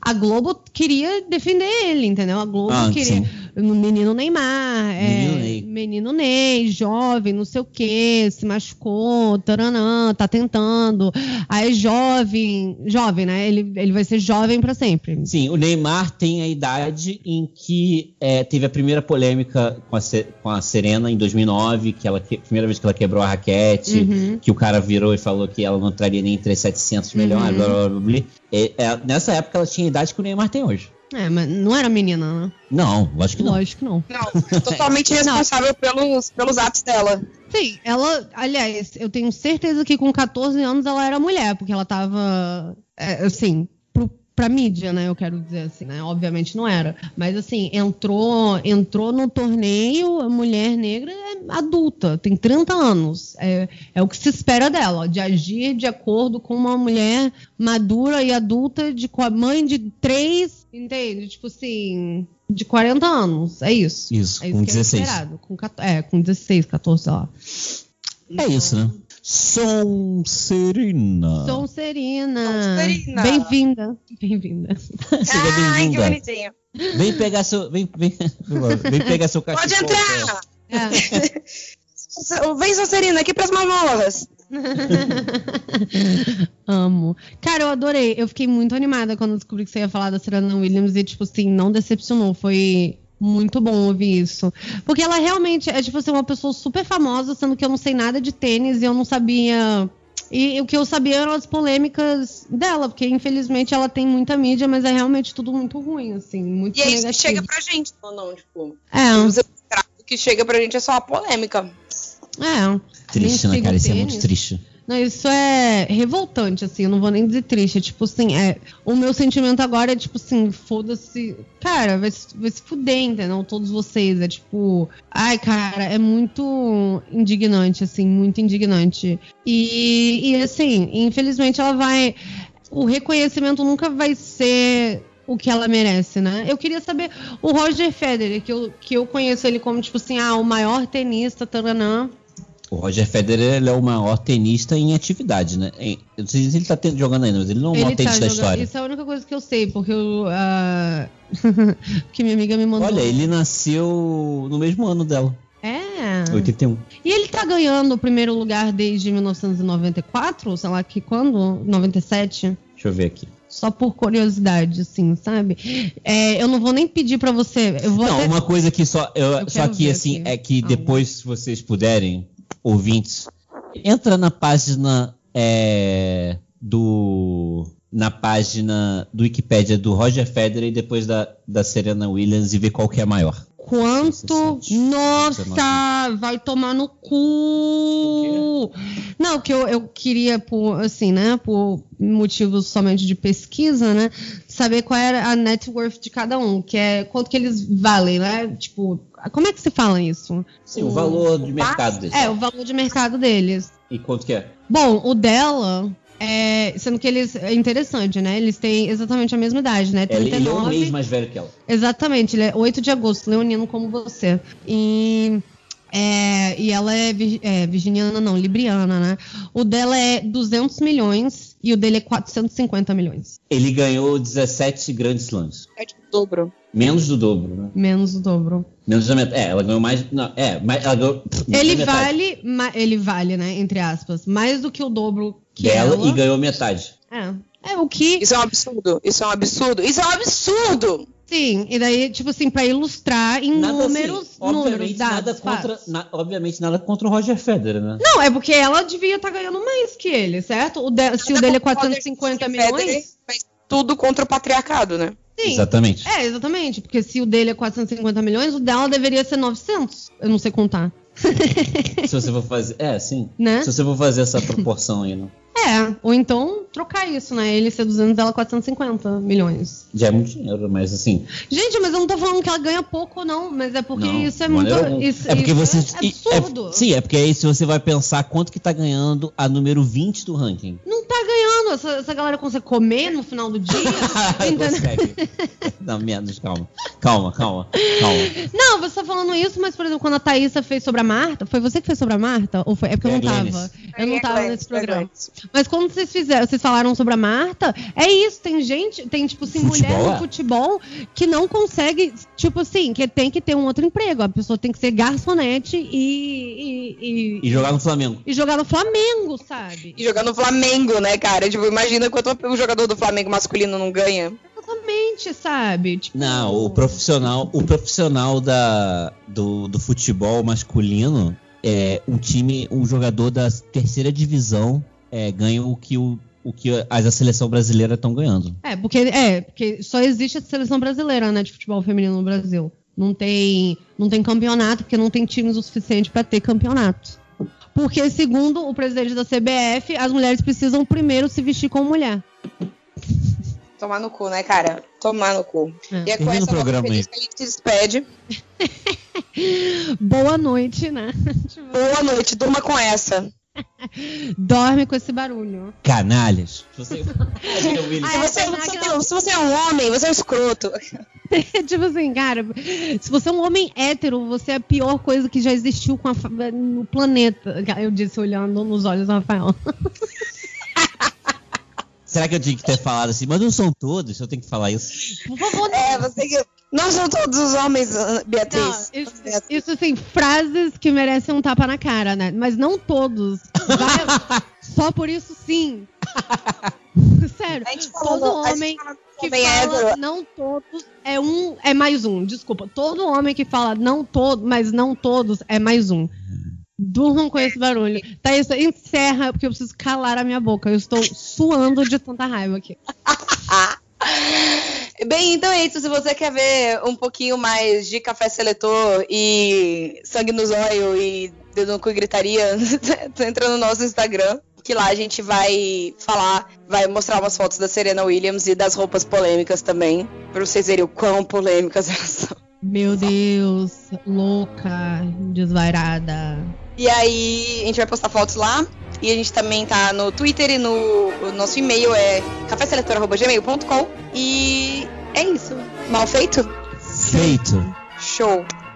A: a Globo queria defender ele, entendeu? A Globo
C: Ah,
A: queria.
C: sim.
A: No Menino Neymar,
C: Menino
A: é,
C: Ney.
A: menino Ney, jovem, não sei o que, se machucou, taranã, tá tentando. Aí é jovem, jovem, né? Ele, ele vai ser jovem pra sempre.
C: Sim, o Neymar tem a idade em que é, teve a primeira polêmica com a, Se- com a Serena em 2009, que ela que- primeira vez que ela quebrou a raquete,
A: Uhum.
C: que o cara virou e falou que ela não traria nem entre 700
A: Uhum.
C: milhões, blá, blá, blá, blá. É, é, nessa época ela tinha a idade que o Neymar tem hoje.
A: É, mas não era menina, né?
C: Não, lógico que não.
A: Lógico que não.
B: Não, totalmente responsável pelos, pelos atos dela.
A: Sim, ela, aliás, eu tenho certeza que com 14 anos ela era mulher, porque ela tava, é, assim, pro, pra mídia, né? Eu quero dizer assim, né? Obviamente não era. Mas assim, entrou, entrou no torneio, a mulher negra é adulta, tem 30 anos. É, é o que se espera dela, de agir de acordo com uma mulher madura e adulta, de, com a mãe de três, entende? Tipo assim, de 40 anos. É isso.
C: Isso,
A: É isso
C: com
A: que
C: 16.
A: É, esperado, com, 14 é, com 16, 14, sei lá.
C: É isso, né? Som Serena.
A: Sonserina.
B: Sonserina.
A: Bem-vinda. Bem-vinda.
C: Seja
B: Ai, que
C: bem-vinda.
B: bonitinha.
C: Vem pegar seu. Vem, vem, vem pegar seu cachorro.
B: Pode entrar!
A: É.
B: Vem, Sonserina, aqui pras mamolas.
A: Amo. Cara, eu adorei. Eu fiquei muito animada quando eu descobri que você ia falar da Serena Williams e, tipo assim, não decepcionou. Foi muito bom ouvir isso. Porque ela realmente é, tipo assim, uma pessoa super famosa, sendo que eu não sei nada de tênis e eu não sabia E o que eu sabia eram as polêmicas dela, porque infelizmente ela tem muita mídia, mas é realmente tudo muito ruim, assim, muito
B: E é isso que
A: negativo.
B: chega pra gente, ou não, tipo.
A: É,
B: Os O que chega pra gente é só a polêmica.
A: é.
C: Triste, né,
A: Mendigo
C: cara? Isso é
A: tênis.
C: muito triste.
A: Não, isso é revoltante, assim, eu não vou nem dizer triste. É tipo assim, é, o meu sentimento agora é tipo assim, foda-se. Cara, vai, se- vai se fuder, entendeu? Todos vocês. É tipo. Ai, cara, é muito indignante, assim, muito indignante. E, e assim, infelizmente ela vai. O reconhecimento nunca vai ser o que ela merece, né? Eu queria saber. O Roger Federer, que eu, que eu conheço ele como, tipo assim, ah, o maior tenista, taranã.
C: O Roger Federer ele é o maior tenista em atividade, né? Em- eu não sei se ele tá ten- jogando ainda, mas ele não é o maior tenista da
A: jogando-
C: história.
A: Isso é a única coisa que eu sei, porque eu, ah, que minha amiga me mandou.
C: Olha, ele nasceu no mesmo ano dela,
A: É.
C: 81.
A: E ele tá ganhando o primeiro lugar desde 1994, sei lá que quando? 97?
C: Deixa eu ver aqui.
A: Só por curiosidade, assim, sabe? É, eu não vou nem pedir pra você. Eu vou
C: Não,
A: até-
C: uma coisa que só, eu-
A: Eu
C: só
A: quero
C: que
A: ver
C: assim
A: aqui.
C: é que
A: Ah.
C: depois, se vocês puderem, ouvintes, entra na página é, do na página do Wikipédia do Roger Federer e depois da, da Serena Williams e ver qual que é a maior.
A: Quanto?
C: 17,
A: Nossa,
C: 19.
A: vai tomar no cu! Não, que eu, eu queria, por, assim, né, por motivos somente de pesquisa, né, saber qual era a net worth de cada um, que é quanto que eles valem, né? Tipo, como é que se fala isso?
C: Sim, o valor de mercado desse.
A: É, o valor de mercado deles.
C: E quanto que é?
A: Bom, o dela, é, sendo que eles, é interessante, né, eles têm exatamente a mesma idade, né,
C: Ele, ele é um
A: 39.
C: mês mais velho que ela.
A: Exatamente, ele é 8 de agosto, leonino como você. E, é, e ela é, vir- é, virginiana, não, libriana, né? O dela é 200 milhões e o dele é 450 milhões.
C: Ele ganhou 17 grandes slams.
B: É tipo dobro.
C: Menos do dobro, né?
A: Menos o dobro.
C: Menos da metade. É, ela ganhou mais. Não, é, mais, ela ganhou. menos
A: Ele
C: da metade
A: vale, ma- ele vale, né? Entre aspas, mais do que o dobro que
C: dela
A: ela.
C: e ganhou metade.
A: É. é, o que
B: Isso é um absurdo. Isso é um absurdo. Isso é um absurdo!
A: Sim, e daí, tipo assim, pra ilustrar em
C: Nada assim,
A: números, Um números,
C: obviamente,
A: dados,
C: nada contra,
A: fatos.
C: na- obviamente nada contra o Roger Federer, né?
A: Não, é porque ela devia estar ganhando mais que ele, certo? O de- se o dele é 450 milhões.
B: Mas tudo contra o patriarcado, né?
A: Sim.
C: Exatamente.
A: É, exatamente, porque se o dele é 450 milhões, o dela deveria ser 900. Eu não sei contar,
C: Se você for fazer, é, sim.
A: né?
C: Se você for fazer essa proporção aí, né?
A: É, ou então trocar isso, né? Ele ser 200, ela 450 milhões.
C: já é muito dinheiro, mas assim,
A: Gente, mas eu não tô falando que ela ganha pouco, não, mas é porque
C: não,
A: isso é
C: de
A: muito.
C: maneira alguma.
A: Isso,
C: é porque
A: isso
C: você
A: é absurdo.
C: é- sim, é porque aí se você vai pensar quanto que tá ganhando a número 20 do ranking.
A: Não tá ganhando. Essa, essa galera consegue comer no final do dia. entendeu?
C: Consegue. Não, menos, calma. Calma, calma, calma.
A: Não, você tá falando isso, mas, por exemplo, quando a Thaísa fez sobre a Marta, foi você que fez sobre a Marta? Ou foi? É porque eu
C: É
A: não
C: a Glennis.
A: tava. Eu não
B: É
A: tava
B: Glenn,
A: nesse
B: é
A: programa.
B: Glenn.
A: Mas quando vocês fizeram, vocês falaram sobre a Marta, é isso, tem gente, tem tipo assim,
C: Futebol,
A: mulher no
C: é.
A: futebol que não consegue, tipo assim, que tem que ter um outro emprego. A pessoa tem que ser garçonete e. e, e-
C: E jogar no Flamengo.
A: e jogar no Flamengo, sabe?
B: E jogar no Flamengo, né, cara? Tipo, imagina quanto um jogador do Flamengo masculino não ganha.
A: Exatamente, sabe? Tipo,
C: Não, o profissional, o profissional da, do, do futebol masculino, é, um time, um jogador da terceira divisão é, ganha o que, o, o que as, a seleção brasileira estão ganhando.
A: É, porque é, porque só existe a seleção brasileira, né, de futebol feminino no Brasil. Não tem, não tem campeonato, porque não tem times o suficiente pra ter campeonato. Porque segundo o presidente da CBF, as mulheres precisam primeiro se vestir como mulher.
B: Tomar no cu, né, cara? Tomar no cu.
A: É.
B: E é com
C: Termina o
B: essa nota
C: programa
B: feliz
C: aí.
B: que a gente se despede.
A: Boa noite, né?
B: Boa noite, durma com essa.
A: Dorme com esse barulho.
C: Canalhas. Você... Imagina o Willis.
A: Ah,
B: Se
A: é,
B: você,
A: tem
B: você
A: aquela-
B: é um- se você é um homem, você é um escroto.
A: tipo assim, cara, se você é um homem hétero, você é a pior coisa que já existiu com a fa- no planeta. Eu disse olhando nos olhos do Rafael.
C: Será que eu tinha que ter falado assim? Mas não são todos, eu tenho que falar isso.
A: Por favor, né?
B: É, você que. Não são todos os homens, Ana-
A: Não,
B: Beatriz.
A: Então, isso,
B: Beatriz.
A: isso, assim, frases que merecem um tapa na cara, né? Mas não todos. Vai- só por isso sim. Sério.
B: A gente
A: Todo
B: falando- a gente
A: homem
B: falando de
A: Que
B: homem hétero,
A: fala não todos é um, é mais um. Desculpa. Todo homem que fala não todos, mas não todos é mais um. Durmam com esse barulho. Thaís, encerra, porque eu preciso calar a minha boca. Eu estou suando de tanta raiva aqui.
B: Bem, então é isso. Se você quer ver um pouquinho mais de café seletor e sangue no zóio e dedo no cu e gritaria, entra no nosso Instagram, que lá a gente vai falar, vai mostrar umas fotos da Serena Williams e das roupas polêmicas também, pra vocês verem o quão polêmicas elas são.
A: Meu Deus, louca, desvairada.
B: E aí a gente vai postar fotos lá. E a gente também tá no Twitter e no o nosso e-mail é caféseletor.gmail.com. E é isso. Mal feito?
C: Feito.
B: Show.